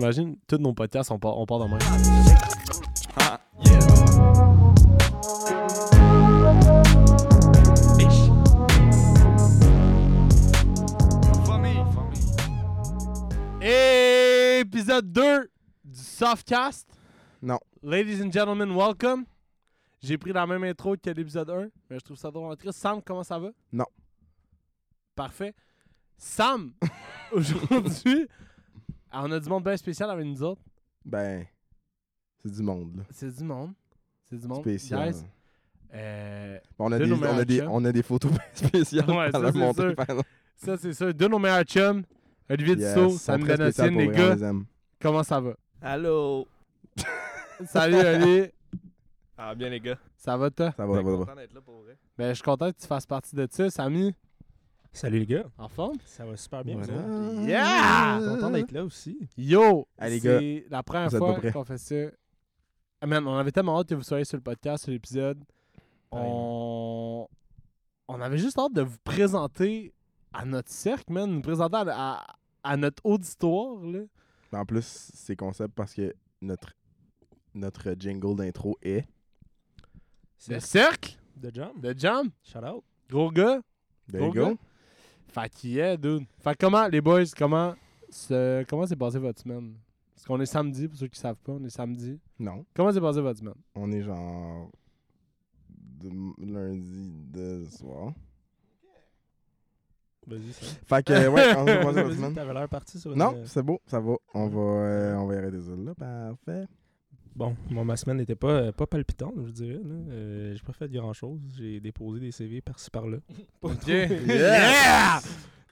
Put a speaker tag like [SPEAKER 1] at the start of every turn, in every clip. [SPEAKER 1] Imagine, tous nos podcasts, on part, on part de même. Épisode 2 du Softcast.
[SPEAKER 2] Non.
[SPEAKER 1] Ladies and gentlemen, welcome. J'ai pris la même intro que l'épisode 1, mais je trouve ça drôle. En tout cas, Sam, comment ça va?
[SPEAKER 2] Non.
[SPEAKER 1] Parfait. Sam, aujourd'hui, on a du monde bien spécial avec nous autres.
[SPEAKER 2] Ben, c'est du monde, là.
[SPEAKER 1] C'est du monde. C'est du monde.
[SPEAKER 2] Spécial.
[SPEAKER 1] Guys, euh,
[SPEAKER 2] Bon, on, a
[SPEAKER 1] de
[SPEAKER 2] des,
[SPEAKER 1] nos
[SPEAKER 2] on,
[SPEAKER 1] meilleurs
[SPEAKER 2] a des,
[SPEAKER 1] chums.
[SPEAKER 2] on a des photos bien spéciales
[SPEAKER 1] Ouais,
[SPEAKER 2] par
[SPEAKER 1] ça,
[SPEAKER 2] leur
[SPEAKER 1] c'est
[SPEAKER 2] montrer,
[SPEAKER 1] sûr.
[SPEAKER 2] par exemple.
[SPEAKER 1] ça, c'est ça. De nos meilleurs chums, Olivier
[SPEAKER 2] Yes,
[SPEAKER 1] Dussault,
[SPEAKER 2] sont
[SPEAKER 1] Sam
[SPEAKER 2] très
[SPEAKER 1] Donatien,
[SPEAKER 2] spéciales pour
[SPEAKER 1] les
[SPEAKER 2] vrai, on
[SPEAKER 1] gars,
[SPEAKER 2] aime.
[SPEAKER 1] comment ça va?
[SPEAKER 3] Allô?
[SPEAKER 1] Salut, Oli.
[SPEAKER 3] Ah, bien les gars.
[SPEAKER 1] Ça va, toi?
[SPEAKER 2] Ça va, ça va, ça va.
[SPEAKER 3] content d'être là pour vrai.
[SPEAKER 1] Ben, je suis content que tu fasses partie de ça, Samy.
[SPEAKER 4] Salut les gars,
[SPEAKER 1] En forme?
[SPEAKER 4] ça va super bien.
[SPEAKER 2] Voilà.
[SPEAKER 4] vous autres?
[SPEAKER 1] Yeah!
[SPEAKER 4] Content d'être là aussi.
[SPEAKER 1] Yo!
[SPEAKER 2] Hey, les gars,
[SPEAKER 1] c'est la première
[SPEAKER 2] vous êtes pas
[SPEAKER 1] fois
[SPEAKER 2] prêts.
[SPEAKER 1] qu'on fait ça. Ah, man, on avait tellement hâte que vous soyez sur le podcast, sur l'épisode. On... on avait juste hâte de vous présenter à notre cercle, man. Nous présenter à, à- à notre auditoire, là.
[SPEAKER 2] Mais En plus, c'est concept parce que notre, notre jingle d'intro est...
[SPEAKER 1] Le
[SPEAKER 4] C'est
[SPEAKER 1] cercle
[SPEAKER 4] de jump.
[SPEAKER 1] de Jam.
[SPEAKER 4] Shout out.
[SPEAKER 1] Gros gars.
[SPEAKER 2] There
[SPEAKER 1] Gros
[SPEAKER 2] you
[SPEAKER 1] gars.
[SPEAKER 2] go.
[SPEAKER 1] Fait qu'il y est, dude. Fait que comment, les boys, comment se... comment s'est passée votre semaine? Parce qu'on est samedi, pour ceux qui savent pas, on est samedi.
[SPEAKER 2] Non,
[SPEAKER 1] Comment s'est passée votre semaine?
[SPEAKER 2] on est genre... de lundi de soir.
[SPEAKER 4] Vas-y, ça.
[SPEAKER 2] Fait que, ouais, on va commencer la
[SPEAKER 4] Vas-y,
[SPEAKER 2] semaine.
[SPEAKER 4] T'avais l'air parti sur une... euh,
[SPEAKER 2] Non, c'est beau, ça va. On va, euh, on va y arrêter ça là, parfait.
[SPEAKER 4] Bon, moi, ma semaine n'était pas, euh, pas palpitante, je dirais. là. Euh, j'ai pas fait grand-chose. J'ai déposé des CV par-ci par-là. Pas
[SPEAKER 1] Ok.
[SPEAKER 4] trop.
[SPEAKER 1] Yeah!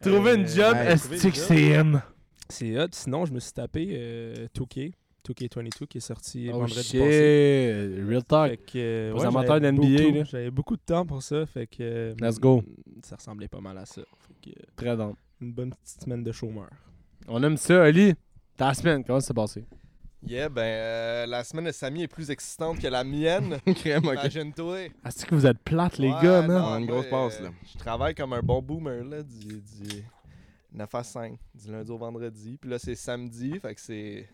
[SPEAKER 1] Trouver une
[SPEAKER 4] Euh,
[SPEAKER 1] job,
[SPEAKER 2] ouais,
[SPEAKER 1] est-ce
[SPEAKER 3] trouver une
[SPEAKER 1] que
[SPEAKER 3] job.
[SPEAKER 1] c'est in?
[SPEAKER 4] C'est hot. Sinon, je me suis tapé euh, 2K. 2K22 qui est sorti
[SPEAKER 2] Ah
[SPEAKER 1] Oh
[SPEAKER 4] vendredi
[SPEAKER 1] shit,
[SPEAKER 4] passé.
[SPEAKER 1] real talk.
[SPEAKER 4] Fait que, euh,
[SPEAKER 1] Pour les
[SPEAKER 4] ouais,
[SPEAKER 1] amateurs
[SPEAKER 4] j'avais
[SPEAKER 1] de NBA,
[SPEAKER 4] beaucoup-
[SPEAKER 1] là.
[SPEAKER 4] J'avais beaucoup de temps pour ça. Fait que... euh,
[SPEAKER 1] Let's go.
[SPEAKER 4] Ça ressemblait pas mal à ça. Fait que, euh,
[SPEAKER 1] Très bon.
[SPEAKER 4] une bonne petite semaine de chômeur.
[SPEAKER 1] On aime ça, Ali. Ta semaine, comment ça s'est passé?
[SPEAKER 3] Yeah, ben, euh, la semaine de Samy est plus excitante que la mienne.
[SPEAKER 2] Crème, ok. Ah,
[SPEAKER 3] Imagine-toi.
[SPEAKER 1] Est-ce que vous êtes plates, les
[SPEAKER 3] Ouais,
[SPEAKER 1] gars,
[SPEAKER 3] non,
[SPEAKER 1] man?
[SPEAKER 2] On a une
[SPEAKER 3] moi,
[SPEAKER 2] grosse passe,
[SPEAKER 3] euh,
[SPEAKER 2] là.
[SPEAKER 3] Je travaille comme un bon boomer, là, du, du 9 à 5, du lundi au vendredi. Puis là, c'est samedi, fait que c'est.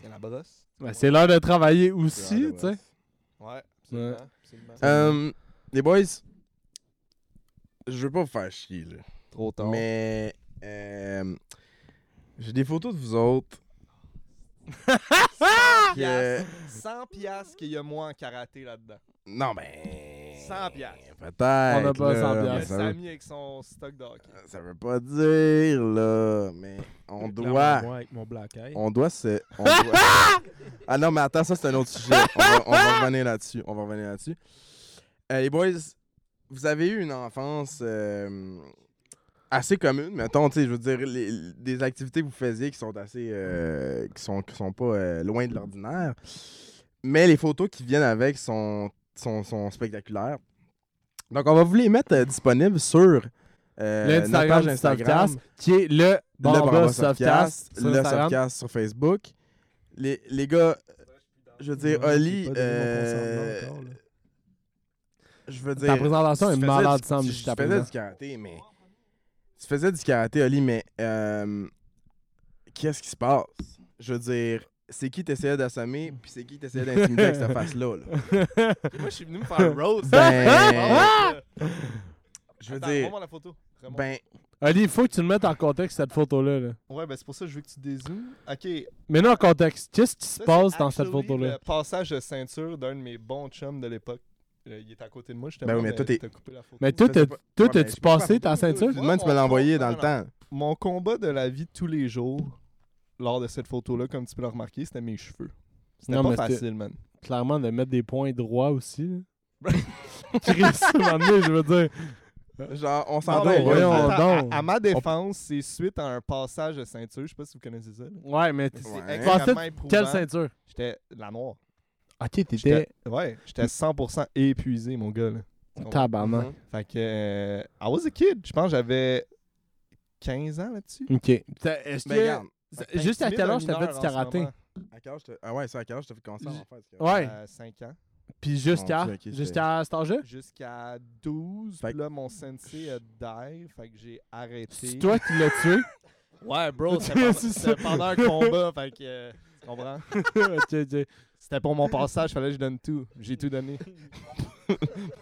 [SPEAKER 3] C'est la brosse.
[SPEAKER 1] Ben, c'est l'heure de travailler aussi,
[SPEAKER 2] Ouais,
[SPEAKER 1] tu sais.
[SPEAKER 3] Ouais, absolument.
[SPEAKER 1] Ouais.
[SPEAKER 3] absolument.
[SPEAKER 2] Euh, les boys, je veux pas vous faire chier, là.
[SPEAKER 3] Trop tard.
[SPEAKER 2] Mais euh, j'ai des photos de vous autres. que-
[SPEAKER 3] 100 piastres qu'il y a moins en karaté là-dedans.
[SPEAKER 2] Non, ben.
[SPEAKER 3] 100 piastres.
[SPEAKER 2] Peut-être.
[SPEAKER 1] On a pas
[SPEAKER 2] là,
[SPEAKER 1] 100
[SPEAKER 2] mais
[SPEAKER 1] Ah,
[SPEAKER 3] Le
[SPEAKER 1] piastres.
[SPEAKER 2] Ça veut,
[SPEAKER 3] Samy avec son stock de hockey.
[SPEAKER 2] ça veut pas dire, là. Mais on
[SPEAKER 4] Clairement,
[SPEAKER 2] doit.
[SPEAKER 4] Moi, avec mon black eye.
[SPEAKER 2] On doit se. On doit... ah non, mais attends, ça c'est un autre sujet. On va, on va revenir là-dessus. On va revenir là-dessus. Euh, les boys, vous avez eu une enfance euh, assez commune, mettons, tu sais, je veux dire, les- les- des activités que vous faisiez qui sont assez. euh, qui, sont, qui sont pas euh, loin de l'ordinaire. Mais les photos qui viennent avec sont, sont, sont spectaculaires. Donc, on va vous les mettre euh, disponibles sur. euh, notre
[SPEAKER 1] L'Instagram
[SPEAKER 2] page
[SPEAKER 1] du
[SPEAKER 2] Instagram
[SPEAKER 1] Softcast, qui est le
[SPEAKER 2] le
[SPEAKER 1] Barba
[SPEAKER 2] Barba
[SPEAKER 1] Softcast.
[SPEAKER 2] Softcast,
[SPEAKER 1] sur
[SPEAKER 2] le
[SPEAKER 1] Instagram.
[SPEAKER 2] Softcast sur Facebook. Les, les gars, je veux dire,
[SPEAKER 4] Ouais, j'ai
[SPEAKER 2] Oli,
[SPEAKER 4] pas donné mon
[SPEAKER 2] euh,
[SPEAKER 4] consentement encore, là.
[SPEAKER 2] je veux dire.
[SPEAKER 1] Ta présentation
[SPEAKER 2] tu
[SPEAKER 1] est
[SPEAKER 2] faisais
[SPEAKER 1] malade,
[SPEAKER 2] du-
[SPEAKER 1] Sam,
[SPEAKER 2] tu-
[SPEAKER 1] je
[SPEAKER 2] Tu faisais du karaté, mais. Tu faisais du karaté, Oli, mais. euh, Qu'est-ce qui se passe? Je veux dire, c'est qui t'essayais d'assommer, puis c'est qui t'essayais d'intimider avec cette face-là? là?
[SPEAKER 3] Moi, je suis venu me faire roast. Ah,
[SPEAKER 2] Ben- Je veux
[SPEAKER 3] Attends,
[SPEAKER 2] dire,
[SPEAKER 3] remonte la photo. Remonte.
[SPEAKER 2] ben,
[SPEAKER 1] Ali, il faut que tu le mettes en contexte, cette photo-là. là.
[SPEAKER 3] Ouais, ben c'est pour ça que je veux que tu dézoomes. Ok.
[SPEAKER 1] Mets-nous en contexte. Qu'est-ce qui se
[SPEAKER 3] ça,
[SPEAKER 1] passe
[SPEAKER 3] c'est
[SPEAKER 1] dans cette
[SPEAKER 3] actually
[SPEAKER 1] photo-là?
[SPEAKER 3] Le passage de ceinture d'un de mes bons chums de l'époque. Euh, Il est à côté de moi, je te
[SPEAKER 2] Ben oui, mais toi, t'es-
[SPEAKER 3] t'as coupé la photo.
[SPEAKER 1] Mais toi,
[SPEAKER 2] je sais
[SPEAKER 1] t'as-
[SPEAKER 2] pas-
[SPEAKER 1] toi,
[SPEAKER 2] Ouais, mais
[SPEAKER 1] t'as-tu
[SPEAKER 2] je peux pas
[SPEAKER 1] passé ta
[SPEAKER 3] parler de-
[SPEAKER 1] ceinture?
[SPEAKER 2] demain, tu me l'as envoyé dans le temps.
[SPEAKER 3] Mon combat de la vie de tous les jours, lors de cette photo-là, comme tu peux le remarquer, c'était mes cheveux. C'était
[SPEAKER 1] Non, mais
[SPEAKER 3] pas
[SPEAKER 1] c'était-
[SPEAKER 3] facile, man.
[SPEAKER 1] clairement de mettre des points droits aussi. là. Chris, à un moment donné, je veux dire.
[SPEAKER 2] Genre, on
[SPEAKER 1] Ah,
[SPEAKER 2] s'entend.
[SPEAKER 1] ben,
[SPEAKER 2] les gars.
[SPEAKER 1] voyons.
[SPEAKER 3] attends,
[SPEAKER 1] donc.
[SPEAKER 3] à, à ma défense, c'est suite à un passage de ceinture. Je sais pas si vous connaissez ça. là.
[SPEAKER 1] Ouais, mais
[SPEAKER 3] C'est
[SPEAKER 2] Ouais.
[SPEAKER 3] extrêmement
[SPEAKER 1] Passé-
[SPEAKER 3] éprouvant.
[SPEAKER 1] quelle ceinture?
[SPEAKER 3] J'étais la noire.
[SPEAKER 1] Ok, t'étais
[SPEAKER 3] J'étais ouais, j'étais 100% épuisé, mon gars. là. Tu comprends?
[SPEAKER 1] tabarnak.
[SPEAKER 3] Fait que. euh, I was a kid. Je pense que j'avais 15 ans là-dessus.
[SPEAKER 1] Ok. T'as- Est-ce
[SPEAKER 2] Ben,
[SPEAKER 1] que.
[SPEAKER 2] regarde.
[SPEAKER 1] c'est- Juste à quel âge t'as fait du karaté?
[SPEAKER 2] À quel âge t'as- Ah ouais, c'est à quel âge t'as fait commencer à en
[SPEAKER 1] J-
[SPEAKER 2] faire? du karaté?
[SPEAKER 1] Ouais.
[SPEAKER 3] 5 ans.
[SPEAKER 1] Puis jusqu'à.
[SPEAKER 2] Mon Dieu, ok, c'est-
[SPEAKER 1] jusqu'à cet âge-là?
[SPEAKER 3] Jusqu'à 12.
[SPEAKER 2] Fait
[SPEAKER 3] puis
[SPEAKER 2] que-
[SPEAKER 3] là, mon sensei a die. Fait que j'ai arrêté.
[SPEAKER 1] C'est toi qui l'as tué?
[SPEAKER 3] Ouais, bro,
[SPEAKER 1] Tu
[SPEAKER 3] c'était pendant-
[SPEAKER 1] sais, c'est
[SPEAKER 3] c'était
[SPEAKER 1] ça.
[SPEAKER 3] pendant un combat, fait que. euh, tu comprends?
[SPEAKER 1] Ok, ok.
[SPEAKER 3] C'était pour mon passage, fallait que je donne tout. J'ai tout donné.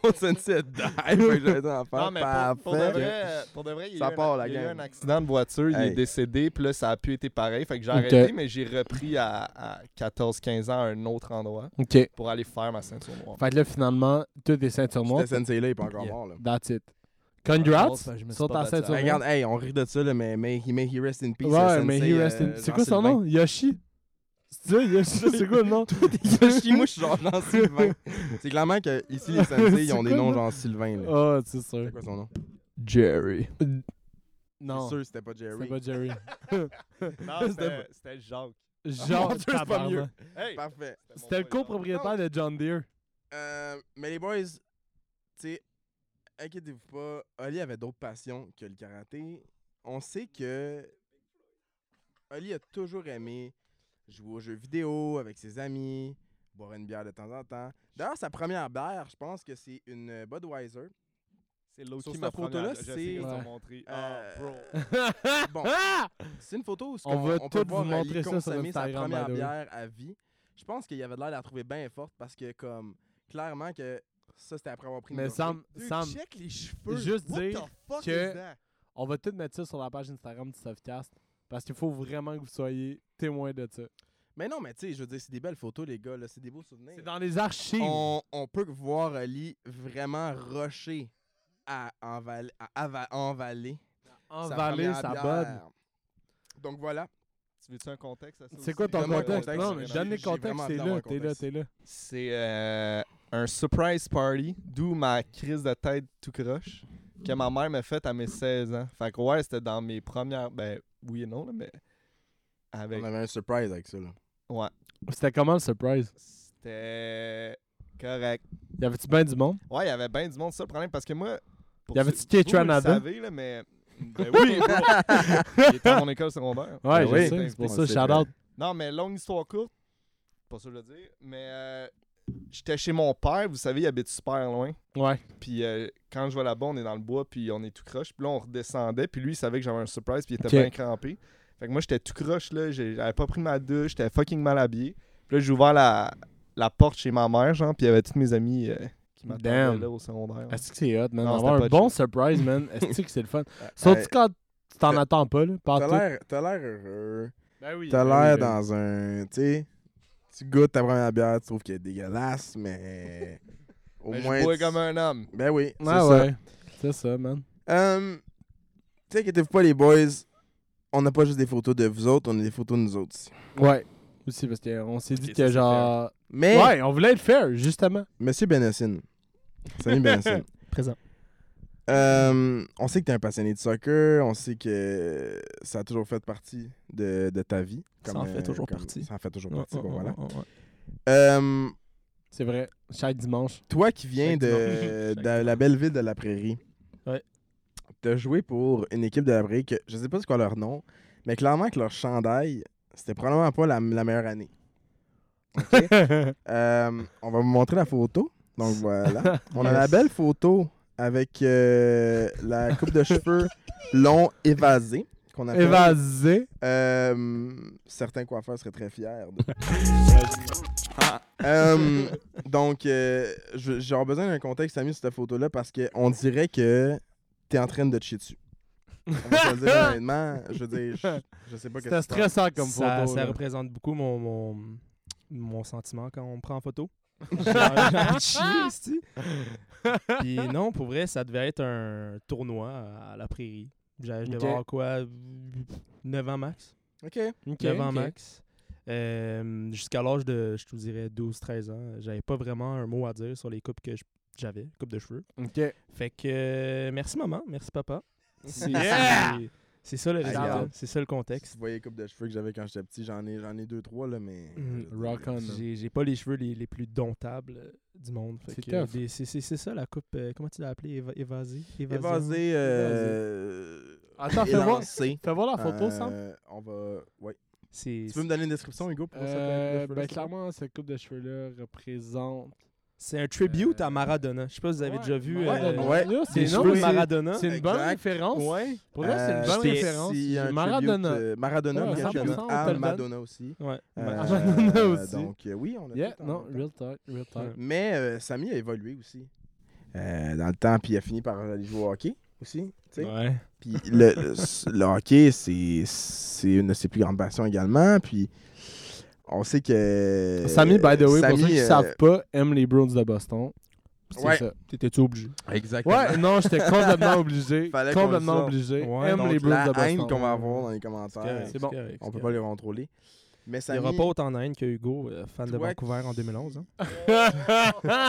[SPEAKER 2] Mon sensei die, fait que j'avais dit en faire.
[SPEAKER 3] Non, mais pour, pour de
[SPEAKER 2] Parfait.
[SPEAKER 3] vrai, euh, pour de vrai, il y
[SPEAKER 2] Ça
[SPEAKER 3] a, eu,
[SPEAKER 2] part,
[SPEAKER 3] un,
[SPEAKER 2] la
[SPEAKER 3] il y a eu
[SPEAKER 2] gang.
[SPEAKER 3] un accident de voiture, il
[SPEAKER 2] Hey.
[SPEAKER 3] est décédé, puis là, ça a pu être pareil. Fait que j'ai
[SPEAKER 1] Ok.
[SPEAKER 3] arrêté, mais j'ai repris à, 14-15 ans à un autre endroit
[SPEAKER 1] Ok. Fait
[SPEAKER 3] pour aller faire ma ceinture noire.
[SPEAKER 1] que là, finalement, toutes des ceintures noires.
[SPEAKER 2] C'était sensei là, il est pas encore
[SPEAKER 3] Yeah.
[SPEAKER 2] mort là.
[SPEAKER 1] That's it.
[SPEAKER 3] Ah,
[SPEAKER 1] Congrats
[SPEAKER 3] non, ça, je me suis
[SPEAKER 1] sur
[SPEAKER 3] pas
[SPEAKER 1] ta
[SPEAKER 3] battu.
[SPEAKER 1] ceinture
[SPEAKER 3] Ben,
[SPEAKER 1] noire.
[SPEAKER 2] Regarde, hey, on rit de ça là, mais may he, may he rest in peace.
[SPEAKER 1] Ouais,
[SPEAKER 2] le
[SPEAKER 1] mais
[SPEAKER 2] sensei,
[SPEAKER 1] he rest in-
[SPEAKER 2] euh,
[SPEAKER 1] C'est quoi son nom? Yoshi? C'est ça, Yoshi? C'est quoi le nom?
[SPEAKER 2] Yoshi, moi je suis genre Jean Sylvain. C'est clairement que ici les sensei ils
[SPEAKER 1] C'est
[SPEAKER 2] ont des
[SPEAKER 1] quoi,
[SPEAKER 2] noms
[SPEAKER 1] là?
[SPEAKER 2] genre Sylvain là.
[SPEAKER 1] Oh, c'est sûr.
[SPEAKER 2] C'est quoi son nom?
[SPEAKER 3] Jerry.
[SPEAKER 2] C'est
[SPEAKER 1] Non,
[SPEAKER 2] sûr c'était pas Jerry.
[SPEAKER 1] c'est pas Jerry.
[SPEAKER 3] Non,
[SPEAKER 1] C'était-
[SPEAKER 3] c'était c'était Jacques.
[SPEAKER 1] Genre,
[SPEAKER 2] Mon Dieu, c'est pas
[SPEAKER 1] tabarnak.
[SPEAKER 2] mieux.
[SPEAKER 3] Hey!
[SPEAKER 2] Parfait.
[SPEAKER 3] mon
[SPEAKER 1] C'était le
[SPEAKER 3] voisin.
[SPEAKER 1] copropriétaire de John Deere.
[SPEAKER 2] Euh, mais les boys, tu sais, inquiétez-vous pas, Oli avait d'autres passions que le karaté. On sait que Oli a toujours aimé jouer aux jeux vidéo avec ses amis, boire une bière de temps en temps. D'ailleurs, sa première bière, je pense que c'est une Budweiser.
[SPEAKER 3] C'est Loki,
[SPEAKER 2] Sur
[SPEAKER 3] ma
[SPEAKER 2] cette photo-là,
[SPEAKER 3] première- je sais
[SPEAKER 2] c'est-
[SPEAKER 3] qu'ils t'ont
[SPEAKER 1] Ouais.
[SPEAKER 3] montré.
[SPEAKER 2] Euh,
[SPEAKER 3] Ah, bro.
[SPEAKER 2] Bon,
[SPEAKER 1] Ah!
[SPEAKER 2] c'est une photo où ce
[SPEAKER 1] On
[SPEAKER 2] qu'on-
[SPEAKER 1] va
[SPEAKER 2] on peut
[SPEAKER 1] tout
[SPEAKER 2] voir
[SPEAKER 1] vous
[SPEAKER 2] Ali
[SPEAKER 1] montrer ça sur
[SPEAKER 2] consommer sa
[SPEAKER 1] Instagram, by
[SPEAKER 2] première
[SPEAKER 1] the way.
[SPEAKER 2] bière à vie. Je pense qu'il avait l'air de la trouver bien forte parce que, comme, clairement que ça, c'était après avoir pris une
[SPEAKER 1] Mais
[SPEAKER 2] gorgée.
[SPEAKER 1] Sam,
[SPEAKER 3] Dude,
[SPEAKER 1] Sam,
[SPEAKER 3] check les cheveux.
[SPEAKER 1] juste
[SPEAKER 3] What
[SPEAKER 1] dire
[SPEAKER 3] the fuck
[SPEAKER 1] que-
[SPEAKER 3] is that?
[SPEAKER 1] on va tout mettre ça sur la page Instagram du Softcast parce qu'il faut vraiment que vous soyez témoin de ça.
[SPEAKER 2] Mais non, mais tu sais, je veux dire, c'est des belles photos, les gars, là, c'est des beaux souvenirs.
[SPEAKER 1] C'est dans les archives.
[SPEAKER 2] On, on peut voir Ali vraiment rusher à envaler, à ava- envaler
[SPEAKER 1] En vallée,
[SPEAKER 2] première
[SPEAKER 1] ça
[SPEAKER 2] bière.
[SPEAKER 1] bonne.
[SPEAKER 2] Donc voilà.
[SPEAKER 3] Tu veux-tu un contexte à ça
[SPEAKER 1] C'est
[SPEAKER 3] aussi?
[SPEAKER 1] quoi ton
[SPEAKER 2] Donne-moi un
[SPEAKER 1] contexte?
[SPEAKER 2] contexte,
[SPEAKER 1] Non, mais
[SPEAKER 2] j'ai-
[SPEAKER 1] donne les
[SPEAKER 2] j'ai
[SPEAKER 1] contextes,
[SPEAKER 2] vraiment
[SPEAKER 1] t'es
[SPEAKER 2] hâte d'avoir
[SPEAKER 1] là,
[SPEAKER 2] un
[SPEAKER 1] t'es là,
[SPEAKER 2] contexte.
[SPEAKER 1] t'es là.
[SPEAKER 3] C'est euh, un surprise party, d'où ma crise de tête tout croche, que ma mère m'a faite à mes 16 ans. Fait que ouais, c'était dans mes premières. Ben oui et non, là, mais. Avec.
[SPEAKER 2] On avait un surprise avec ça, là.
[SPEAKER 3] Ouais.
[SPEAKER 1] C'était comment le surprise?
[SPEAKER 3] C'était. Correct.
[SPEAKER 1] Y avait-tu bien du monde?
[SPEAKER 3] Ouais, il y avait bien du monde, ça le problème, parce que moi. pour
[SPEAKER 1] Y avait-tu
[SPEAKER 3] ceux-
[SPEAKER 1] Kate
[SPEAKER 3] vous, vous le
[SPEAKER 1] Ranada?
[SPEAKER 3] savez, là, mais. Ben oui, bro. il était à mon école secondaire.
[SPEAKER 1] Ouais,
[SPEAKER 2] Ben
[SPEAKER 1] je
[SPEAKER 2] oui.
[SPEAKER 1] sais, c'est pour
[SPEAKER 2] On
[SPEAKER 1] ça,
[SPEAKER 2] le sait,
[SPEAKER 1] shout-out.
[SPEAKER 3] Non, mais longue histoire courte, pas sûr de le dire, mais euh, j'étais chez mon père, vous savez, il habite super loin.
[SPEAKER 1] Ouais.
[SPEAKER 3] Puis euh, quand je vais là-bas, on est dans le bois, puis on est tout croche. Puis là, on redescendait, puis lui, il savait que j'avais un surprise, puis il était
[SPEAKER 1] Ok.
[SPEAKER 3] bien crampé. Fait que moi, j'étais tout croche, là. j'ai- J'avais pas pris ma douche, j'étais fucking mal habillé. Puis là, j'ai ouvert la, la porte chez ma mère, genre, puis il y avait tous mes amis euh, qui m'attendaient
[SPEAKER 1] Damn.
[SPEAKER 3] là au secondaire. là.
[SPEAKER 1] Est-ce que c'est hot, man?
[SPEAKER 3] Non,
[SPEAKER 1] Avoir
[SPEAKER 3] c'était
[SPEAKER 1] un
[SPEAKER 3] pas
[SPEAKER 1] bon
[SPEAKER 3] chill.
[SPEAKER 1] surprise, man. Est-ce que c'est le fun? Surtout
[SPEAKER 2] Hey,
[SPEAKER 1] quand tu t'en
[SPEAKER 2] t'as-
[SPEAKER 1] attends pas, là, par
[SPEAKER 2] T'as
[SPEAKER 1] tout.
[SPEAKER 2] l'air- t'as l'air heureux.
[SPEAKER 1] Ben oui.
[SPEAKER 2] T'as l'air dans un. Tu sais, tu goûtes ta première bière, tu trouves qu'elle est dégueulasse, mais. Au
[SPEAKER 3] Mais Ben, je
[SPEAKER 2] moins.
[SPEAKER 3] bois
[SPEAKER 2] tu-
[SPEAKER 3] comme un homme.
[SPEAKER 2] Ben oui, c'est
[SPEAKER 1] Ah
[SPEAKER 2] ça.
[SPEAKER 1] ouais. C'est ça, man.
[SPEAKER 2] Euh, T'inquiétez-vous pas, les boys. On n'a pas juste des photos de vous autres, on a des photos de nous autres aussi.
[SPEAKER 1] Ouais. Aussi, parce qu'on s'est dit
[SPEAKER 3] Ok, ça,
[SPEAKER 1] que
[SPEAKER 3] c'est
[SPEAKER 1] genre.
[SPEAKER 2] Mais,
[SPEAKER 1] Ouais, on voulait être fair, justement.
[SPEAKER 2] Monsieur Benassin. Salut Benassin.
[SPEAKER 4] Présent.
[SPEAKER 2] Euh, on sait que t'es un passionné de soccer, on sait que ça a toujours fait partie de, de ta vie.
[SPEAKER 4] Ça en fait toujours
[SPEAKER 2] comme-
[SPEAKER 4] partie.
[SPEAKER 2] Ça en fait toujours
[SPEAKER 4] Ouais,
[SPEAKER 2] partie,
[SPEAKER 4] ouais,
[SPEAKER 2] bon
[SPEAKER 4] ouais,
[SPEAKER 2] voilà.
[SPEAKER 4] ouais, ouais.
[SPEAKER 2] Euh,
[SPEAKER 1] C'est vrai. Chaque dimanche.
[SPEAKER 2] toi qui viens
[SPEAKER 4] Chaque
[SPEAKER 2] de,
[SPEAKER 4] dimanche.
[SPEAKER 2] de la belle ville de la Prairie,
[SPEAKER 4] Ouais.
[SPEAKER 2] t'as joué pour une équipe de la Prairie que je sais pas c'est quoi leur nom, mais clairement que leur chandail, c'était probablement pas la, la meilleure année. Euh, on va vous montrer la photo. Donc voilà. On a la belle photo avec euh, la coupe de cheveux long évasée qu'on appelle.
[SPEAKER 1] Évasé.
[SPEAKER 2] Euh, certains coiffeurs seraient très fiers. de- Euh, donc, euh, je- j'ai genre besoin d'un contexte, Samy, sur cette photo-là parce qu'on dirait que t'es en train de te chier dessus. On va se le dire honnêtement. Je veux dire, je, je sais pas que
[SPEAKER 1] C'était stressant comme
[SPEAKER 4] ça,
[SPEAKER 1] photo.
[SPEAKER 4] ça
[SPEAKER 1] là.
[SPEAKER 4] représente beaucoup mon, mon, mon sentiment quand on me prend en photo. J'ai envie de chier, c'ti. Puis non, pour vrai, ça devait être un tournoi à la prairie. J'a- Je devais
[SPEAKER 1] Ok.
[SPEAKER 4] avoir quoi 9 ans max.
[SPEAKER 2] Ok.
[SPEAKER 4] 9 ans
[SPEAKER 1] ok.
[SPEAKER 4] max. Euh, Jusqu'à l'âge de, je te dirais, 12-13 ans, j'avais pas vraiment un mot à dire sur les coupes que je- j'avais, coupes de cheveux.
[SPEAKER 1] Ok.
[SPEAKER 4] Fait que euh, merci maman, merci papa. C'est
[SPEAKER 1] Yeah!
[SPEAKER 4] c'est- c'est ça le
[SPEAKER 2] Regarde.
[SPEAKER 4] résultat, c'est ça le
[SPEAKER 2] Si
[SPEAKER 4] contexte.
[SPEAKER 2] tu voyais les coupes de cheveux que j'avais quand j'étais petit, j'en ai, j'en ai deux, trois, là, mais. euh,
[SPEAKER 4] Mm.
[SPEAKER 2] je-
[SPEAKER 1] Rock on.
[SPEAKER 4] J'ai j'ai pas les cheveux les, les plus domptables euh, du monde. Fait
[SPEAKER 1] C'est
[SPEAKER 4] que, euh,
[SPEAKER 1] tough.
[SPEAKER 4] des- C'est c'est- c'est ça la coupe. euh, comment tu l'as appelée éva- Évasée Évasion?
[SPEAKER 2] Évasé. Euh...
[SPEAKER 1] Attends, fais voir.
[SPEAKER 2] élancé.
[SPEAKER 1] Fais voir la photo,
[SPEAKER 2] Euh,
[SPEAKER 1] Sam.
[SPEAKER 2] On va. Ouais.
[SPEAKER 4] C'est
[SPEAKER 1] ben,
[SPEAKER 2] Tu peux me donner une description, Hugo, pour ça?
[SPEAKER 1] Euh, ben, clairement, cette coupe de cheveux-là représente
[SPEAKER 4] C'est un tribute à Maradona. Je sais pas si vous avez
[SPEAKER 1] Ouais.
[SPEAKER 4] déjà vu.
[SPEAKER 1] Ouais,
[SPEAKER 4] euh,
[SPEAKER 1] ouais.
[SPEAKER 4] les
[SPEAKER 1] non,
[SPEAKER 4] cheveux de
[SPEAKER 1] c'est-
[SPEAKER 4] Maradona.
[SPEAKER 1] C'est une bonne
[SPEAKER 2] Exact.
[SPEAKER 1] référence.
[SPEAKER 3] Ouais.
[SPEAKER 1] Pour moi, c'est une
[SPEAKER 2] Euh,
[SPEAKER 1] bonne
[SPEAKER 2] c'est-
[SPEAKER 1] référence.
[SPEAKER 2] c'est un
[SPEAKER 1] Maradona.
[SPEAKER 2] tribute, euh, Maradona,
[SPEAKER 1] Ouais,
[SPEAKER 2] il y a
[SPEAKER 1] 100%,
[SPEAKER 2] un tribute
[SPEAKER 1] on te le
[SPEAKER 2] à
[SPEAKER 1] donne.
[SPEAKER 2] Madonna aussi.
[SPEAKER 4] Ouais.
[SPEAKER 2] Euh,
[SPEAKER 1] Madonna aussi.
[SPEAKER 2] Donc, euh, oui, on a
[SPEAKER 1] Yeah,
[SPEAKER 2] tout en
[SPEAKER 1] non,
[SPEAKER 2] même temps.
[SPEAKER 1] real talk, real talk.
[SPEAKER 2] Mais euh, Samy a évolué aussi euh, dans le temps, puis il a fini par aller jouer au hockey aussi. tu sais.
[SPEAKER 4] Ouais.
[SPEAKER 2] Puis le, le- le hockey, c'est c'est une de ses plus grandes passions également. Puis on sait que.
[SPEAKER 1] Samy, by the way, pour
[SPEAKER 2] Euh, Samy,
[SPEAKER 1] ceux qui ne
[SPEAKER 2] euh,
[SPEAKER 1] savent pas, aime les Browns de Boston. C'est
[SPEAKER 2] Ouais.
[SPEAKER 1] ça.
[SPEAKER 4] T'étais-tu obligé?
[SPEAKER 2] Exactement.
[SPEAKER 1] Ouais, non, j'étais complètement obligé.
[SPEAKER 2] Fallait qu'on le
[SPEAKER 1] complètement
[SPEAKER 2] sorte.
[SPEAKER 1] obligé.
[SPEAKER 4] Ouais,
[SPEAKER 1] aime
[SPEAKER 2] Donc,
[SPEAKER 1] les Browns de
[SPEAKER 2] la
[SPEAKER 1] Boston.
[SPEAKER 2] haine qu'on va avoir dans les commentaires,
[SPEAKER 1] c'est bon.
[SPEAKER 2] on peut pas les contrôler. Mais
[SPEAKER 4] Il n'y
[SPEAKER 2] Samy,
[SPEAKER 4] aura pas autant de haine que Hugo, euh, fan de
[SPEAKER 2] Toi
[SPEAKER 4] Vancouver
[SPEAKER 2] qui-
[SPEAKER 4] en 2011. hein.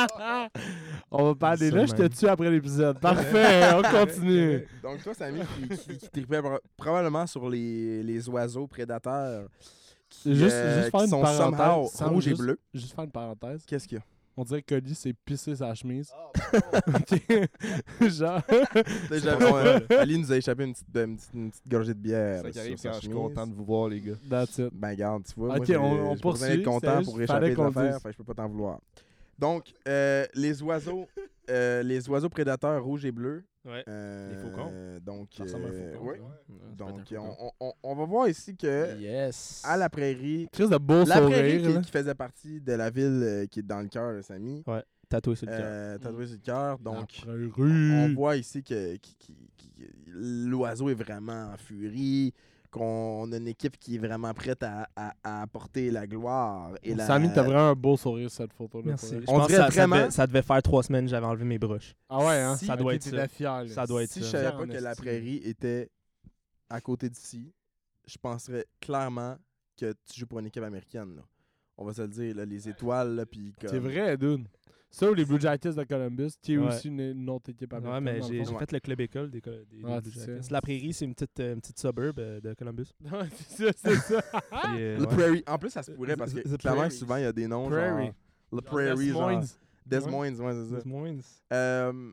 [SPEAKER 1] on va parler là, je
[SPEAKER 4] Ça
[SPEAKER 1] te
[SPEAKER 4] même.
[SPEAKER 1] tue après l'épisode. Parfait, on continue.
[SPEAKER 2] Donc, toi, Samy, qui, qui, qui tripait pro- probablement sur les, les oiseaux prédateurs qui,
[SPEAKER 1] Juste-
[SPEAKER 2] euh,
[SPEAKER 1] juste faire
[SPEAKER 2] qui
[SPEAKER 1] une
[SPEAKER 2] sont
[SPEAKER 1] parenthèse,
[SPEAKER 2] somehow
[SPEAKER 1] Sam,
[SPEAKER 2] rouges et
[SPEAKER 1] juste-
[SPEAKER 2] bleus.
[SPEAKER 1] Juste faire une parenthèse.
[SPEAKER 2] Qu'est-ce qu'il y a
[SPEAKER 1] On dirait que Cody s'est pissé sa
[SPEAKER 2] Oh,
[SPEAKER 1] chemise. Ok. Genre.
[SPEAKER 2] Là, j'avais- on, euh, Ali nous a échappé une petite, une petite, une petite gorgée de bière.
[SPEAKER 3] Ça qui
[SPEAKER 2] sur
[SPEAKER 3] arrive
[SPEAKER 2] sa
[SPEAKER 3] quand je suis
[SPEAKER 2] chemise.
[SPEAKER 3] content de vous voir, les gars.
[SPEAKER 1] That's it.
[SPEAKER 2] Ben, garde, tu vois.
[SPEAKER 1] Ok,
[SPEAKER 2] moi,
[SPEAKER 1] on- on
[SPEAKER 2] je pourrais
[SPEAKER 1] poursuit,
[SPEAKER 2] être content
[SPEAKER 1] c'est
[SPEAKER 2] pour
[SPEAKER 1] juste,
[SPEAKER 2] échapper
[SPEAKER 1] fallait
[SPEAKER 2] des
[SPEAKER 1] qu'on le
[SPEAKER 2] affaires,
[SPEAKER 1] dise.
[SPEAKER 2] fait que je peux pas t'en vouloir. Donc, euh, les oiseaux. euh, les oiseaux prédateurs rouges et bleus.
[SPEAKER 4] Ouais.
[SPEAKER 2] Euh,
[SPEAKER 4] Les faucons.
[SPEAKER 2] Donc,
[SPEAKER 4] Ça ressemble à un
[SPEAKER 2] euh,
[SPEAKER 4] faucon,
[SPEAKER 2] ouais.
[SPEAKER 4] ça, hein?
[SPEAKER 2] Donc, on, on- on- on va voir ici que
[SPEAKER 4] Yes.
[SPEAKER 2] Euh, à la prairie,
[SPEAKER 1] Chris de beau
[SPEAKER 2] la prairie
[SPEAKER 1] sourire.
[SPEAKER 2] qui,
[SPEAKER 1] là. Oh,
[SPEAKER 2] qui faisait partie de la ville euh, qui est dans le cœur de Samy,
[SPEAKER 4] Tatoué sur le cœur.
[SPEAKER 2] euh, tatouée sur le cœur. Donc,
[SPEAKER 1] La
[SPEAKER 2] on
[SPEAKER 1] prairie.
[SPEAKER 2] voit ici que, qui- qui- qui- l'oiseau est vraiment en furie, qu'on a une équipe qui est vraiment prête à, à- à apporter la gloire. Et la...
[SPEAKER 1] Samy, t'as vraiment un beau sourire sur cette photo-là.
[SPEAKER 4] Merci.
[SPEAKER 1] pour
[SPEAKER 4] Je
[SPEAKER 1] vrai.
[SPEAKER 2] On
[SPEAKER 4] pense que
[SPEAKER 2] dirait
[SPEAKER 4] ça, ça
[SPEAKER 2] vraiment-
[SPEAKER 4] devait, ça devait faire trois semaines que j'avais enlevé mes broches.
[SPEAKER 1] Ah ouais, hein?
[SPEAKER 2] Si-
[SPEAKER 4] Ça doit
[SPEAKER 1] Ok,
[SPEAKER 4] être
[SPEAKER 1] t'étais
[SPEAKER 4] ça.
[SPEAKER 1] fier, là.
[SPEAKER 4] Ça doit être
[SPEAKER 2] Si je
[SPEAKER 4] ça.
[SPEAKER 2] savais
[SPEAKER 1] Fier
[SPEAKER 2] pas
[SPEAKER 1] en
[SPEAKER 2] que la
[SPEAKER 1] esti.
[SPEAKER 2] prairie était à côté d'ici, je penserais clairement que tu joues pour une équipe américaine. là. On va se le dire, là, les étoiles, là, puis comme-
[SPEAKER 1] C'est vrai, dude. Ça ou les Blue Jackets de Columbus, qui est
[SPEAKER 4] Ouais.
[SPEAKER 1] aussi une, une autre équipe américaine.
[SPEAKER 4] Ouais, mais
[SPEAKER 1] dans le
[SPEAKER 4] j'ai
[SPEAKER 1] fond.
[SPEAKER 4] j'ai fait le club école des, co- des, des
[SPEAKER 1] Ah,
[SPEAKER 4] Blue
[SPEAKER 1] c'est
[SPEAKER 4] Jackets.
[SPEAKER 1] ça.
[SPEAKER 4] La prairie, c'est une petite, euh, une petite suburb euh, de Columbus.
[SPEAKER 1] Ouais, c'est ça, c'est ça.
[SPEAKER 4] Puis, euh,
[SPEAKER 2] Le
[SPEAKER 4] ouais.
[SPEAKER 2] Prairie. En plus, ça se pourrait parce que
[SPEAKER 4] The- the
[SPEAKER 2] clairement,
[SPEAKER 4] Prairies.
[SPEAKER 2] souvent, il y a des noms.
[SPEAKER 1] Prairie.
[SPEAKER 2] Genre, le Prairie,
[SPEAKER 1] Des
[SPEAKER 2] genre.
[SPEAKER 1] Moines.
[SPEAKER 2] Des Moines, ouais, c'est ça.
[SPEAKER 4] Des Moines.
[SPEAKER 2] Euh,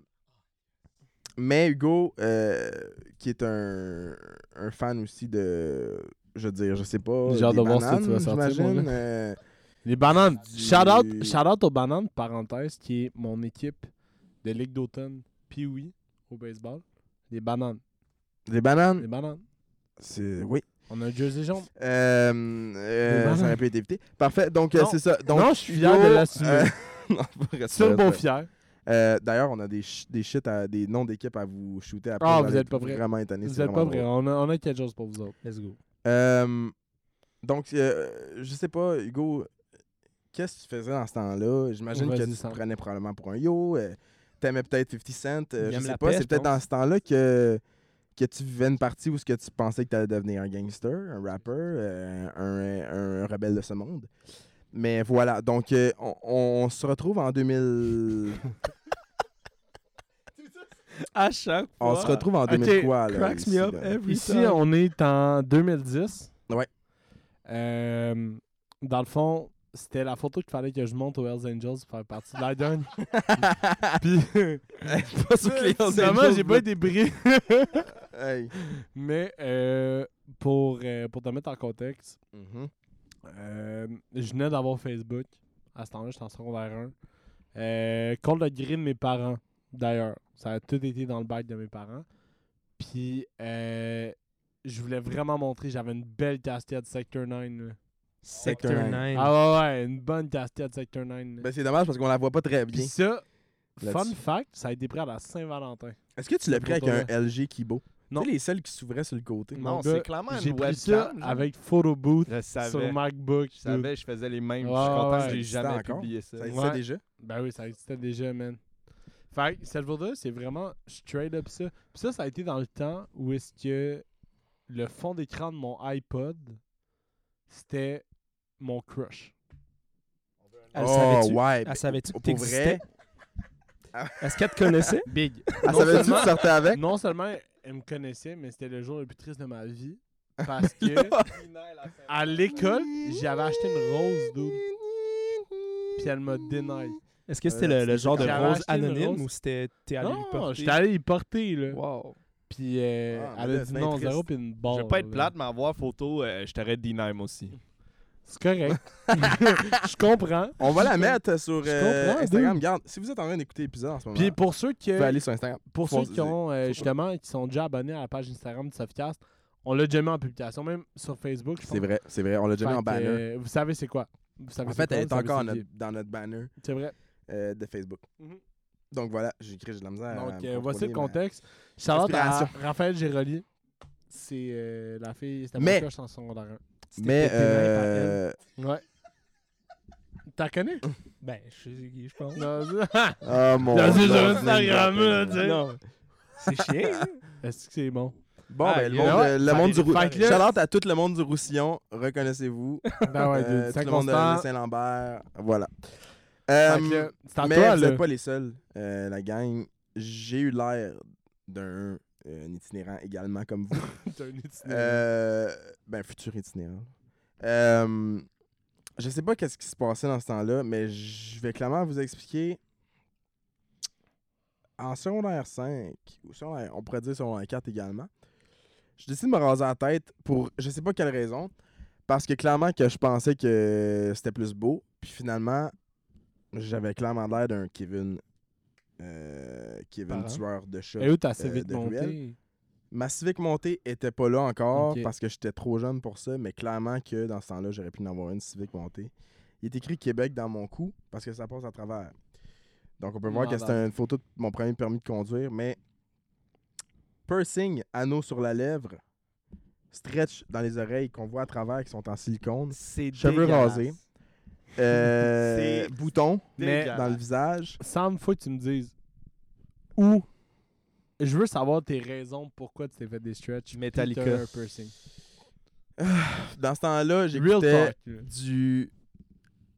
[SPEAKER 2] mais Hugo, euh, qui est un, un fan aussi de, je veux dire, je sais pas,
[SPEAKER 1] J'ai hâte
[SPEAKER 2] des
[SPEAKER 1] de voir ce que
[SPEAKER 2] bananes,
[SPEAKER 1] tu vas sortir,
[SPEAKER 2] j'imagine,
[SPEAKER 1] mon gars.
[SPEAKER 2] euh,
[SPEAKER 1] Les bananes.
[SPEAKER 2] Du-
[SPEAKER 1] Shout out, shout out aux bananes, parenthèse, qui est mon équipe de Ligue d'automne Pee-Wee au baseball. Les bananes.
[SPEAKER 2] des bananes,
[SPEAKER 4] Hmm.
[SPEAKER 1] Les bananes.
[SPEAKER 2] c'est oui.
[SPEAKER 1] On a un jersey jaune.
[SPEAKER 2] Euh, euh,
[SPEAKER 1] Des bananes.
[SPEAKER 2] ça aurait pu être évité. Parfait. Donc euh,
[SPEAKER 1] Non.
[SPEAKER 2] c'est ça. Donc,
[SPEAKER 1] Non, je suis fier
[SPEAKER 2] Hugo,
[SPEAKER 1] de l'assumer.
[SPEAKER 2] euh, non, pas rassuré,
[SPEAKER 1] Turbo
[SPEAKER 2] ça.
[SPEAKER 1] fier.
[SPEAKER 2] Euh, D'ailleurs, on a des ch- des shit à- des noms d'équipes à vous shooter après.
[SPEAKER 1] Ah, vous
[SPEAKER 2] allez
[SPEAKER 1] êtes pas vrai.
[SPEAKER 2] Vraiment étonné.
[SPEAKER 1] Vous êtes pas vrai. On a, on a quelque chose pour vous autres.
[SPEAKER 4] Let's go.
[SPEAKER 2] Euh, donc, euh, je sais pas, Hugo, qu'est-ce que tu faisais dans ce temps-là? J'imagine que
[SPEAKER 1] Vas-y,
[SPEAKER 2] tu te
[SPEAKER 1] Sam.
[SPEAKER 2] prenais probablement pour un yo. euh, T'aimais peut-être 50 Cent. euh,
[SPEAKER 4] Il
[SPEAKER 2] je
[SPEAKER 4] aime
[SPEAKER 2] sais
[SPEAKER 4] la
[SPEAKER 2] pas,
[SPEAKER 4] paix,
[SPEAKER 2] c'est
[SPEAKER 4] je
[SPEAKER 2] peut-être
[SPEAKER 1] hein.
[SPEAKER 4] pense.
[SPEAKER 2] dans ce temps-là que, que tu vivais une partie où ce que tu pensais que t'allais devenir un gangster, un rapper, euh, un, un- un rebelle de ce monde. Mais voilà, donc euh, on, on se retrouve en 2000...
[SPEAKER 4] À chaque
[SPEAKER 2] on
[SPEAKER 1] Ah,
[SPEAKER 2] se retrouve en 2000 quoi, là,
[SPEAKER 4] Cracks
[SPEAKER 2] ici,
[SPEAKER 4] me up
[SPEAKER 2] là?
[SPEAKER 4] every
[SPEAKER 1] Ici,
[SPEAKER 4] time.
[SPEAKER 1] on est en 2010.
[SPEAKER 2] Ouais.
[SPEAKER 1] Euh, dans le fond, c'était la photo qu'il fallait que je monte aux Hells Angels pour faire partie de la gang. Puis,
[SPEAKER 2] Pas sûr que les Hells
[SPEAKER 1] finalement,
[SPEAKER 2] Angels
[SPEAKER 1] j'ai pas été bris.
[SPEAKER 2] Hey.
[SPEAKER 1] Mais euh, pour, euh, pour te mettre en contexte,
[SPEAKER 2] Mhm.
[SPEAKER 1] euh, je venais d'avoir Facebook. À ce temps-là, j'étais en secondaire 1. Euh, contre le gré de mes parents, d'ailleurs. Ça a tout été dans le bac de mes parents. Puis, euh, je voulais vraiment montrer, j'avais une belle casquette Sector 9. là.
[SPEAKER 4] Sector
[SPEAKER 2] Sector
[SPEAKER 4] 9.
[SPEAKER 1] Ah ouais, ouais, une bonne casquette Sector 9. là.
[SPEAKER 2] Ben, c'est dommage parce qu'on la voit pas très bien.
[SPEAKER 1] Puis ça, fun
[SPEAKER 2] Là-dessus.
[SPEAKER 1] fact, ça a été pris à la Saint-Valentin.
[SPEAKER 2] Est-ce que tu l'as pris avec
[SPEAKER 1] Photo-là.
[SPEAKER 2] un LG Kibo?
[SPEAKER 1] Non.
[SPEAKER 2] Tu sais, les seuls qui s'ouvraient sur le côté.
[SPEAKER 1] Mon
[SPEAKER 3] Non,
[SPEAKER 1] gars,
[SPEAKER 3] c'est clairement
[SPEAKER 1] J'ai
[SPEAKER 3] une
[SPEAKER 1] pris ça
[SPEAKER 3] webcam. genre.
[SPEAKER 1] avec Photo Booth
[SPEAKER 3] Je
[SPEAKER 1] sur
[SPEAKER 3] savais.
[SPEAKER 1] MacBook.
[SPEAKER 3] Je
[SPEAKER 1] dude.
[SPEAKER 3] savais, je faisais les mêmes.
[SPEAKER 1] Ouais,
[SPEAKER 3] je suis content
[SPEAKER 1] ouais.
[SPEAKER 3] que j'ai
[SPEAKER 2] Ça
[SPEAKER 3] jamais
[SPEAKER 2] encore?
[SPEAKER 3] publié ça.
[SPEAKER 2] Ça
[SPEAKER 1] Ouais.
[SPEAKER 2] existait déjà?
[SPEAKER 1] Ben oui, ça existait déjà, man. Fait que cette photo-là, c'est vraiment straight up ça. Puis ça, ça a été dans le temps où est-ce que le fond d'écran de mon iPod, c'était mon crush.
[SPEAKER 4] Elle
[SPEAKER 2] oh,
[SPEAKER 4] savait-tu
[SPEAKER 2] ouais.
[SPEAKER 4] elle savait-tu que
[SPEAKER 2] Pour vrai, Ah.
[SPEAKER 4] t'existais? Est-ce qu'elle te connaissait?
[SPEAKER 1] Big.
[SPEAKER 2] elle
[SPEAKER 1] Non
[SPEAKER 2] savait-tu que
[SPEAKER 1] seulement-
[SPEAKER 2] tu sortais avec?
[SPEAKER 1] Non seulement elle me connaissait, mais c'était le jour le plus triste de ma vie. Parce que à l'école, j'avais acheté une rose, dude. Puis elle m'a denied.
[SPEAKER 4] Est-ce que c'était
[SPEAKER 2] Euh,
[SPEAKER 4] le, le
[SPEAKER 2] c'est
[SPEAKER 4] genre de
[SPEAKER 1] j'avais
[SPEAKER 4] rose
[SPEAKER 1] acheté une
[SPEAKER 4] anonyme
[SPEAKER 1] rose.
[SPEAKER 4] ou c'était t'es allé lui
[SPEAKER 1] Non,
[SPEAKER 4] porter?
[SPEAKER 1] j'étais allé y porter, là.
[SPEAKER 4] Wow.
[SPEAKER 1] Puis euh,
[SPEAKER 2] Ah, mais
[SPEAKER 1] elle
[SPEAKER 2] là,
[SPEAKER 1] a dit
[SPEAKER 2] c'est bien
[SPEAKER 1] non,
[SPEAKER 2] triste.
[SPEAKER 1] zéro, puis une barre.
[SPEAKER 3] Je vais pas être
[SPEAKER 1] là.
[SPEAKER 3] plate, mais avoir photo, euh, je t'aurais deny moi aussi.
[SPEAKER 1] C'est correct. je comprends.
[SPEAKER 2] On va la mettre sur
[SPEAKER 1] je
[SPEAKER 2] euh,
[SPEAKER 1] comprends,
[SPEAKER 2] Instagram.
[SPEAKER 1] dude.
[SPEAKER 2] Garde, si vous êtes en train d'écouter l'épisode en ce moment,
[SPEAKER 1] Puis pour ceux qui,
[SPEAKER 2] vous pouvez aller sur Instagram.
[SPEAKER 1] pour
[SPEAKER 2] faut
[SPEAKER 1] ceux qui
[SPEAKER 2] dire.
[SPEAKER 1] ont euh, justement qui sont déjà abonnés à la page Instagram de Softcast, on l'a déjà mis en publication, même sur Facebook. je
[SPEAKER 2] C'est
[SPEAKER 1] pense.
[SPEAKER 2] vrai, c'est vrai. On l'a déjà mis
[SPEAKER 1] Fait
[SPEAKER 2] en
[SPEAKER 1] que,
[SPEAKER 2] banner.
[SPEAKER 1] euh, vous savez c'est quoi. Vous savez
[SPEAKER 2] En
[SPEAKER 1] c'est
[SPEAKER 2] fait,
[SPEAKER 1] quoi,
[SPEAKER 2] elle
[SPEAKER 1] vous
[SPEAKER 2] est
[SPEAKER 1] savez
[SPEAKER 2] encore
[SPEAKER 1] c'est qui.
[SPEAKER 2] notre- dans notre banner
[SPEAKER 1] C'est vrai.
[SPEAKER 2] euh, de Facebook.
[SPEAKER 1] Mhm.
[SPEAKER 2] Donc voilà, j'ai écrit, j'ai de la misère. à
[SPEAKER 1] Donc,
[SPEAKER 2] me
[SPEAKER 1] euh, voici le
[SPEAKER 2] contrôler,
[SPEAKER 1] contexte. Charlotte à
[SPEAKER 2] Respiration.
[SPEAKER 1] Raphaël Géroli. C'est euh, la fille, c'était
[SPEAKER 2] Mais-
[SPEAKER 1] ma coche en secondaire
[SPEAKER 2] Mais, mais,
[SPEAKER 4] C'était pété main par
[SPEAKER 2] euh,
[SPEAKER 1] un. Ouais. T'as connais?
[SPEAKER 4] Ben, je sais qui, je pense.
[SPEAKER 1] Non,
[SPEAKER 2] oh mon
[SPEAKER 1] Dans
[SPEAKER 2] dieu.
[SPEAKER 1] ses Instagram, là, tu sais.
[SPEAKER 4] Non. C'est chien. hein?
[SPEAKER 1] Est-ce que c'est bon?
[SPEAKER 2] Bon,
[SPEAKER 4] Ah,
[SPEAKER 2] ben, le
[SPEAKER 4] yeah.
[SPEAKER 2] monde,
[SPEAKER 1] Ouais.
[SPEAKER 2] euh, le
[SPEAKER 4] Fallait
[SPEAKER 2] monde du
[SPEAKER 4] le
[SPEAKER 2] Roussillon.
[SPEAKER 4] faire.
[SPEAKER 1] Fait que là-
[SPEAKER 2] Shout-out à tout le monde du Roussillon. Reconnaissez-vous.
[SPEAKER 1] Ben ouais,
[SPEAKER 2] Euh,
[SPEAKER 1] dude,
[SPEAKER 2] tout
[SPEAKER 1] c'est
[SPEAKER 2] le monde
[SPEAKER 1] constant.
[SPEAKER 2] de Saint-Lambert. Voilà.
[SPEAKER 1] Fait
[SPEAKER 2] Hum,
[SPEAKER 1] que là, C'est à
[SPEAKER 2] mais
[SPEAKER 1] toi,
[SPEAKER 2] vous
[SPEAKER 1] là.
[SPEAKER 2] êtes pas les seuls, euh, la gang. J'ai eu l'air d'un euh, un itinérant également comme vous.
[SPEAKER 1] T'as un itinéraire.
[SPEAKER 2] Euh, ben, futur itinérant. Euh, je sais pas qu'est-ce qui se passait dans ce temps-là, mais je vais clairement vous expliquer. En secondaire 5, ou secondaire, on pourrait dire secondaire 4 également, je décide de me raser la tête pour je sais pas quelle raison. Parce que clairement que je pensais que c'était plus beau. Puis finalement, j'avais clairement l'air d'un Kevin. euh, Kevin
[SPEAKER 1] Parent.
[SPEAKER 2] tueur de chat.
[SPEAKER 1] Et où t'as assez
[SPEAKER 2] euh,
[SPEAKER 1] vite
[SPEAKER 2] de ruelle.
[SPEAKER 1] monté?
[SPEAKER 2] Ma Civic montée était pas là encore
[SPEAKER 1] Ok.
[SPEAKER 2] parce que j'étais trop jeune pour ça, mais clairement que dans ce temps-là, j'aurais pu en avoir une Civic montée. Il est écrit Québec dans mon cou parce que ça passe à travers. Donc on peut voir que
[SPEAKER 1] Malade.
[SPEAKER 2] c'était une photo de mon premier permis de conduire, mais piercing, anneau sur la lèvre, stretch dans les oreilles qu'on voit à travers qui sont en silicone,
[SPEAKER 3] C'est
[SPEAKER 2] Cheveux rasés. euh,
[SPEAKER 3] C'est
[SPEAKER 2] boutons
[SPEAKER 1] Mais
[SPEAKER 2] dans le visage.
[SPEAKER 1] Sam, faut que tu me dises où. Je veux savoir tes raisons pourquoi tu t'es fait des stretches. puis
[SPEAKER 3] Metallica.
[SPEAKER 1] t'as un piercing.
[SPEAKER 2] Dans ce temps-là,
[SPEAKER 1] Real
[SPEAKER 2] j'écoutais
[SPEAKER 1] talk. là.
[SPEAKER 2] du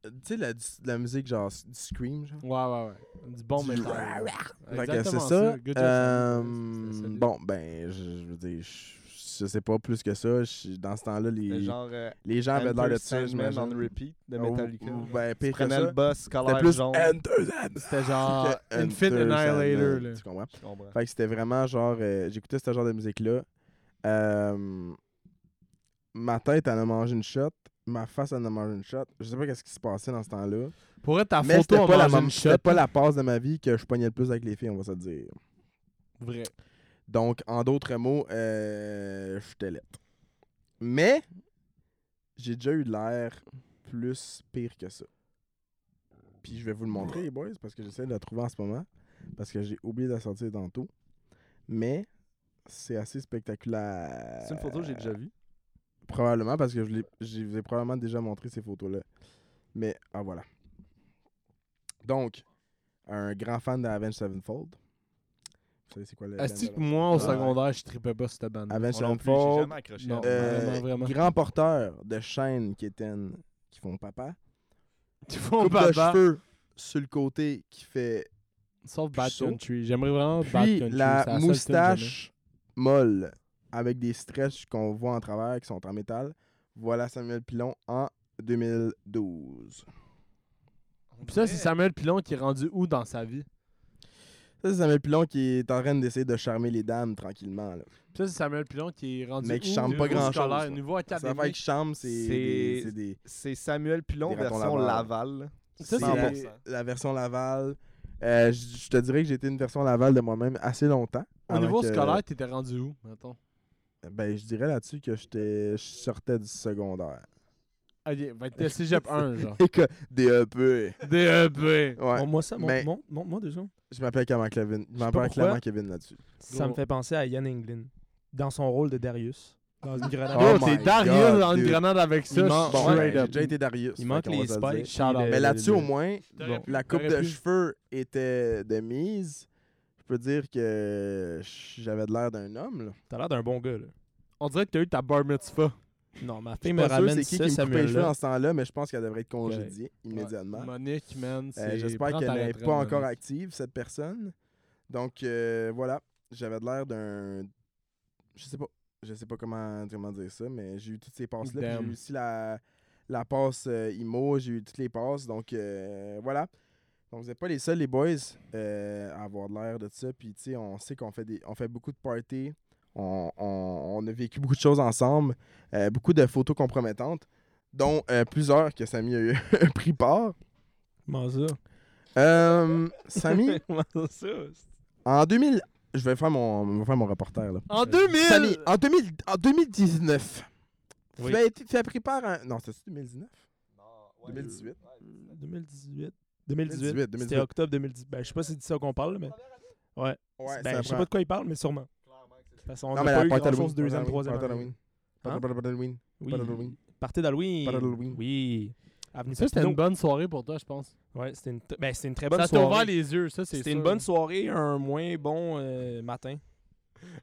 [SPEAKER 2] tu sais la, du- la musique genre du scream genre
[SPEAKER 1] Ouais, ouais, ouais. Du bon
[SPEAKER 2] Du
[SPEAKER 1] métal.
[SPEAKER 2] rah,
[SPEAKER 1] là.
[SPEAKER 2] Fait que
[SPEAKER 1] Exactement
[SPEAKER 2] c'est ça.
[SPEAKER 1] Good job,
[SPEAKER 2] Euh,
[SPEAKER 1] Sam. C'était solide.
[SPEAKER 2] bon, ben, je, je veux dire, je, je sais pas plus que ça. Je- dans ce temps-là, les,
[SPEAKER 3] Genre, euh,
[SPEAKER 2] les gens avaient l'air de ça,
[SPEAKER 3] Sandman on
[SPEAKER 2] j'imagine.
[SPEAKER 3] repeat de
[SPEAKER 2] Ou-
[SPEAKER 3] Metallica.
[SPEAKER 2] ou ben,
[SPEAKER 3] Tu
[SPEAKER 2] pire que
[SPEAKER 3] prenais
[SPEAKER 2] ça.
[SPEAKER 3] le boss
[SPEAKER 2] C'était
[SPEAKER 3] scolaire
[SPEAKER 2] plus
[SPEAKER 3] jaune.
[SPEAKER 2] Enter Sandman
[SPEAKER 1] C'était genre
[SPEAKER 2] que
[SPEAKER 1] Infit
[SPEAKER 2] Enter
[SPEAKER 1] Ah, Annihilator.
[SPEAKER 2] Sandman,
[SPEAKER 1] là.
[SPEAKER 2] Tu comprends?
[SPEAKER 3] Je comprends.
[SPEAKER 2] Fait que c'était vraiment genre, euh, j'écoutais ce genre de musique-là. Euh, ma tête, elle a mangé une shot. Ma face, elle a mangé une shot. Je sais pas qu'est-ce qui se passait dans ce temps-là.
[SPEAKER 1] Pour être ta
[SPEAKER 2] Mais
[SPEAKER 1] photo,
[SPEAKER 2] c'était
[SPEAKER 1] on
[SPEAKER 2] pas, la
[SPEAKER 1] mange
[SPEAKER 2] mom-
[SPEAKER 1] une
[SPEAKER 2] c'était
[SPEAKER 1] shot.
[SPEAKER 2] pas la passe de ma vie que je pognais le plus avec les filles, on va se le dire.
[SPEAKER 1] Vrai.
[SPEAKER 2] Donc, en d'autres mots, euh, j'étais lettre. Mais, j'ai déjà eu de l'air plus pire que ça. Puis je vais vous le montrer, les boys, parce que j'essaie de la trouver en ce moment. Parce que j'ai oublié de la sortir tantôt. Mais, c'est assez spectaculaire.
[SPEAKER 3] C'est une photo que j'ai déjà vue.
[SPEAKER 2] Probablement, parce que je, l'ai- je vous ai probablement déjà montré ces photos-là. Mais, ah voilà. Donc, un grand fan de Avenged Sevenfold. Vous savez c'est quoi le... band
[SPEAKER 1] Est-ce
[SPEAKER 2] de
[SPEAKER 1] que
[SPEAKER 2] la-
[SPEAKER 1] moi, au
[SPEAKER 2] Ouais. Ah,
[SPEAKER 1] secondaire, je tripais pas cette bande.
[SPEAKER 2] Avenged
[SPEAKER 3] Moi non plus, J'ai
[SPEAKER 2] Sevenfold,
[SPEAKER 3] jamais accroché.
[SPEAKER 1] Non,
[SPEAKER 3] à
[SPEAKER 2] Euh,
[SPEAKER 3] ça.
[SPEAKER 1] vraiment, vraiment.
[SPEAKER 2] grand porteur de chaînes qui étaient qui font papa.
[SPEAKER 1] Tu font
[SPEAKER 2] Coupe de
[SPEAKER 1] baba.
[SPEAKER 2] cheveux sur le côté qui fait
[SPEAKER 1] Sauf
[SPEAKER 2] Bad
[SPEAKER 1] Bad Country. J'aimerais vraiment Oh, Bad
[SPEAKER 2] puis
[SPEAKER 1] Country.
[SPEAKER 2] la moustache molle avec des stretches qu'on voit en travers qui sont en métal. Voilà Samuel Pilon en 2012.
[SPEAKER 1] Puis ça, c'est Samuel Pilon qui est rendu où dans sa vie?
[SPEAKER 2] Ça c'est Samuel Pilon qui est en train d'essayer de charmer les dames tranquillement. là.
[SPEAKER 1] Puis ça, c'est Samuel Pilon qui est rendu
[SPEAKER 2] Mais qui
[SPEAKER 1] où?
[SPEAKER 2] chante pas
[SPEAKER 1] Niveau
[SPEAKER 2] grand-chose,
[SPEAKER 1] scolaire,
[SPEAKER 2] là.
[SPEAKER 1] Niveau
[SPEAKER 2] Ça fait que
[SPEAKER 1] académique.
[SPEAKER 2] charme c'est
[SPEAKER 3] C'est-
[SPEAKER 2] des- c'est des
[SPEAKER 3] C'est Samuel Pilon
[SPEAKER 2] Des ratons
[SPEAKER 3] version
[SPEAKER 2] Laval.
[SPEAKER 3] Laval.
[SPEAKER 1] Ça,
[SPEAKER 2] c'est
[SPEAKER 3] 100%.
[SPEAKER 2] la version Laval. Euh, je je te dirais que j'ai été une version Laval de moi-même assez longtemps.
[SPEAKER 1] Au
[SPEAKER 2] avant
[SPEAKER 1] niveau
[SPEAKER 2] que-
[SPEAKER 1] scolaire, t'étais rendu où, mettons?
[SPEAKER 2] Ben, je dirais là-dessus que j'étais, je sortais du secondaire.
[SPEAKER 1] Ok, ben t'étais cégep 1, genre.
[SPEAKER 2] Et que E DEP.
[SPEAKER 1] DEP.
[SPEAKER 2] Ouais.
[SPEAKER 4] Montre-moi ça,
[SPEAKER 2] mais-
[SPEAKER 4] montre- montre- montre-moi deux secondes.
[SPEAKER 2] Je m'appelle clairement Kevin. Je
[SPEAKER 4] sais
[SPEAKER 2] m'appelle
[SPEAKER 4] pas
[SPEAKER 2] clairement
[SPEAKER 4] pourquoi.
[SPEAKER 2] Kevin là-dessus.
[SPEAKER 4] Ça me
[SPEAKER 1] Gros.
[SPEAKER 4] fait penser à Ian Englund dans son rôle de Darius dans une grenade.
[SPEAKER 2] Oh
[SPEAKER 1] Yo,
[SPEAKER 2] my
[SPEAKER 1] t'es Darius
[SPEAKER 2] God,
[SPEAKER 1] dans une
[SPEAKER 2] dude.
[SPEAKER 1] grenade avec
[SPEAKER 4] Il
[SPEAKER 1] ça,
[SPEAKER 4] manque-
[SPEAKER 2] Bon,
[SPEAKER 1] straight
[SPEAKER 2] ouais, j'ai
[SPEAKER 1] up.
[SPEAKER 2] déjà été Darius.
[SPEAKER 4] Il
[SPEAKER 2] fait
[SPEAKER 4] manque
[SPEAKER 2] qu'on va
[SPEAKER 4] les
[SPEAKER 2] se le
[SPEAKER 4] spikes.
[SPEAKER 2] dire.
[SPEAKER 1] Shout out.
[SPEAKER 4] puis le-
[SPEAKER 2] Mais là-dessus,
[SPEAKER 4] le-
[SPEAKER 2] au moins,
[SPEAKER 1] T'aurais
[SPEAKER 2] bon,
[SPEAKER 1] pu,
[SPEAKER 2] la coupe
[SPEAKER 1] t'aurais
[SPEAKER 2] de
[SPEAKER 1] pu.
[SPEAKER 2] cheveux était de mise. Je peux dire que j'avais de l'air d'un homme. là.
[SPEAKER 4] T'as l'air d'un bon gars, là.
[SPEAKER 1] On dirait que t'as eu ta bar mitzvah.
[SPEAKER 4] Non, ma
[SPEAKER 2] Je
[SPEAKER 4] fille
[SPEAKER 2] suis
[SPEAKER 4] me
[SPEAKER 2] pas sûr
[SPEAKER 4] ramène
[SPEAKER 2] c'est qui
[SPEAKER 4] ça,
[SPEAKER 2] qui me coupait les
[SPEAKER 4] Samuel.
[SPEAKER 2] cheveux hein. dans ce temps-là, mais je pense qu'elle devrait être congédiée immédiatement.
[SPEAKER 1] Monique, man,
[SPEAKER 2] Euh,
[SPEAKER 1] c'est...
[SPEAKER 2] J'espère
[SPEAKER 1] prends
[SPEAKER 2] qu'elle
[SPEAKER 1] ta
[SPEAKER 2] n'est
[SPEAKER 1] retraite,
[SPEAKER 2] pas encore
[SPEAKER 1] Monique.
[SPEAKER 2] active, cette personne. Donc, euh, voilà. J'avais de l'air d'un. Je sais pas. Je sais pas comment, comment dire ça, mais j'ai eu toutes ces passes-là. puis J'ai
[SPEAKER 1] Damn.
[SPEAKER 2] eu aussi la, la passe euh, IMO, j'ai eu toutes les passes. Donc, euh, voilà. Donc, vous n'êtes pas les seuls, les boys, euh, à avoir de l'air de ça. Puis, tu sais, on sait qu'on fait, des, on fait beaucoup de parties. On, on- on a vécu beaucoup de choses ensemble. euh, beaucoup de photos compromettantes. dont euh, plusieurs que Samy a eu pris part.
[SPEAKER 4] Comment ça?
[SPEAKER 2] Euh, Samy,
[SPEAKER 4] Comment ça?
[SPEAKER 2] en 2000... Je vais faire mon, je vais faire mon reporter, là.
[SPEAKER 1] En 2000!
[SPEAKER 2] Samy, en, 2000 en 2019,
[SPEAKER 4] Oui.
[SPEAKER 2] tu, as, été- tu as pris part à... un- Non, c'était 2019? 2018.
[SPEAKER 4] Ben, 2018. 2018.
[SPEAKER 2] 2018,
[SPEAKER 4] C'était octobre 2018. Ben, je sais pas si c'est de ça qu'on parle, mais.
[SPEAKER 2] Ouais,
[SPEAKER 4] ben, je sais pas de quoi il parle, mais sûrement. Parce qu'on
[SPEAKER 2] Non,
[SPEAKER 4] n'a
[SPEAKER 2] mais
[SPEAKER 4] pas
[SPEAKER 2] la
[SPEAKER 4] eu
[SPEAKER 2] party
[SPEAKER 4] grand-chose
[SPEAKER 2] Halloween.
[SPEAKER 4] deuxième,
[SPEAKER 2] party
[SPEAKER 4] troisième.
[SPEAKER 2] Halloween.
[SPEAKER 4] Hein?
[SPEAKER 2] Party Halloween.
[SPEAKER 4] Oui.
[SPEAKER 2] Party Halloween.
[SPEAKER 4] Partez d'Halloween.
[SPEAKER 2] Partez d'Halloween.
[SPEAKER 4] Oui. Avenue
[SPEAKER 1] Ça, c'était
[SPEAKER 4] Papineau.
[SPEAKER 1] une bonne soirée pour toi, je pense.
[SPEAKER 4] Ouais, c'était une, t- ben, c'était une très bonne
[SPEAKER 1] ça t'a
[SPEAKER 4] soirée.
[SPEAKER 1] ouvert les yeux, ça, c'est
[SPEAKER 4] C'était une
[SPEAKER 1] sûr.
[SPEAKER 4] bonne soirée, un moins bon euh, matin.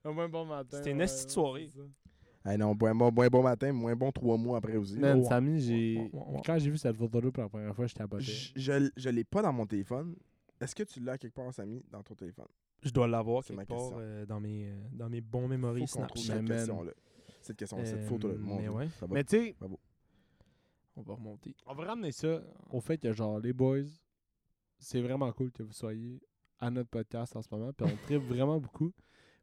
[SPEAKER 1] Un moins bon matin.
[SPEAKER 4] C'était une
[SPEAKER 1] ouais,
[SPEAKER 4] esti de soirée.
[SPEAKER 1] c'est ça.
[SPEAKER 2] Hey non, moins bon, moins bon matin, moins bon trois mois après aussi.
[SPEAKER 1] Man,
[SPEAKER 4] Ouais.
[SPEAKER 1] Samy, j'ai.
[SPEAKER 4] Ouais, ouais, ouais.
[SPEAKER 1] Quand j'ai vu cette photo-là pour la première fois, j'étais aboté.
[SPEAKER 2] Je, je, je l'ai pas dans mon téléphone. Est-ce que tu l'as quelque part, Samy, dans ton téléphone?
[SPEAKER 4] Je dois l'avoir
[SPEAKER 2] C'est
[SPEAKER 4] quelque
[SPEAKER 2] ma
[SPEAKER 4] part
[SPEAKER 2] question.
[SPEAKER 4] euh, dans, mes, euh, dans mes bons
[SPEAKER 2] Faut
[SPEAKER 4] mémories
[SPEAKER 2] qu'on trouve
[SPEAKER 4] Snapchat.
[SPEAKER 2] cette
[SPEAKER 1] man.
[SPEAKER 2] question-là. Cette question, cette
[SPEAKER 4] Euh,
[SPEAKER 2] photo-là.
[SPEAKER 4] mais
[SPEAKER 2] Mon Dieu,
[SPEAKER 4] ouais.
[SPEAKER 2] ça va.
[SPEAKER 1] Mais tu sais,
[SPEAKER 4] On va remonter. Euh,
[SPEAKER 1] on va ramener ça au fait que, genre, les boys, c'est vraiment cool que vous soyez à notre podcast en ce moment. Puis on tripe vraiment beaucoup.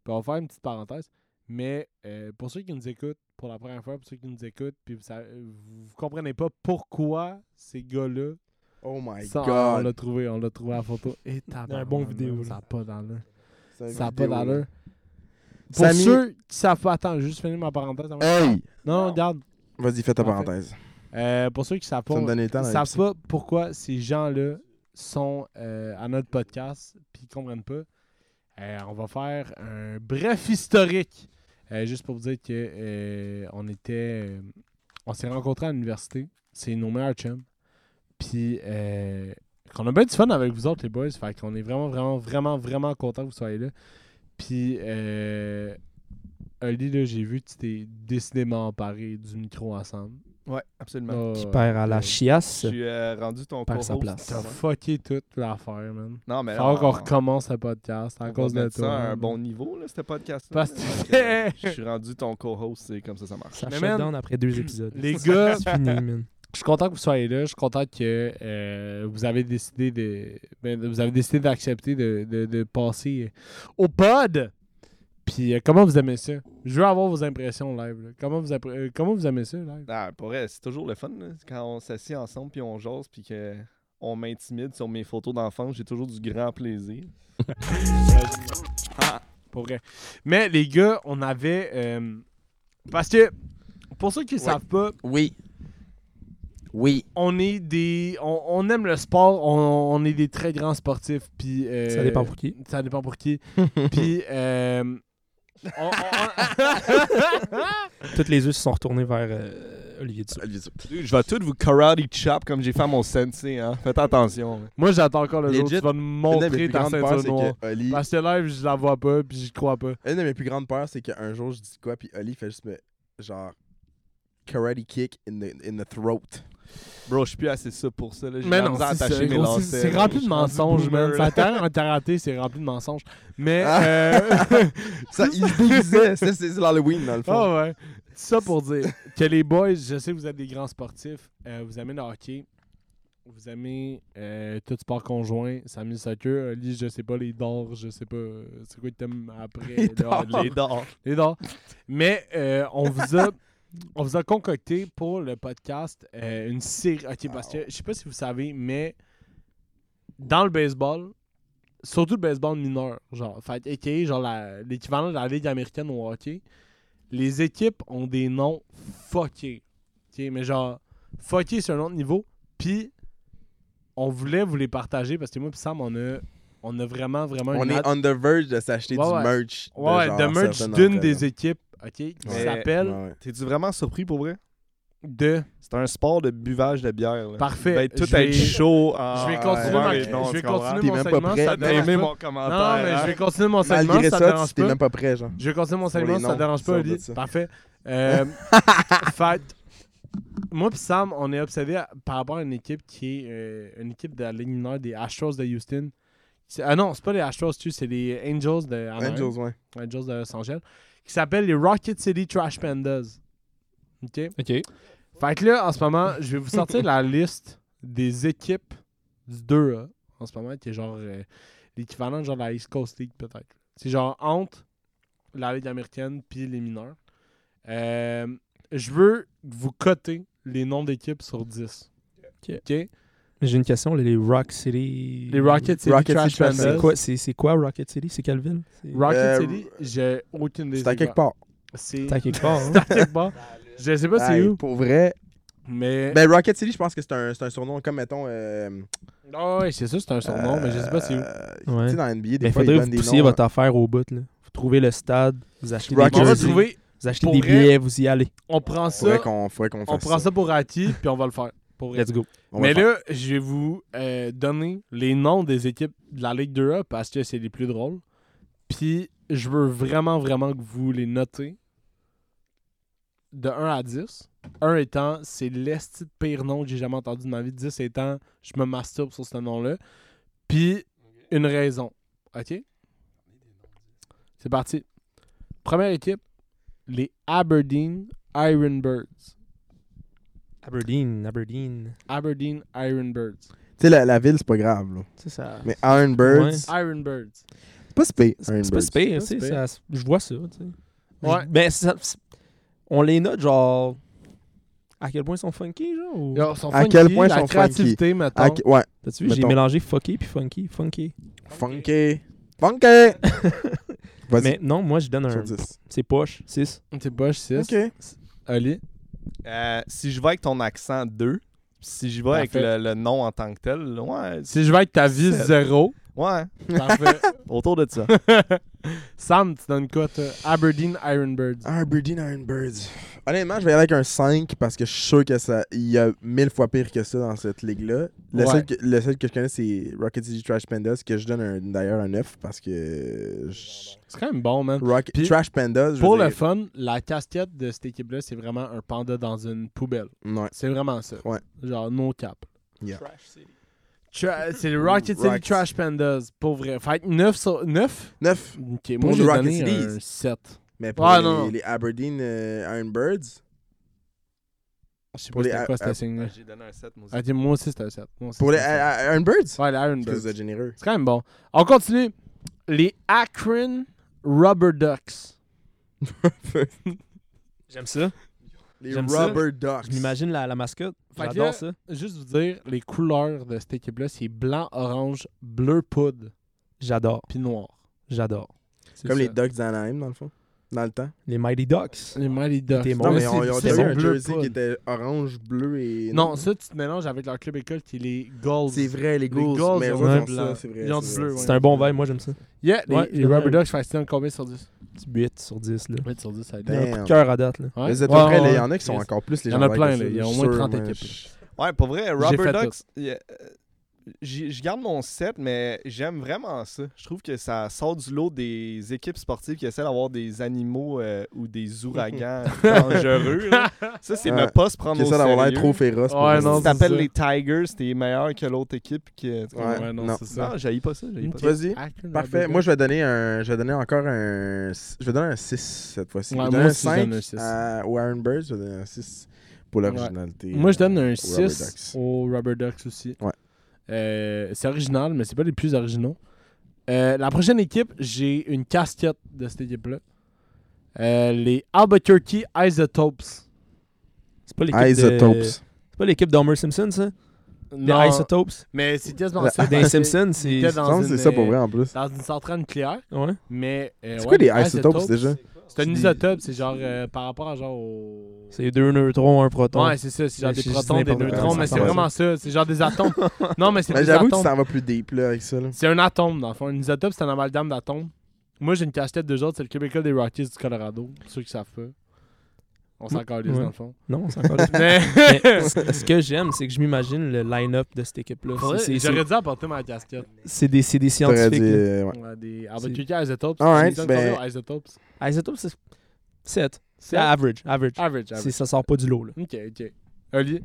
[SPEAKER 1] Puis on va faire une petite parenthèse. Mais euh, pour ceux qui nous écoutent pour la première fois, pour ceux qui nous écoutent, puis vous, sa- vous comprenez pas pourquoi ces gars-là
[SPEAKER 2] Oh my
[SPEAKER 1] Ça, on
[SPEAKER 2] god. Ah,
[SPEAKER 1] l'a trouvé, on l'a trouvé à la photo. Et
[SPEAKER 4] Un
[SPEAKER 1] tabarnak,
[SPEAKER 4] bon vidéo,
[SPEAKER 1] man,
[SPEAKER 4] là.
[SPEAKER 1] Ça n'a pas d'allure.
[SPEAKER 2] C'est une
[SPEAKER 1] Ça n'a pas
[SPEAKER 2] vidéo, là.
[SPEAKER 1] d'allure. Pour
[SPEAKER 2] Samy-
[SPEAKER 1] ceux qui savent pas, attends, juste finir ma parenthèse. avant-
[SPEAKER 2] Hey!
[SPEAKER 1] Non, non, regarde.
[SPEAKER 2] Vas-y, fais ta
[SPEAKER 1] Parfait.
[SPEAKER 2] parenthèse.
[SPEAKER 1] Euh, pour ceux qui savent pas,
[SPEAKER 2] Ça me donne le temps.
[SPEAKER 1] ils
[SPEAKER 2] d'aller
[SPEAKER 1] savent
[SPEAKER 2] pisser.
[SPEAKER 1] pas pourquoi ces gens-là sont euh, à notre podcast puis ils comprennent pas. Euh, on va faire un bref historique. Euh, juste pour vous dire que euh, on était. euh, on s'est rencontrés à l'université. C'est nos meilleurs chums. Puis euh, qu'on a bien du fun avec vous autres, les boys. Fait qu'on est vraiment, vraiment, vraiment, vraiment content que vous soyez là. Puis euh, Oli, là, j'ai vu que tu t'es décidément emparé du micro ensemble.
[SPEAKER 3] Ouais, absolument.
[SPEAKER 2] Oh,
[SPEAKER 1] Ah,
[SPEAKER 4] à
[SPEAKER 1] la
[SPEAKER 4] chiasse.
[SPEAKER 3] Je suis euh, rendu ton
[SPEAKER 4] Par sa
[SPEAKER 3] co-host.
[SPEAKER 4] place.
[SPEAKER 1] T'as fucké toute l'affaire, man.
[SPEAKER 3] Non, mais
[SPEAKER 1] Faut qu'on
[SPEAKER 3] Ben on-
[SPEAKER 1] recommence le podcast à
[SPEAKER 3] on
[SPEAKER 1] cause
[SPEAKER 3] va
[SPEAKER 1] de
[SPEAKER 3] mettre
[SPEAKER 1] toi.
[SPEAKER 3] ça à un
[SPEAKER 1] man.
[SPEAKER 3] bon niveau, là, ce podcast
[SPEAKER 1] Parce
[SPEAKER 3] que
[SPEAKER 1] que-
[SPEAKER 3] je suis rendu ton co-host, c'est comme ça, ça marche.
[SPEAKER 4] Ça
[SPEAKER 1] Mais
[SPEAKER 4] shut
[SPEAKER 1] man,
[SPEAKER 4] down après deux épisodes.
[SPEAKER 1] Les gars,
[SPEAKER 4] C'est fini, man.
[SPEAKER 1] je suis content que vous soyez là. Je suis content que euh, vous avez décidé de. ben, de- vous avez décidé d'accepter de, de- de passer euh, au pod. Puis euh, comment vous aimez ça? Je veux avoir vos impressions live. là. Comment, vous appré- euh, comment vous aimez ça live?
[SPEAKER 3] Ah, pour vrai, c'est toujours le fun là, quand on s'assied ensemble puis on jase puis que on m'intimide sur mes photos d'enfance, j'ai toujours du grand plaisir.
[SPEAKER 1] Pour vrai. Mais les gars, on avait. euh, parce que pour ceux qui ne
[SPEAKER 2] Ouais.
[SPEAKER 1] savent pas,
[SPEAKER 2] Oui. Oui.
[SPEAKER 1] on est des. On, on aime le sport, on, on est des très grands sportifs. Puis, euh,
[SPEAKER 4] Ça dépend pour qui.
[SPEAKER 1] Ça dépend pour qui. Puis, euh, on-
[SPEAKER 4] Toutes les yeux se sont retournés vers euh, Olivier Dussault.
[SPEAKER 2] Olivier Dussault.
[SPEAKER 3] Je vais tout vous karate chop comme j'ai fait à mon sensei, hein. Faites attention. là.
[SPEAKER 1] moi, j'attends encore le jour où
[SPEAKER 2] Legit,
[SPEAKER 1] tu vas me
[SPEAKER 2] Une de mes
[SPEAKER 1] montrer
[SPEAKER 2] plus
[SPEAKER 1] ta
[SPEAKER 2] grandes peurs,
[SPEAKER 1] ceinture
[SPEAKER 2] c'est
[SPEAKER 1] noire.
[SPEAKER 2] que Oli.
[SPEAKER 1] Parce que live, je la vois pas, puis j'y crois pas.
[SPEAKER 2] Une de mes plus grandes peurs, c'est qu'un jour, je dis quoi, puis Oli fait juste me. Genre. Karate kick in the, in the throat.
[SPEAKER 3] Bro, je suis plus assez ça pour ça. là. J'ai
[SPEAKER 1] Mais
[SPEAKER 3] de la
[SPEAKER 1] non,
[SPEAKER 3] misère à
[SPEAKER 1] c'est ça,
[SPEAKER 3] attacher mes
[SPEAKER 1] gros, c'est-
[SPEAKER 3] lacets,
[SPEAKER 1] c'est
[SPEAKER 3] là.
[SPEAKER 1] rempli
[SPEAKER 3] Je
[SPEAKER 1] de
[SPEAKER 3] suis rendu
[SPEAKER 1] mensonges,
[SPEAKER 3] boomer,
[SPEAKER 1] man.
[SPEAKER 3] là.
[SPEAKER 1] Sa carrière en karaté, c'est rempli de mensonges. Mais,
[SPEAKER 2] Ah.
[SPEAKER 1] euh,
[SPEAKER 2] Ça, il se déguisait. C'était- C'est l'Halloween, dans le fond.
[SPEAKER 1] Ah ouais. Ça pour dire que les boys, je sais que vous êtes des grands sportifs, euh, vous aimez le hockey, vous aimez euh, tout sport conjoint, Samy le soccer, Oli, je sais pas, les dards, je sais pas, euh, c'est quoi que t'aimes après les dards.
[SPEAKER 3] Les dards.
[SPEAKER 1] Les dards. Mais euh, on vous a on vous a concocté pour le podcast euh, une série. Ok, parce que je sais pas si vous savez, mais dans le baseball, surtout le baseball mineur, genre, fait, aka, genre la- l'équivalent de la Ligue américaine au hockey, les équipes ont des noms fuckés. Ok, mais genre, fuckés sur un autre niveau. Puis, on voulait vous les partager parce que moi, pis Sam, on a, on a vraiment, vraiment
[SPEAKER 2] On
[SPEAKER 1] une
[SPEAKER 2] est
[SPEAKER 1] hâte-
[SPEAKER 2] on the verge de s'acheter
[SPEAKER 1] Oh, Ouais,
[SPEAKER 2] du
[SPEAKER 1] ouais.
[SPEAKER 2] merch.
[SPEAKER 1] Ouais,
[SPEAKER 2] genre
[SPEAKER 1] de merch
[SPEAKER 2] certaines
[SPEAKER 1] d'une
[SPEAKER 2] entraînes.
[SPEAKER 1] des équipes, ok, qui
[SPEAKER 3] Ouais.
[SPEAKER 1] s'appelle
[SPEAKER 2] Ouais, ouais.
[SPEAKER 3] T'es-tu vraiment surpris pour vrai?
[SPEAKER 1] de.
[SPEAKER 3] C'est un sport de buvage de bière. Là.
[SPEAKER 1] Parfait.
[SPEAKER 3] Tu vas être
[SPEAKER 1] Je
[SPEAKER 3] tout
[SPEAKER 1] vais-
[SPEAKER 3] être chaud. en-
[SPEAKER 1] Je vais
[SPEAKER 2] Ah,
[SPEAKER 1] continuer,
[SPEAKER 2] ouais,
[SPEAKER 1] ma-
[SPEAKER 2] ouais,
[SPEAKER 3] non,
[SPEAKER 1] je vais
[SPEAKER 3] tu comprends.
[SPEAKER 1] continuer
[SPEAKER 2] T'es
[SPEAKER 1] mon
[SPEAKER 2] même pas
[SPEAKER 1] segment. ça
[SPEAKER 2] prêt,
[SPEAKER 3] T'as
[SPEAKER 1] te
[SPEAKER 2] t'as
[SPEAKER 1] dérange
[SPEAKER 3] aimé
[SPEAKER 1] pas.
[SPEAKER 3] mon commentaire.
[SPEAKER 1] Non, mais
[SPEAKER 3] hein?
[SPEAKER 1] je vais continuer mon segment.
[SPEAKER 2] Malgré
[SPEAKER 1] ça, te
[SPEAKER 2] ça,
[SPEAKER 1] dérange
[SPEAKER 2] tu t'es
[SPEAKER 1] pas.
[SPEAKER 2] même pas prêt, genre.
[SPEAKER 1] Je vais continuer mon
[SPEAKER 2] Pour
[SPEAKER 1] segment,
[SPEAKER 2] les
[SPEAKER 1] ça te
[SPEAKER 2] noms,
[SPEAKER 1] dérange
[SPEAKER 2] ça,
[SPEAKER 1] pas,
[SPEAKER 2] on
[SPEAKER 1] Oli.
[SPEAKER 2] dit ça.
[SPEAKER 1] Parfait. Euh, fait, moi pis Sam, on est obsédé à- par rapport à une équipe qui est euh, une équipe de la Ligue mineure des Astros de Houston. C'est- Ah non, c'est pas les Astros, tu c'est les Angels de Anaheim.
[SPEAKER 2] Angels, ouais.
[SPEAKER 1] Angels de Los Angeles, qui s'appelle les Rocket City Trash Pandas. OK?
[SPEAKER 4] Ok.
[SPEAKER 1] Fait que là, en ce moment, je vais vous sortir la liste des équipes du 2A en ce moment, qui est genre euh, l'équivalent de genre la East Coast League, peut-être. C'est genre entre la Ligue américaine puis les mineurs. Euh, je veux que vous coter les noms d'équipes sur 10.
[SPEAKER 4] Ok.
[SPEAKER 1] OK?
[SPEAKER 4] J'ai une question, les Rock City.
[SPEAKER 1] Les Rocket City
[SPEAKER 2] Rocket
[SPEAKER 1] Trash
[SPEAKER 2] City Trash
[SPEAKER 1] Pandas.
[SPEAKER 4] C'est quoi, c'est, c'est quoi Rocket City C'est quelle ville C'est-
[SPEAKER 1] Rocket
[SPEAKER 2] Euh,
[SPEAKER 1] City, j'ai aucune idée.
[SPEAKER 2] C'est à quelque part.
[SPEAKER 1] C'est
[SPEAKER 4] C'est à quelque part. hein?
[SPEAKER 1] c'est à quelque part. Je sais pas c'est
[SPEAKER 2] Hey,
[SPEAKER 1] où,
[SPEAKER 2] Pour vrai.
[SPEAKER 1] mais.
[SPEAKER 2] Ben, Rocket City, je pense que c'est un, c'est un surnom comme, mettons. Euh,
[SPEAKER 1] Ah ouais, c'est ça, c'est un surnom, mais je sais pas c'est où.
[SPEAKER 2] euh,
[SPEAKER 4] Ouais.
[SPEAKER 2] Tu sais, dans la NBA, des fois, ils
[SPEAKER 4] Mais Ben, faudrait que
[SPEAKER 2] donnent
[SPEAKER 4] vous
[SPEAKER 2] des
[SPEAKER 4] poussiez
[SPEAKER 2] noms. euh,
[SPEAKER 4] votre affaire au bout. Là. Vous trouvez le stade, vous achetez
[SPEAKER 2] Rocket
[SPEAKER 4] des,
[SPEAKER 1] On va
[SPEAKER 2] City.
[SPEAKER 4] jerseys,
[SPEAKER 1] trouver,
[SPEAKER 4] vous achetez
[SPEAKER 1] Pour
[SPEAKER 4] des
[SPEAKER 1] vrai-
[SPEAKER 4] billets, vous y allez.
[SPEAKER 1] on prend ça,
[SPEAKER 2] Faudrait qu'on faudrait qu'on
[SPEAKER 1] on
[SPEAKER 2] fasse
[SPEAKER 1] prend ça pour acquis, puis on va le faire. Pour vrai.
[SPEAKER 4] Let's go.
[SPEAKER 2] On va
[SPEAKER 1] Mais
[SPEAKER 2] le faire.
[SPEAKER 1] là, je vais vous euh, donner les noms des équipes de la Ligue d'Europe parce que c'est les plus drôles. Puis je veux vraiment, vraiment que vous les notez de 1 à 10. 1 étant, c'est l'esti de pire nom que j'ai jamais entendu de ma vie. 10 étant, je me masturbe sur ce nom-là. Puis une raison. OK? C'est parti. Première équipe, les Aberdeen Ironbirds.
[SPEAKER 4] Aberdeen, Aberdeen.
[SPEAKER 1] Aberdeen Ironbirds.
[SPEAKER 2] Tu sais, la, la ville, c'est pas grave. Là.
[SPEAKER 4] Tu sais, ça.
[SPEAKER 2] Mais Ironbirds,
[SPEAKER 4] Ouais.
[SPEAKER 2] c'est
[SPEAKER 1] Ironbirds.
[SPEAKER 2] pas si pire.
[SPEAKER 4] C'est c'est pas si pire, tu
[SPEAKER 1] C'est
[SPEAKER 4] sais.
[SPEAKER 1] pas si
[SPEAKER 4] ça- Je vois ça, tu sais.
[SPEAKER 1] Ouais.
[SPEAKER 4] Je- Ben, ça- c'est- on les note, genre. À quel point ils sont funky, genre ou-
[SPEAKER 1] Ils sont
[SPEAKER 2] À
[SPEAKER 1] funky,
[SPEAKER 2] quel point
[SPEAKER 1] la
[SPEAKER 2] ils sont funky?
[SPEAKER 1] créativité, mettons.
[SPEAKER 2] Ah, ok, ouais.
[SPEAKER 4] T'as-tu vu, j'ai
[SPEAKER 2] Mettons.
[SPEAKER 4] mélangé fucky puis funky. Funky.
[SPEAKER 2] Funky. Funky. Vas-y.
[SPEAKER 4] Mais non, moi, je donne
[SPEAKER 2] Sur
[SPEAKER 4] un.
[SPEAKER 2] 10.
[SPEAKER 4] C'est poche, 6.
[SPEAKER 1] T'es poche 6.
[SPEAKER 2] Ok.
[SPEAKER 1] Ali.
[SPEAKER 3] Euh, si je vais avec ton accent 2, si je vais avec
[SPEAKER 1] Parfait.
[SPEAKER 3] le, le nom en tant que tel, ouais, c'est-
[SPEAKER 1] Si je vais avec ta vie
[SPEAKER 3] Sept.
[SPEAKER 1] 0,
[SPEAKER 3] ouais,
[SPEAKER 1] parfait.
[SPEAKER 3] autour de ça.
[SPEAKER 1] Sam, tu donnes quoi, toi? Aberdeen Ironbirds.
[SPEAKER 2] Aberdeen Ironbirds. Honnêtement, je vais aller avec un 5 parce que je suis sûr que ça il y a mille fois pire que ça dans cette ligue-là. Le,
[SPEAKER 1] Ouais.
[SPEAKER 2] seul que, le seul que je connais, c'est Rocket City Trash Pandas, que je donne un- d'ailleurs un 9 parce que. je-
[SPEAKER 1] C'est quand même bon, man.
[SPEAKER 2] Rocket
[SPEAKER 1] Puis,
[SPEAKER 2] Trash Pandas, je
[SPEAKER 1] Pour
[SPEAKER 2] veux
[SPEAKER 1] le
[SPEAKER 2] dire-
[SPEAKER 1] fun, la casquette de cette équipe-là, c'est vraiment un panda dans une poubelle.
[SPEAKER 2] Ouais.
[SPEAKER 1] C'est vraiment ça.
[SPEAKER 2] Ouais.
[SPEAKER 1] Genre, no cap.
[SPEAKER 2] Yeah.
[SPEAKER 1] Tra- c'est le Rocket City
[SPEAKER 2] Rocket.
[SPEAKER 1] Trash Pandas, pour vrai. Fait que 9 sur 9.
[SPEAKER 2] 9.
[SPEAKER 1] Ok, moi,
[SPEAKER 2] Pour
[SPEAKER 1] j'ai
[SPEAKER 2] le Rocket
[SPEAKER 1] donné
[SPEAKER 2] City.
[SPEAKER 1] un 7.
[SPEAKER 2] Mais pour
[SPEAKER 1] Ouais,
[SPEAKER 2] les,
[SPEAKER 1] non, non.
[SPEAKER 2] les Aberdeen euh, Ironbirds,
[SPEAKER 1] Je sais
[SPEAKER 2] Pour
[SPEAKER 1] pas
[SPEAKER 2] les
[SPEAKER 1] c'était quoi,
[SPEAKER 2] Ar-
[SPEAKER 1] ce signe-là.
[SPEAKER 3] J'ai donné un 7, moi
[SPEAKER 1] Ok, moi aussi, c'était un 7.
[SPEAKER 2] pour les euh, I- I- Ironbirds,
[SPEAKER 1] Ouais, les
[SPEAKER 2] c'est que vous
[SPEAKER 1] Ironbirds.
[SPEAKER 2] êtes généreux.
[SPEAKER 1] C'est quand même bon. On continue. Les Akron Rubber Ducks.
[SPEAKER 4] J'aime ça.
[SPEAKER 2] les
[SPEAKER 4] J'aime ça.
[SPEAKER 2] Rubber Ducks.
[SPEAKER 4] Je m'imagine la, la mascotte.
[SPEAKER 1] Fait que là-
[SPEAKER 4] J'adore ça.
[SPEAKER 1] Juste vous dire, les couleurs de cette équipe-là, c'est blanc, orange, bleu poudre,
[SPEAKER 4] J'adore.
[SPEAKER 1] puis noir.
[SPEAKER 4] J'adore.
[SPEAKER 1] C'est
[SPEAKER 2] Comme
[SPEAKER 1] ça.
[SPEAKER 2] les Ducks d'Anaheim, dans le fond. Dans le temps.
[SPEAKER 4] Les Mighty Ducks.
[SPEAKER 1] Les Mighty Ducks.
[SPEAKER 4] Des
[SPEAKER 2] Non,
[SPEAKER 4] Ouais,
[SPEAKER 2] mais
[SPEAKER 4] c'est-
[SPEAKER 2] on- ils ont
[SPEAKER 4] c'est
[SPEAKER 2] déjà eu
[SPEAKER 4] bon,
[SPEAKER 2] un
[SPEAKER 1] bleu
[SPEAKER 2] jersey
[SPEAKER 1] poudre.
[SPEAKER 2] qui était orange, bleu et.
[SPEAKER 1] Non, ça, tu te mélanges avec leur club école qui est les Goals.
[SPEAKER 2] C'est vrai, les Ghouls.
[SPEAKER 1] Ghouls
[SPEAKER 2] mais
[SPEAKER 1] ont
[SPEAKER 2] eux
[SPEAKER 1] du
[SPEAKER 2] autres ont
[SPEAKER 1] blanc.
[SPEAKER 2] ça, c'est vrai.
[SPEAKER 1] Ils ont
[SPEAKER 2] c'est
[SPEAKER 1] du
[SPEAKER 2] vrai,
[SPEAKER 1] bleu,
[SPEAKER 2] c'est
[SPEAKER 4] C'est un
[SPEAKER 2] vrai.
[SPEAKER 4] bon vibe, moi j'aime ça.
[SPEAKER 1] Yeah, les,
[SPEAKER 4] Ouais,
[SPEAKER 1] les
[SPEAKER 4] je
[SPEAKER 1] Rubber
[SPEAKER 4] dirais-
[SPEAKER 1] Ducks, je fais combien sur 10
[SPEAKER 4] Petit 8 sur 10. Là.
[SPEAKER 1] 8 sur 10, ça
[SPEAKER 4] Il y a
[SPEAKER 1] aide.
[SPEAKER 4] un
[SPEAKER 2] Damn.
[SPEAKER 4] coup de cœur à date. Là.
[SPEAKER 1] Ouais.
[SPEAKER 2] Mais vous êtes
[SPEAKER 1] Ouais,
[SPEAKER 2] pas prêts,
[SPEAKER 1] ouais,
[SPEAKER 2] là, il y
[SPEAKER 1] ouais.
[SPEAKER 2] en a qui sont
[SPEAKER 1] Yes.
[SPEAKER 2] encore plus
[SPEAKER 1] Il
[SPEAKER 2] les
[SPEAKER 1] y
[SPEAKER 2] gens.
[SPEAKER 1] en a plein,
[SPEAKER 2] que ça,
[SPEAKER 1] là. Il y a
[SPEAKER 2] je
[SPEAKER 1] au
[SPEAKER 2] suis
[SPEAKER 1] moins
[SPEAKER 2] sûr,
[SPEAKER 1] 30
[SPEAKER 2] moi,
[SPEAKER 1] équipes.
[SPEAKER 2] je-
[SPEAKER 3] Ouais, pour vrai, Rubber
[SPEAKER 1] fait
[SPEAKER 3] Ducks, y a- euh, j'y- je garde mon 7, mais j'aime vraiment ça. Je trouve que ça sort du lot des équipes sportives qui essaient d'avoir des animaux euh, ou des ouragans dangereux. là. Ça, c'est
[SPEAKER 2] Ouais.
[SPEAKER 3] ne pas se prendre
[SPEAKER 2] Qui
[SPEAKER 3] au
[SPEAKER 2] ça d'avoir l'air
[SPEAKER 3] sérieux.
[SPEAKER 2] trop féroce. pour
[SPEAKER 1] Ouais,
[SPEAKER 2] eux.
[SPEAKER 1] non,
[SPEAKER 3] Si
[SPEAKER 1] c'est
[SPEAKER 3] t'appelles
[SPEAKER 1] ça.
[SPEAKER 3] les Tigers, t'es meilleur que l'autre équipe qui est...
[SPEAKER 2] Ouais,
[SPEAKER 1] Ouais, non,
[SPEAKER 2] non.
[SPEAKER 1] c'est ça.
[SPEAKER 3] Non, j'haïs pas ça, j'haïs pas ça.
[SPEAKER 2] Vas-y.
[SPEAKER 1] Akron
[SPEAKER 2] Parfait.
[SPEAKER 1] Rubber
[SPEAKER 2] Moi,
[SPEAKER 1] Ducks.
[SPEAKER 2] je vais donner un. Je vais donner encore un. Je vais donner un 6 cette fois-ci.
[SPEAKER 1] Ouais, moi
[SPEAKER 2] je vais donner un
[SPEAKER 1] aussi, je
[SPEAKER 2] 5
[SPEAKER 1] donne un six.
[SPEAKER 2] à au Iron Birds. Je vais donner un 6 pour l'originalité.
[SPEAKER 1] Moi, je donne
[SPEAKER 2] euh,
[SPEAKER 1] un
[SPEAKER 2] aux Rubber
[SPEAKER 1] 6
[SPEAKER 2] Ducks.
[SPEAKER 1] aux Rubber Ducks aussi.
[SPEAKER 2] Ouais.
[SPEAKER 1] Euh, c'est original, mais c'est pas les plus originaux. Euh, la prochaine équipe, j'ai une casquette de cette équipe-là. Euh, les Albuquerque Isotopes.
[SPEAKER 4] C'est pas l'équipe de...
[SPEAKER 2] Isotopes.
[SPEAKER 4] C'est pas l'équipe d'Homer Simpson, ça?
[SPEAKER 1] Non,
[SPEAKER 4] Les Isotopes.
[SPEAKER 1] mais c'est quasiment
[SPEAKER 2] La-
[SPEAKER 1] ça.
[SPEAKER 4] Dans
[SPEAKER 1] parce que
[SPEAKER 4] Simpson,
[SPEAKER 1] il
[SPEAKER 4] c'est...
[SPEAKER 1] était
[SPEAKER 2] Je
[SPEAKER 1] dans
[SPEAKER 2] pense que
[SPEAKER 1] une,
[SPEAKER 2] c'est ça pour
[SPEAKER 1] euh,
[SPEAKER 2] vrai en plus.
[SPEAKER 1] Dans une centrale nucléaire,
[SPEAKER 4] Ouais.
[SPEAKER 1] mais... euh, ouais,
[SPEAKER 2] C'est quoi les
[SPEAKER 1] isotopes,
[SPEAKER 2] Isotopes déjà
[SPEAKER 1] C'est un
[SPEAKER 2] Des-
[SPEAKER 1] isotope, c'est genre euh, par rapport à genre au...
[SPEAKER 4] C'est deux neutrons, un proton.
[SPEAKER 1] Ouais, c'est ça, c'est genre
[SPEAKER 4] Mais
[SPEAKER 1] des
[SPEAKER 4] c'est juste
[SPEAKER 1] protons, des
[SPEAKER 4] n'importe
[SPEAKER 2] quoi,
[SPEAKER 1] neutrons,
[SPEAKER 2] ça
[SPEAKER 1] mais c'est
[SPEAKER 2] ressemble à
[SPEAKER 1] vraiment ça, c'est genre des atomes. non, mais c'est
[SPEAKER 2] Mais
[SPEAKER 1] des
[SPEAKER 2] Ben, J'avoue que
[SPEAKER 1] atomes.
[SPEAKER 2] ça va plus deep là, avec ça. là.
[SPEAKER 1] C'est un atome, dans le fond. Un isotope, c'est un amalgame d'atomes. Moi, j'ai une cache-tête de autres, c'est le Québécois des Rockies du Colorado, pour ceux qui savent pas. On s'en
[SPEAKER 4] Ouais.
[SPEAKER 1] calisse,
[SPEAKER 4] Ouais.
[SPEAKER 1] dans le fond.
[SPEAKER 4] Non, c'est encore...
[SPEAKER 1] Mais
[SPEAKER 4] Mais ce ce que j'aime, c'est que je m'imagine le line-up de cette équipe-là.
[SPEAKER 1] Faudrait-
[SPEAKER 4] C'est- c'est-
[SPEAKER 1] j'aurais dû apporter ma casquette.
[SPEAKER 4] C'est c'est des, c'est des
[SPEAKER 2] T'aurais
[SPEAKER 4] scientifiques.
[SPEAKER 2] dit.
[SPEAKER 4] là.
[SPEAKER 2] euh, ouais.
[SPEAKER 1] Ouais, des Albuquerque Isotopes.
[SPEAKER 2] Alright,
[SPEAKER 1] Alison
[SPEAKER 2] ben-
[SPEAKER 1] Corio Isotopes.
[SPEAKER 4] Isotopes, Ah, c'est 7.
[SPEAKER 1] C'est
[SPEAKER 4] C'est average, average.
[SPEAKER 1] average.
[SPEAKER 4] C'est-
[SPEAKER 1] Ah, average.
[SPEAKER 4] Ça sort pas du lot, là.
[SPEAKER 1] Ok, ok. Oli,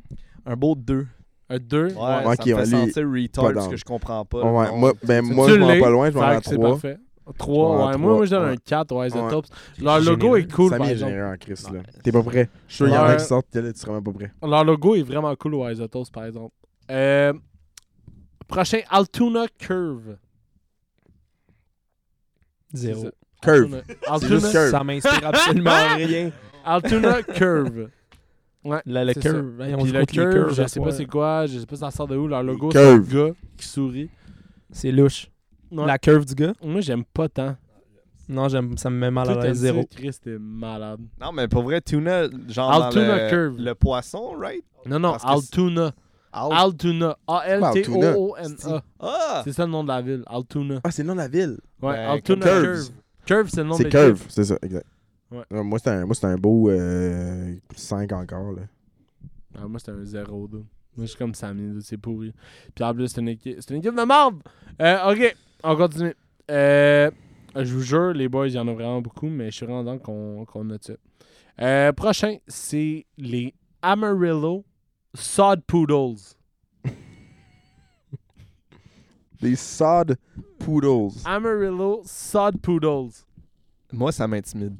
[SPEAKER 3] Un beau 2.
[SPEAKER 1] un 2.
[SPEAKER 3] Ouais,
[SPEAKER 2] ok,
[SPEAKER 3] ça me
[SPEAKER 2] ouais,
[SPEAKER 3] fait
[SPEAKER 2] lui,
[SPEAKER 3] sentir retard
[SPEAKER 2] pas
[SPEAKER 3] parce
[SPEAKER 2] dans-
[SPEAKER 3] que je comprends pas.
[SPEAKER 2] Ouais,
[SPEAKER 3] le nom.
[SPEAKER 2] moi, ben, moi
[SPEAKER 1] Tu
[SPEAKER 2] je m'en
[SPEAKER 1] l'es,
[SPEAKER 2] vais pas loin, je m'en vais
[SPEAKER 1] Fait
[SPEAKER 2] à
[SPEAKER 1] que c'est
[SPEAKER 2] 3.
[SPEAKER 1] parfait.
[SPEAKER 2] Je vais
[SPEAKER 1] 3,
[SPEAKER 2] en
[SPEAKER 1] ouais.
[SPEAKER 2] à
[SPEAKER 1] Moi, moi,
[SPEAKER 2] trois.
[SPEAKER 1] je donne
[SPEAKER 2] Ouais.
[SPEAKER 1] un 4 aux Isotopes.
[SPEAKER 4] Ouais.
[SPEAKER 1] Leur
[SPEAKER 4] Généreux.
[SPEAKER 1] logo est cool, par
[SPEAKER 2] Samy est
[SPEAKER 1] exemple.
[SPEAKER 2] généreux en Chris, là. T'es pas prêt. Je suis sûr qu'il y en a qui sortent, que là, tu seras même pas prêt.
[SPEAKER 1] Leur logo est vraiment cool aux Isotopes, par exemple. Euh, prochain, Altoona Curve.
[SPEAKER 4] Zéro.
[SPEAKER 2] Curve.
[SPEAKER 1] Altoona-
[SPEAKER 2] juste
[SPEAKER 1] Altoona,
[SPEAKER 2] curve.
[SPEAKER 4] Ça m'inspire absolument rien.
[SPEAKER 1] Altoona Curve. Ouais,
[SPEAKER 4] La, le
[SPEAKER 1] c'est
[SPEAKER 4] curve.
[SPEAKER 1] ça.
[SPEAKER 4] Hey, on
[SPEAKER 1] Puis
[SPEAKER 4] dit
[SPEAKER 1] le
[SPEAKER 4] contre les
[SPEAKER 1] curve,
[SPEAKER 4] curves
[SPEAKER 1] je
[SPEAKER 4] à
[SPEAKER 1] sais pas
[SPEAKER 4] soir.
[SPEAKER 1] c'est quoi, je sais pas ça sort de où, leur logo, c'est un
[SPEAKER 2] Curve.
[SPEAKER 1] gars qui sourit.
[SPEAKER 4] C'est louche.
[SPEAKER 1] Ouais.
[SPEAKER 4] La curve du gars.
[SPEAKER 1] Moi, j'aime pas tant.
[SPEAKER 4] Non, j'aime, ça me met mal
[SPEAKER 1] Toi,
[SPEAKER 4] à
[SPEAKER 1] t'aimes
[SPEAKER 4] l'aise
[SPEAKER 1] ça,
[SPEAKER 4] Ah zéro.
[SPEAKER 1] Chris, t'es malade.
[SPEAKER 3] Non, mais pour vrai, tuna, genre
[SPEAKER 1] Al
[SPEAKER 3] dans
[SPEAKER 1] tuna
[SPEAKER 3] le,
[SPEAKER 1] curve.
[SPEAKER 3] le poisson, right?
[SPEAKER 1] Non, non,
[SPEAKER 3] Parce que c'est-
[SPEAKER 1] Altoona.
[SPEAKER 3] Al-
[SPEAKER 1] Altoona. A-L-T-O-O-N-A.
[SPEAKER 3] Ah!
[SPEAKER 1] C'est ça le nom de la ville, Altoona.
[SPEAKER 2] Ah, c'est non la ville.
[SPEAKER 1] Ouais,
[SPEAKER 3] Ben,
[SPEAKER 1] Altoona
[SPEAKER 2] comme
[SPEAKER 1] Curve. Curve, c'est le nom de la
[SPEAKER 2] C'est curve, c'est ça, exact.
[SPEAKER 1] Ouais.
[SPEAKER 2] Euh, Moi, c'était un, moi, c'était un beau 5 encore. Là.
[SPEAKER 1] Ah, moi, c'était un 0 2 Moi, je suis comme Sammy, dude, c'est pourri. Puis en plus, c'est une équipe, c'est une équipe de marbre. Euh, ok, on continue. Euh, je vous jure, les boys, il y en a vraiment beaucoup, mais je suis vraiment dans qu'on qu'on note ça. Euh, prochain, c'est les Amarillo Sod Poodles.
[SPEAKER 2] Des sod poodles.
[SPEAKER 1] Amarillo Sod Poodles.
[SPEAKER 3] Moi, ça m'intimide.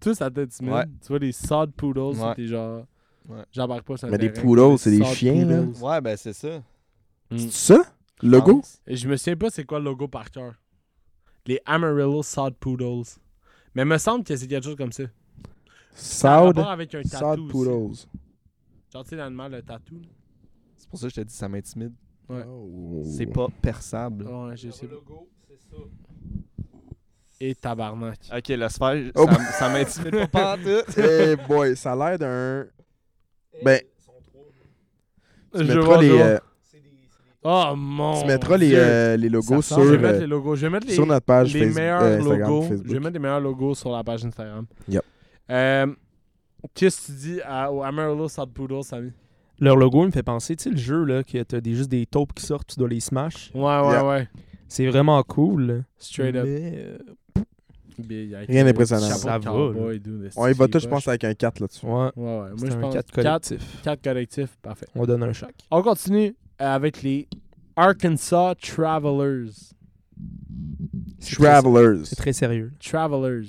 [SPEAKER 1] Tu sais, ça t'intimide.
[SPEAKER 3] Ouais.
[SPEAKER 1] Tu vois, les Sod Poodles,
[SPEAKER 3] Ouais.
[SPEAKER 1] c'était genre.
[SPEAKER 3] Ouais.
[SPEAKER 1] J'embarque pas sur un
[SPEAKER 2] Mais des
[SPEAKER 1] terrain.
[SPEAKER 2] poodles, c'est des
[SPEAKER 1] Sod
[SPEAKER 2] chiens, là.
[SPEAKER 1] Poodles. Mm.
[SPEAKER 3] Ouais, ben c'est ça.
[SPEAKER 2] C'est ça? Logo?
[SPEAKER 1] Et Je me souviens pas c'est quoi le logo par cœur. Les Amarillo Sod Poodles. Mais me semble que c'est quelque chose comme ça. Ça a
[SPEAKER 2] Sod
[SPEAKER 1] rapport avec un tatou
[SPEAKER 2] sod
[SPEAKER 1] aussi.
[SPEAKER 2] poodles.
[SPEAKER 1] Genre, tu sais, l'animal, le tatou. là.
[SPEAKER 3] C'est pour ça que je te dis, ça m'intimide.
[SPEAKER 1] Ouais.
[SPEAKER 2] Oh.
[SPEAKER 3] C'est pas perçable.
[SPEAKER 1] Ouais, je sais pas. Et tabarnak.
[SPEAKER 3] Ok, le sphère,
[SPEAKER 2] Oh.
[SPEAKER 3] ça, m- ça m'intimide pas pantoute.
[SPEAKER 2] Hey boy, ça a l'air d'un. Ben,
[SPEAKER 1] Je
[SPEAKER 2] tu
[SPEAKER 1] vais
[SPEAKER 2] mettras
[SPEAKER 1] voir, Euh, je vais
[SPEAKER 2] les,
[SPEAKER 1] voir.
[SPEAKER 2] euh,
[SPEAKER 1] Oh mon.
[SPEAKER 2] tu mettras les,
[SPEAKER 1] Dieu.
[SPEAKER 2] euh, les logos
[SPEAKER 1] Ça
[SPEAKER 2] sur,
[SPEAKER 1] ressemble. Je vais
[SPEAKER 2] euh,
[SPEAKER 1] mettre les logos. Je vais mettre les,
[SPEAKER 2] sur notre page
[SPEAKER 1] les
[SPEAKER 2] Facebook,
[SPEAKER 1] meilleurs
[SPEAKER 2] euh, Instagram,
[SPEAKER 1] logos.
[SPEAKER 2] Facebook.
[SPEAKER 1] Je vais mettre les meilleurs logos sur la page Instagram.
[SPEAKER 2] Yep.
[SPEAKER 1] Euh, Qu'est-ce que tu dis à, au Amarillo Sod Poodles, Samy?
[SPEAKER 4] Leur logo, il me fait penser, tu sais, le jeu, là, que t'as des, juste des taupes qui sortent, tu dois les smash.
[SPEAKER 1] Ouais, ouais,
[SPEAKER 2] Yep.
[SPEAKER 1] ouais.
[SPEAKER 4] C'est vraiment cool.
[SPEAKER 1] Straight up.
[SPEAKER 4] Mais, euh,
[SPEAKER 1] Big, avec
[SPEAKER 2] Rien
[SPEAKER 1] le
[SPEAKER 2] d'impressionnant.
[SPEAKER 1] chapeau
[SPEAKER 4] Ça
[SPEAKER 1] de
[SPEAKER 4] va,
[SPEAKER 1] cowboy, dude,
[SPEAKER 2] On y va
[SPEAKER 1] c'est
[SPEAKER 2] tous, je pense,
[SPEAKER 1] poche.
[SPEAKER 2] avec un 4 là-dessus.
[SPEAKER 4] ouais,
[SPEAKER 1] Ouais, ouais. Moi,
[SPEAKER 4] c'est
[SPEAKER 1] je
[SPEAKER 4] un
[SPEAKER 1] pense 4
[SPEAKER 4] quatre collectif.
[SPEAKER 1] collectifs. Parfait.
[SPEAKER 4] On donne un chèque.
[SPEAKER 1] On continue euh, avec les Arkansas Travelers.
[SPEAKER 4] C'est très-
[SPEAKER 2] Travelers.
[SPEAKER 4] C'est très sérieux.
[SPEAKER 1] Travelers.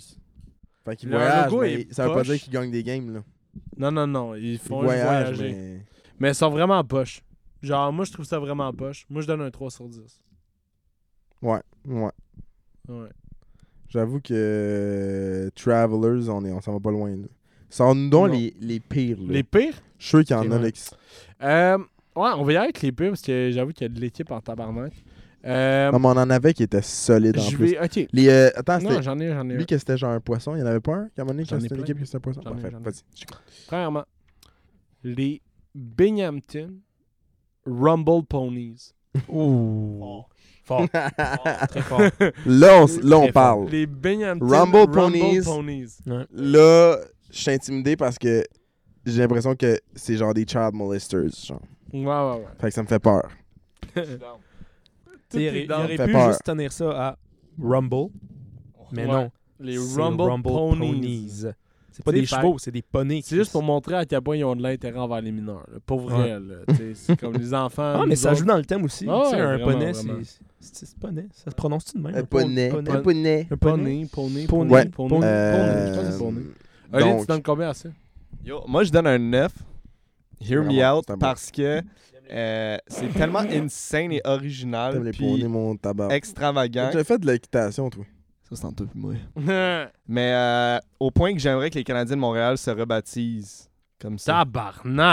[SPEAKER 2] Fait qu'ils
[SPEAKER 1] Le
[SPEAKER 2] voyagent,
[SPEAKER 1] logo
[SPEAKER 2] mais
[SPEAKER 1] est
[SPEAKER 2] ça veut pas
[SPEAKER 1] poche.
[SPEAKER 2] dire qu'ils gagnent des games, là.
[SPEAKER 1] Non, non, non. Ils
[SPEAKER 2] Ils
[SPEAKER 1] font juste
[SPEAKER 2] voyagent,
[SPEAKER 1] voyager. Mais...
[SPEAKER 2] mais...
[SPEAKER 1] ils sont vraiment poche. Genre, moi, je trouve ça vraiment poche. Moi, je donne un 3 sur 10.
[SPEAKER 2] Ouais, ouais.
[SPEAKER 1] Ouais.
[SPEAKER 2] J'avoue que euh, Travelers, on, est, on s'en va pas loin, là. Ça en nous donne
[SPEAKER 1] Non.
[SPEAKER 2] les, les pires, là.
[SPEAKER 1] Les pires
[SPEAKER 2] Je suis sûr qu'il y en
[SPEAKER 1] Ok,
[SPEAKER 2] a,
[SPEAKER 1] ouais.
[SPEAKER 2] là, qui s-
[SPEAKER 1] Euh, Ouais, on va y aller avec les pires parce que j'avoue qu'il y a de l'équipe en tabarnak. Euh,
[SPEAKER 2] Non, mais on en avait qui étaient solides, en
[SPEAKER 1] je
[SPEAKER 2] plus.
[SPEAKER 1] vais. Ok.
[SPEAKER 2] Les, euh, attends,
[SPEAKER 1] Non,
[SPEAKER 2] c'était
[SPEAKER 1] j'en ai, j'en ai. un.
[SPEAKER 2] lui que c'était genre un poisson. Il y en avait pas un, qui, à un moment donné,
[SPEAKER 1] J'en ai
[SPEAKER 2] que c'était une
[SPEAKER 1] plein.
[SPEAKER 2] équipe que c'était un poisson?
[SPEAKER 1] J'en ai,
[SPEAKER 2] Parfait,
[SPEAKER 1] j'en ai.
[SPEAKER 2] vas-y.
[SPEAKER 1] Premièrement, les Binghamton Rumble Ponies.
[SPEAKER 4] Ouh. Fort. Très fort.
[SPEAKER 2] Là, on, s- là, on
[SPEAKER 4] Très fort.
[SPEAKER 2] parle.
[SPEAKER 1] Les Binghamton
[SPEAKER 2] Rumble
[SPEAKER 1] Rumble
[SPEAKER 2] Ponies.
[SPEAKER 1] Ponies.
[SPEAKER 2] Là, je suis intimidé parce que j'ai l'impression que c'est genre des child molesters. Genre.
[SPEAKER 1] Ouais, ouais, ouais.
[SPEAKER 2] Fait que ça me fait peur.
[SPEAKER 1] Tout
[SPEAKER 4] Il
[SPEAKER 1] est
[SPEAKER 4] aurait, il
[SPEAKER 1] dans
[SPEAKER 4] aurait
[SPEAKER 2] Fait
[SPEAKER 4] pu
[SPEAKER 2] peur.
[SPEAKER 4] juste tenir ça à Rumble, mais
[SPEAKER 1] Ouais.
[SPEAKER 4] non.
[SPEAKER 1] les
[SPEAKER 4] c'est
[SPEAKER 1] Rumble, Ponies.
[SPEAKER 4] C'est pas
[SPEAKER 1] C'est
[SPEAKER 4] des
[SPEAKER 1] fait-
[SPEAKER 4] chevaux, c'est des poneys.
[SPEAKER 1] C'est juste pour montrer à quel point ils ont de l'intérêt envers les mineurs. là. Pour vrai, là. Tu sais, C'est comme les enfants.
[SPEAKER 4] Ah, mais
[SPEAKER 1] nous
[SPEAKER 4] ça
[SPEAKER 1] autres.
[SPEAKER 4] joue dans le thème aussi.
[SPEAKER 1] Ah
[SPEAKER 4] tu sais,
[SPEAKER 1] ouais,
[SPEAKER 4] un
[SPEAKER 1] vraiment,
[SPEAKER 4] poney,
[SPEAKER 1] vraiment.
[SPEAKER 4] c'est- c'est c'est poney. Ça se prononce-tu de même?
[SPEAKER 2] Un
[SPEAKER 4] pon-
[SPEAKER 2] poney. Un
[SPEAKER 4] poney?
[SPEAKER 2] poney.
[SPEAKER 4] Un poney?
[SPEAKER 1] Poney, poney, poney,
[SPEAKER 4] Poney,
[SPEAKER 1] poney,
[SPEAKER 4] ouais.
[SPEAKER 1] poney. Je pense que c'est poney.
[SPEAKER 2] Euh,
[SPEAKER 1] Olivier,
[SPEAKER 2] donc-
[SPEAKER 1] tu donnes combien à ça?
[SPEAKER 3] Yo, moi, je donne un 9. Hear me
[SPEAKER 2] Vraiment,
[SPEAKER 3] out
[SPEAKER 2] c'est un bon.
[SPEAKER 3] parce que euh, c'est tellement insane et original.
[SPEAKER 2] T'aimes les
[SPEAKER 3] puis
[SPEAKER 2] poneys, mon tabac.
[SPEAKER 3] extravagant.
[SPEAKER 2] J'ai fait de l'équitation, toi.
[SPEAKER 3] Ça, c'est un peu moi.
[SPEAKER 1] Tabarnak!
[SPEAKER 3] Mais euh, au point que j'aimerais que les Canadiens de Montréal se rebaptisent comme ça.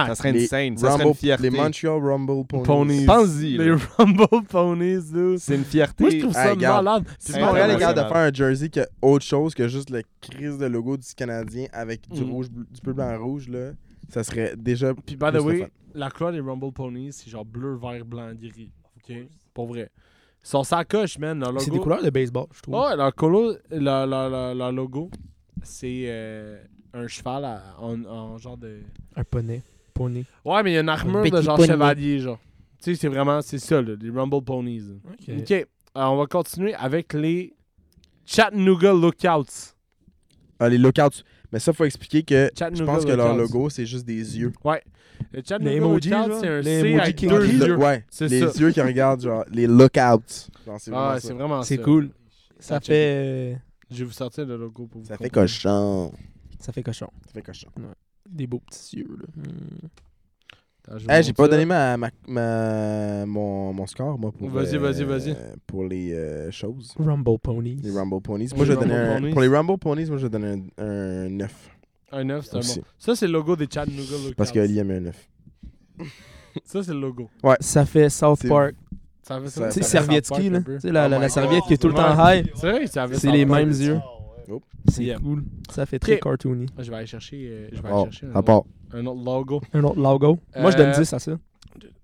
[SPEAKER 3] Ça serait
[SPEAKER 2] Les
[SPEAKER 3] insane. Ça serait une
[SPEAKER 2] Rumble-
[SPEAKER 3] fierté.
[SPEAKER 2] Les Montreal Rumble Ponies.
[SPEAKER 1] Ponies.
[SPEAKER 3] Pense-y.
[SPEAKER 1] Les
[SPEAKER 3] là.
[SPEAKER 1] Rumble Ponies, dude.
[SPEAKER 3] C'est une fierté.
[SPEAKER 1] Moi, je trouve ça
[SPEAKER 2] Hey, regarde.
[SPEAKER 1] malade.
[SPEAKER 2] Si
[SPEAKER 1] C'est
[SPEAKER 3] C'est
[SPEAKER 2] Montréal est
[SPEAKER 1] malade.
[SPEAKER 3] vraiment
[SPEAKER 2] capable de
[SPEAKER 3] malade.
[SPEAKER 2] faire un jersey qui a autre chose que juste le crise de logo du Canadien avec du
[SPEAKER 1] Mm.
[SPEAKER 2] rouge, bleu- du bleu blanc rouge, là, ça serait déjà.
[SPEAKER 1] Puis, by the
[SPEAKER 2] plus le
[SPEAKER 1] way,
[SPEAKER 2] fun.
[SPEAKER 1] la couleur des Rumble Ponies, c'est genre bleu, vert, blanc, gris. OK? Pour vrai. Ils sont sacoches, man. Leur logo.
[SPEAKER 4] C'est
[SPEAKER 1] Ah.
[SPEAKER 4] des couleurs de baseball, je trouve.
[SPEAKER 1] Ouais, leur, colo- leur- leur- leur- leur logo, c'est euh, un cheval à- en, en genre de.
[SPEAKER 4] Un poney. Poney.
[SPEAKER 1] Ouais, mais il y a une armure de
[SPEAKER 4] petit
[SPEAKER 1] genre
[SPEAKER 4] poney.
[SPEAKER 1] chevalier, genre. Tu sais, c'est vraiment. C'est ça, là, les Rumble Ponies. là. Ok, alors on va continuer avec les Chattanooga Lookouts.
[SPEAKER 2] Ah, les lookouts. Mais ça, faut expliquer que je
[SPEAKER 1] Chattanooga
[SPEAKER 2] pense que leur
[SPEAKER 1] Lookouts.
[SPEAKER 2] logo, c'est juste des yeux.
[SPEAKER 1] Le Chattanooga
[SPEAKER 4] Les emojis,
[SPEAKER 1] Lookouts,
[SPEAKER 4] genre.
[SPEAKER 1] c'est un
[SPEAKER 4] Les
[SPEAKER 1] C
[SPEAKER 4] emojis
[SPEAKER 1] avec
[SPEAKER 4] qui-
[SPEAKER 1] deux
[SPEAKER 4] qui-
[SPEAKER 1] yeux.
[SPEAKER 2] Ouais,
[SPEAKER 1] C'est
[SPEAKER 2] les
[SPEAKER 1] ça.
[SPEAKER 2] yeux qui regardent, genre, les lookouts. Genre, c'est vraiment
[SPEAKER 1] Ah,
[SPEAKER 2] ça.
[SPEAKER 1] c'est vraiment
[SPEAKER 4] C'est
[SPEAKER 1] ça.
[SPEAKER 4] cool. Ça
[SPEAKER 1] Ah, check.
[SPEAKER 4] fait... euh,
[SPEAKER 1] Je vais vous sortir le logo pour vous.
[SPEAKER 2] Ça fait
[SPEAKER 1] comprendre.
[SPEAKER 2] cochon.
[SPEAKER 4] Ça fait cochon.
[SPEAKER 2] Ça fait cochon.
[SPEAKER 4] Des beaux petits yeux, là. Hmm.
[SPEAKER 1] Attends, Ah, je vous
[SPEAKER 2] Hey, Eh, j'ai
[SPEAKER 1] montre
[SPEAKER 2] pas
[SPEAKER 1] ça.
[SPEAKER 2] donné ma, ma, ma- mon, mon score, moi, pour, euh,
[SPEAKER 1] Vas-y, vas-y, vas-y.
[SPEAKER 2] pour les euh, choses.
[SPEAKER 4] Rumble Ponies.
[SPEAKER 2] Les Rumble Ponies.
[SPEAKER 1] Les
[SPEAKER 2] Moi, je vais
[SPEAKER 1] Rumble
[SPEAKER 2] donner un-
[SPEAKER 1] Ponies.
[SPEAKER 2] Pour les Rumble Ponies, moi, je vais donner un, un 9.
[SPEAKER 1] Un 9, c'est un
[SPEAKER 2] Aussi.
[SPEAKER 1] bon. Ça, c'est le logo des Chattanooga Lookouts.
[SPEAKER 2] Parce que Ali aime un 9.
[SPEAKER 1] Ça, c'est le logo.
[SPEAKER 4] Ça fait South
[SPEAKER 2] C'est-
[SPEAKER 4] Park.
[SPEAKER 1] Ça fait
[SPEAKER 2] Ça
[SPEAKER 1] ça.
[SPEAKER 4] Tu sais,
[SPEAKER 1] ça fait
[SPEAKER 2] fait
[SPEAKER 4] serviette
[SPEAKER 1] South Park
[SPEAKER 4] ski,
[SPEAKER 1] un
[SPEAKER 4] là.
[SPEAKER 1] peu.
[SPEAKER 4] Tu sais, la, la, la
[SPEAKER 1] my
[SPEAKER 4] serviette qui est tout le temps
[SPEAKER 1] God.
[SPEAKER 4] high.
[SPEAKER 1] C'est vrai que ça fait
[SPEAKER 4] C'est
[SPEAKER 1] South
[SPEAKER 4] les
[SPEAKER 1] Park.
[SPEAKER 4] mêmes yeux. C'est
[SPEAKER 1] Yeah.
[SPEAKER 4] cool. Ça fait très
[SPEAKER 1] Ok.
[SPEAKER 4] cartoony.
[SPEAKER 1] Je vais aller chercher, euh, je vais aller
[SPEAKER 2] Oh,
[SPEAKER 1] chercher un,
[SPEAKER 2] à
[SPEAKER 1] autre,
[SPEAKER 2] part.
[SPEAKER 1] un autre logo.
[SPEAKER 4] Un autre logo. Moi, je donne
[SPEAKER 1] Euh,
[SPEAKER 4] 10 à ça.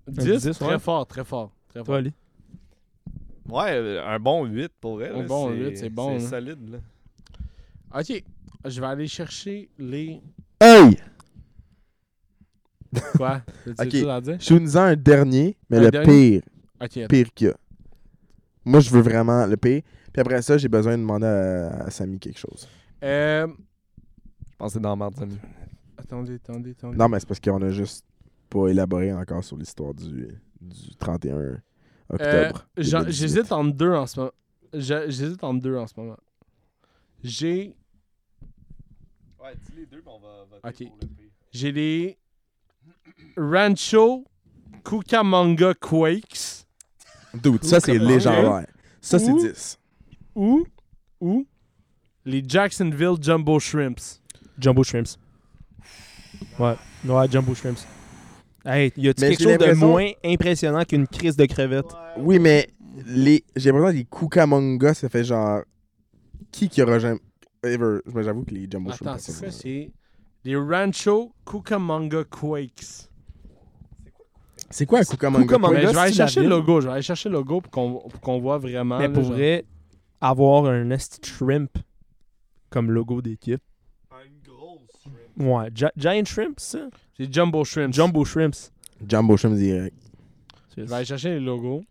[SPEAKER 1] 10,
[SPEAKER 4] 10,
[SPEAKER 1] très
[SPEAKER 4] ouais.
[SPEAKER 1] fort, très fort. Très fort.
[SPEAKER 4] Toi, Ali.
[SPEAKER 3] Ouais, euh, un bon 8 pour elle.
[SPEAKER 1] Un
[SPEAKER 3] là,
[SPEAKER 1] bon 8, c'est bon,
[SPEAKER 3] C'est
[SPEAKER 1] hein.
[SPEAKER 3] solide, là.
[SPEAKER 1] Ok, je vais aller chercher les.
[SPEAKER 2] Hey!
[SPEAKER 1] Quoi
[SPEAKER 2] Ok.
[SPEAKER 1] Tu l'as dit
[SPEAKER 2] Choune-en un dernier, mais
[SPEAKER 1] Un
[SPEAKER 2] le
[SPEAKER 1] dernier?
[SPEAKER 2] pire.
[SPEAKER 1] Ok, attends.
[SPEAKER 2] Pire qu'il y a. Moi, je veux vraiment le pire. Puis après ça, j'ai besoin de demander à, à Samy quelque chose.
[SPEAKER 1] Euh,
[SPEAKER 3] Je pense que c'est dans Marthe Samy.
[SPEAKER 1] Attendez, attendez, attendez.
[SPEAKER 2] Non, mais c'est parce qu'on a juste pas élaboré encore sur l'histoire du, du 31
[SPEAKER 1] Euh,
[SPEAKER 2] octobre.
[SPEAKER 1] j'en-
[SPEAKER 2] 2018.
[SPEAKER 1] J'hésite entre deux en ce moment. Je- J'hésite entre deux en ce moment. J'ai
[SPEAKER 3] Ouais, dis les deux, mais on va voter
[SPEAKER 1] Ok. pour
[SPEAKER 3] le pire.
[SPEAKER 1] j'ai les Rancho Cucamonga Quakes
[SPEAKER 2] Dude, ça, c'est
[SPEAKER 1] Comment?
[SPEAKER 2] légendaire. Ça, c'est
[SPEAKER 1] Ou-
[SPEAKER 2] 10.
[SPEAKER 1] ou ou les Jacksonville Jumbo Shrimps.
[SPEAKER 4] Jumbo Shrimps. Ouais. Ouais, Jumbo Shrimps. Hey, y a-tu
[SPEAKER 2] Mais
[SPEAKER 4] quelque
[SPEAKER 2] j'ai
[SPEAKER 4] chose de
[SPEAKER 2] l'impression-
[SPEAKER 4] moins impressionnant qu'une crise de crevettes?
[SPEAKER 2] Oui, mais les... j'ai l'impression que les Kukamonga, ça fait genre. Qui qui aura jamais. Ever. Mais J'avoue que les Jumbo Shrimp,
[SPEAKER 1] Attends, c'est
[SPEAKER 2] personne
[SPEAKER 1] quoi
[SPEAKER 2] n'aura.
[SPEAKER 1] c'est les Rancho Cucamonga Quakes.
[SPEAKER 2] C'est quoi un Kukamonga?
[SPEAKER 4] Cucamonga,
[SPEAKER 1] Mais Ben, je vais aller
[SPEAKER 4] c'est la
[SPEAKER 1] chercher le
[SPEAKER 4] ville.
[SPEAKER 1] logo, je vais aller chercher le logo pour qu'on pour qu'on voit vraiment.
[SPEAKER 4] Mais
[SPEAKER 1] là,
[SPEAKER 4] pour
[SPEAKER 1] genre.
[SPEAKER 4] vrai, avoir un esti de shrimp comme logo d'équipe. Une grosse shrimp. Ouais, Gi- giant shrimp, ça?
[SPEAKER 1] c'est Jumbo Shrimps.
[SPEAKER 4] Jumbo shrimps.
[SPEAKER 2] Jumbo Shrimp direct.
[SPEAKER 1] Je vais aller chercher les logos.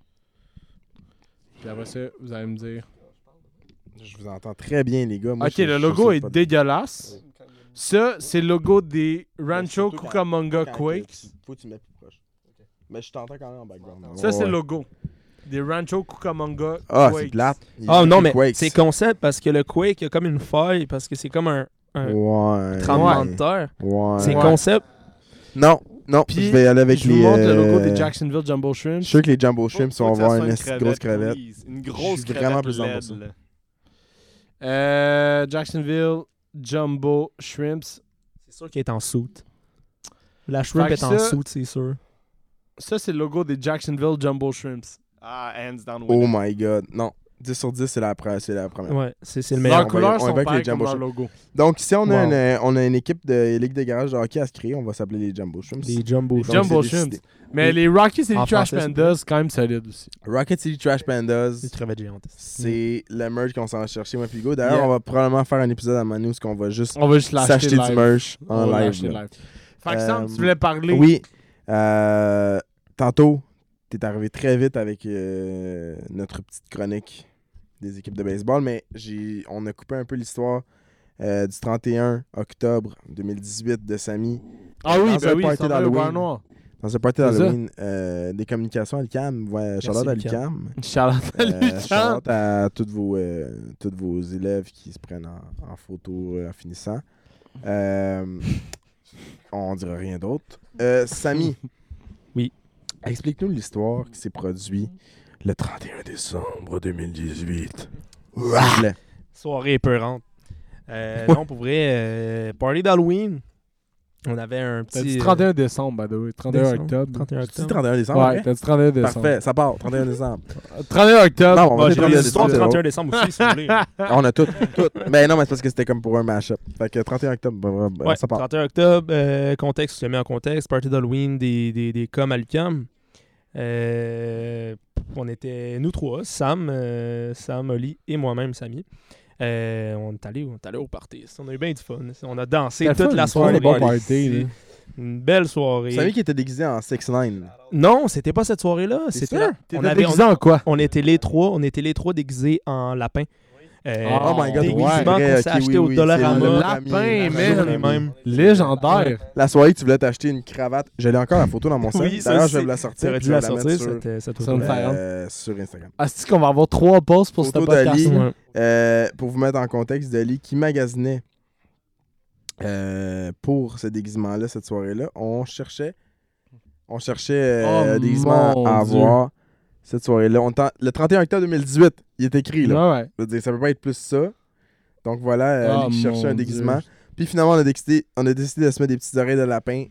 [SPEAKER 1] Puis après ça, vous allez me dire.
[SPEAKER 2] Je vous entends très bien, les gars. Moi,
[SPEAKER 1] ok,
[SPEAKER 2] je-
[SPEAKER 1] le
[SPEAKER 2] je
[SPEAKER 1] logo
[SPEAKER 2] sais
[SPEAKER 1] est
[SPEAKER 2] pas.
[SPEAKER 1] dégueulasse. Ça, c'est le logo des Rancho
[SPEAKER 2] surtout quand-
[SPEAKER 1] Cucamonga Quakes.
[SPEAKER 2] Faut que tu le mettes plus proche. Mais je t'entends quand même en background.
[SPEAKER 1] Ça, c'est le logo. Des Rancho Cucamonga
[SPEAKER 2] Ah, c'est
[SPEAKER 1] Quakes.
[SPEAKER 2] plate.
[SPEAKER 4] Ah non, mais
[SPEAKER 2] Quakes.
[SPEAKER 4] c'est concept parce que le Quake, il y a comme une faille parce que c'est comme un, un
[SPEAKER 2] Ouais.
[SPEAKER 4] tremblement de terre.
[SPEAKER 2] Ouais.
[SPEAKER 4] C'est
[SPEAKER 1] Ouais.
[SPEAKER 4] concept.
[SPEAKER 2] Non, non,
[SPEAKER 1] Puis,
[SPEAKER 2] je vais aller avec
[SPEAKER 1] Je
[SPEAKER 2] les.
[SPEAKER 1] vous montre le logo
[SPEAKER 2] euh,
[SPEAKER 1] des Oh, Jacksonville Jumbo
[SPEAKER 2] Je
[SPEAKER 1] Shrimp.
[SPEAKER 2] suis sûr que les Jumbo Shrimps
[SPEAKER 3] Faut
[SPEAKER 2] vont
[SPEAKER 3] que ça
[SPEAKER 2] avoir
[SPEAKER 3] soit
[SPEAKER 2] une esti de grosse crevette.
[SPEAKER 3] please. Une grosse
[SPEAKER 2] suis
[SPEAKER 3] crevette.
[SPEAKER 2] vraiment plus dans
[SPEAKER 3] LED,
[SPEAKER 2] pour ça.
[SPEAKER 3] là.
[SPEAKER 1] Euh, Jacksonville Jumbo Shrimps.
[SPEAKER 4] C'est sûr qu'il est en soute. La shrimp
[SPEAKER 1] Fait
[SPEAKER 4] est
[SPEAKER 1] que
[SPEAKER 4] en
[SPEAKER 1] ça-
[SPEAKER 4] soute, c'est sûr.
[SPEAKER 1] Ça, c'est le logo des Jacksonville Jumbo Shrimps.
[SPEAKER 3] Ah, hands down.
[SPEAKER 2] Oh
[SPEAKER 3] winner.
[SPEAKER 2] my god. Non. 10 sur 10, c'est la, pre- c'est la première.
[SPEAKER 4] Ouais, c'est c'est le
[SPEAKER 1] Leurs
[SPEAKER 4] meilleur.
[SPEAKER 2] on va- on
[SPEAKER 1] couleurs
[SPEAKER 2] va
[SPEAKER 1] sont
[SPEAKER 2] avec les
[SPEAKER 1] pareilles comme
[SPEAKER 2] Jumbo
[SPEAKER 1] leur
[SPEAKER 2] Shrimp.
[SPEAKER 1] logo.
[SPEAKER 2] Donc, si on a,
[SPEAKER 4] Wow.
[SPEAKER 2] une, euh, on a une équipe de Ligue de garage de hockey à se créer, on va s'appeler les Jumbo Shrimps.
[SPEAKER 4] Des jumbo
[SPEAKER 1] Les
[SPEAKER 4] shrimps.
[SPEAKER 1] Jumbo
[SPEAKER 2] c'est
[SPEAKER 1] Shrimps.
[SPEAKER 2] décidé.
[SPEAKER 1] Mais les Rockies et les
[SPEAKER 4] En
[SPEAKER 1] Trash
[SPEAKER 4] français, c'est
[SPEAKER 1] Pandas, quand même solide aussi.
[SPEAKER 2] Rocket City Trash Pandas,
[SPEAKER 4] C'est crevettes géantes.
[SPEAKER 2] c'est le merch qu'on s'en va chercher, moi, puis Hugo. D'ailleurs,
[SPEAKER 1] Yeah.
[SPEAKER 2] on va probablement faire un épisode à Manu où on va juste
[SPEAKER 1] On va juste l'acheter
[SPEAKER 2] s'acheter du
[SPEAKER 1] live.
[SPEAKER 2] merch en
[SPEAKER 1] On va
[SPEAKER 2] live.
[SPEAKER 1] l'acheter
[SPEAKER 2] là.
[SPEAKER 1] live. Fait que Sam,
[SPEAKER 2] Euh,
[SPEAKER 1] tu voulais parler.
[SPEAKER 2] Oui. Euh, tantôt, t'es arrivé très vite avec euh, notre petite chronique des équipes de baseball, mais j'ai, on a coupé un peu l'histoire euh, du 31 octobre 2018 de Samy
[SPEAKER 1] Ah oui,
[SPEAKER 2] dans
[SPEAKER 1] ben
[SPEAKER 2] un
[SPEAKER 1] oui,
[SPEAKER 2] party
[SPEAKER 1] c'est le bar
[SPEAKER 2] d'Halloween.
[SPEAKER 1] noir.
[SPEAKER 2] dans ce party
[SPEAKER 1] C'est ça.
[SPEAKER 2] d'Halloween euh, des communications à l'UQAM. Ouais, Charlotte à l'UQAM.
[SPEAKER 1] Charlotte à
[SPEAKER 2] Euh,
[SPEAKER 1] Luchan.
[SPEAKER 2] shout-out à tous vos, euh, toutes vos élèves qui se prennent en, en photo euh, en finissant. Euh, on dira rien d'autre. Euh, Samy.
[SPEAKER 4] Oui.
[SPEAKER 2] Explique-nous l'histoire qui s'est produite le 31 décembre 2018. S'il vous plaît.
[SPEAKER 4] Soirée épeurante. Euh, non, pour vrai, euh, party d'Halloween. On avait un
[SPEAKER 1] T'as
[SPEAKER 4] petit.
[SPEAKER 1] dit
[SPEAKER 4] euh,
[SPEAKER 1] 31 décembre, by the way. 31
[SPEAKER 4] décembre,
[SPEAKER 1] octobre.
[SPEAKER 4] 31
[SPEAKER 2] Tu dis
[SPEAKER 4] octobre.
[SPEAKER 2] 31 décembre?
[SPEAKER 1] Ouais,
[SPEAKER 2] après?
[SPEAKER 1] t'as dit 31 décembre.
[SPEAKER 2] Parfait, ça part. 31 décembre.
[SPEAKER 1] 31 octobre.
[SPEAKER 2] Non, on va
[SPEAKER 4] Bah,
[SPEAKER 2] dire
[SPEAKER 4] j'ai des
[SPEAKER 2] 31 décembre.
[SPEAKER 4] histoires du
[SPEAKER 2] c'est
[SPEAKER 4] 31
[SPEAKER 2] drôle.
[SPEAKER 4] décembre aussi, si vous voulez.
[SPEAKER 2] Ah, On a tout. tout. Mais non, mais c'est parce que c'était comme pour un match-up. Fait que 31 octobre, bah, bah,
[SPEAKER 4] Ouais,
[SPEAKER 2] ça part.
[SPEAKER 4] 31 octobre, euh, contexte, je te mets en contexte, party d'Halloween des, des, des coms à l'UQAM. Euh, on était nous trois, Sam, euh, Sam, Oli et moi-même, Samy. Euh, on, est allé, on est allé au party. On a eu bien du fun. On a dansé
[SPEAKER 1] C'était
[SPEAKER 4] toute
[SPEAKER 1] fun,
[SPEAKER 4] la
[SPEAKER 1] une
[SPEAKER 4] soirée.
[SPEAKER 1] soirée bon
[SPEAKER 4] C'est
[SPEAKER 1] party, là.
[SPEAKER 4] Une belle
[SPEAKER 2] Vous savez
[SPEAKER 4] soirée.
[SPEAKER 2] qui était déguisé en 6ix9ine?
[SPEAKER 4] Non, c'était pas cette soirée-là.
[SPEAKER 2] T'es
[SPEAKER 4] C'était
[SPEAKER 2] sûr?
[SPEAKER 4] la- on,
[SPEAKER 1] T'étais
[SPEAKER 4] avait, on,
[SPEAKER 1] déguisé en quoi?
[SPEAKER 4] on était les trois, on était les trois déguisés en lapin. Euh,
[SPEAKER 1] Ah,
[SPEAKER 2] Oh my
[SPEAKER 1] ouais.
[SPEAKER 2] god, oui, c'est vrai,
[SPEAKER 4] Déguisement qu'on s'est
[SPEAKER 2] ok,
[SPEAKER 4] acheté
[SPEAKER 2] oui,
[SPEAKER 4] au
[SPEAKER 2] oui,
[SPEAKER 4] Dollarama.
[SPEAKER 2] c'est le
[SPEAKER 1] Lapin,
[SPEAKER 2] premier,
[SPEAKER 1] man.
[SPEAKER 2] journée même.
[SPEAKER 1] Légendaire.
[SPEAKER 2] La soirée, tu voulais t'acheter une cravate. Je l'ai encore la photo dans mon sac.
[SPEAKER 4] Oui, ça,
[SPEAKER 2] D'ailleurs, je
[SPEAKER 4] c'est-
[SPEAKER 2] vais vous la
[SPEAKER 4] Tu
[SPEAKER 2] sortir.
[SPEAKER 4] aurais
[SPEAKER 2] puis
[SPEAKER 4] dû
[SPEAKER 2] Je vais
[SPEAKER 4] la
[SPEAKER 2] la mettre
[SPEAKER 4] sortir,
[SPEAKER 2] sur,
[SPEAKER 4] cette, cette
[SPEAKER 1] Ça me fait
[SPEAKER 4] photo-là.
[SPEAKER 2] euh, sur Instagram.
[SPEAKER 1] Est-ce qu'on va avoir trois posts pour ce
[SPEAKER 2] Photo
[SPEAKER 1] podcast?
[SPEAKER 2] d'Ali.
[SPEAKER 1] là?
[SPEAKER 4] Ouais.
[SPEAKER 2] Euh, pour vous mettre en contexte, Dali qui magasinait euh, pour ce déguisement-là, cette soirée-là, on cherchait, on cherchait euh,
[SPEAKER 1] Oh,
[SPEAKER 2] déguisement
[SPEAKER 1] mon
[SPEAKER 2] à
[SPEAKER 1] Dieu.
[SPEAKER 2] avoir cette soirée-là. On t'en- le 31 octobre 2018, il est écrit là.
[SPEAKER 1] Ouais, ouais.
[SPEAKER 2] Je veux dire, ça peut pas être plus ça. Donc voilà, euh,
[SPEAKER 1] Ah,
[SPEAKER 2] Ali qui cherchait
[SPEAKER 1] mon
[SPEAKER 2] un déguisement.
[SPEAKER 1] Dieu.
[SPEAKER 2] Puis finalement, on a décidé, on a décidé de se mettre des petites oreilles de lapin.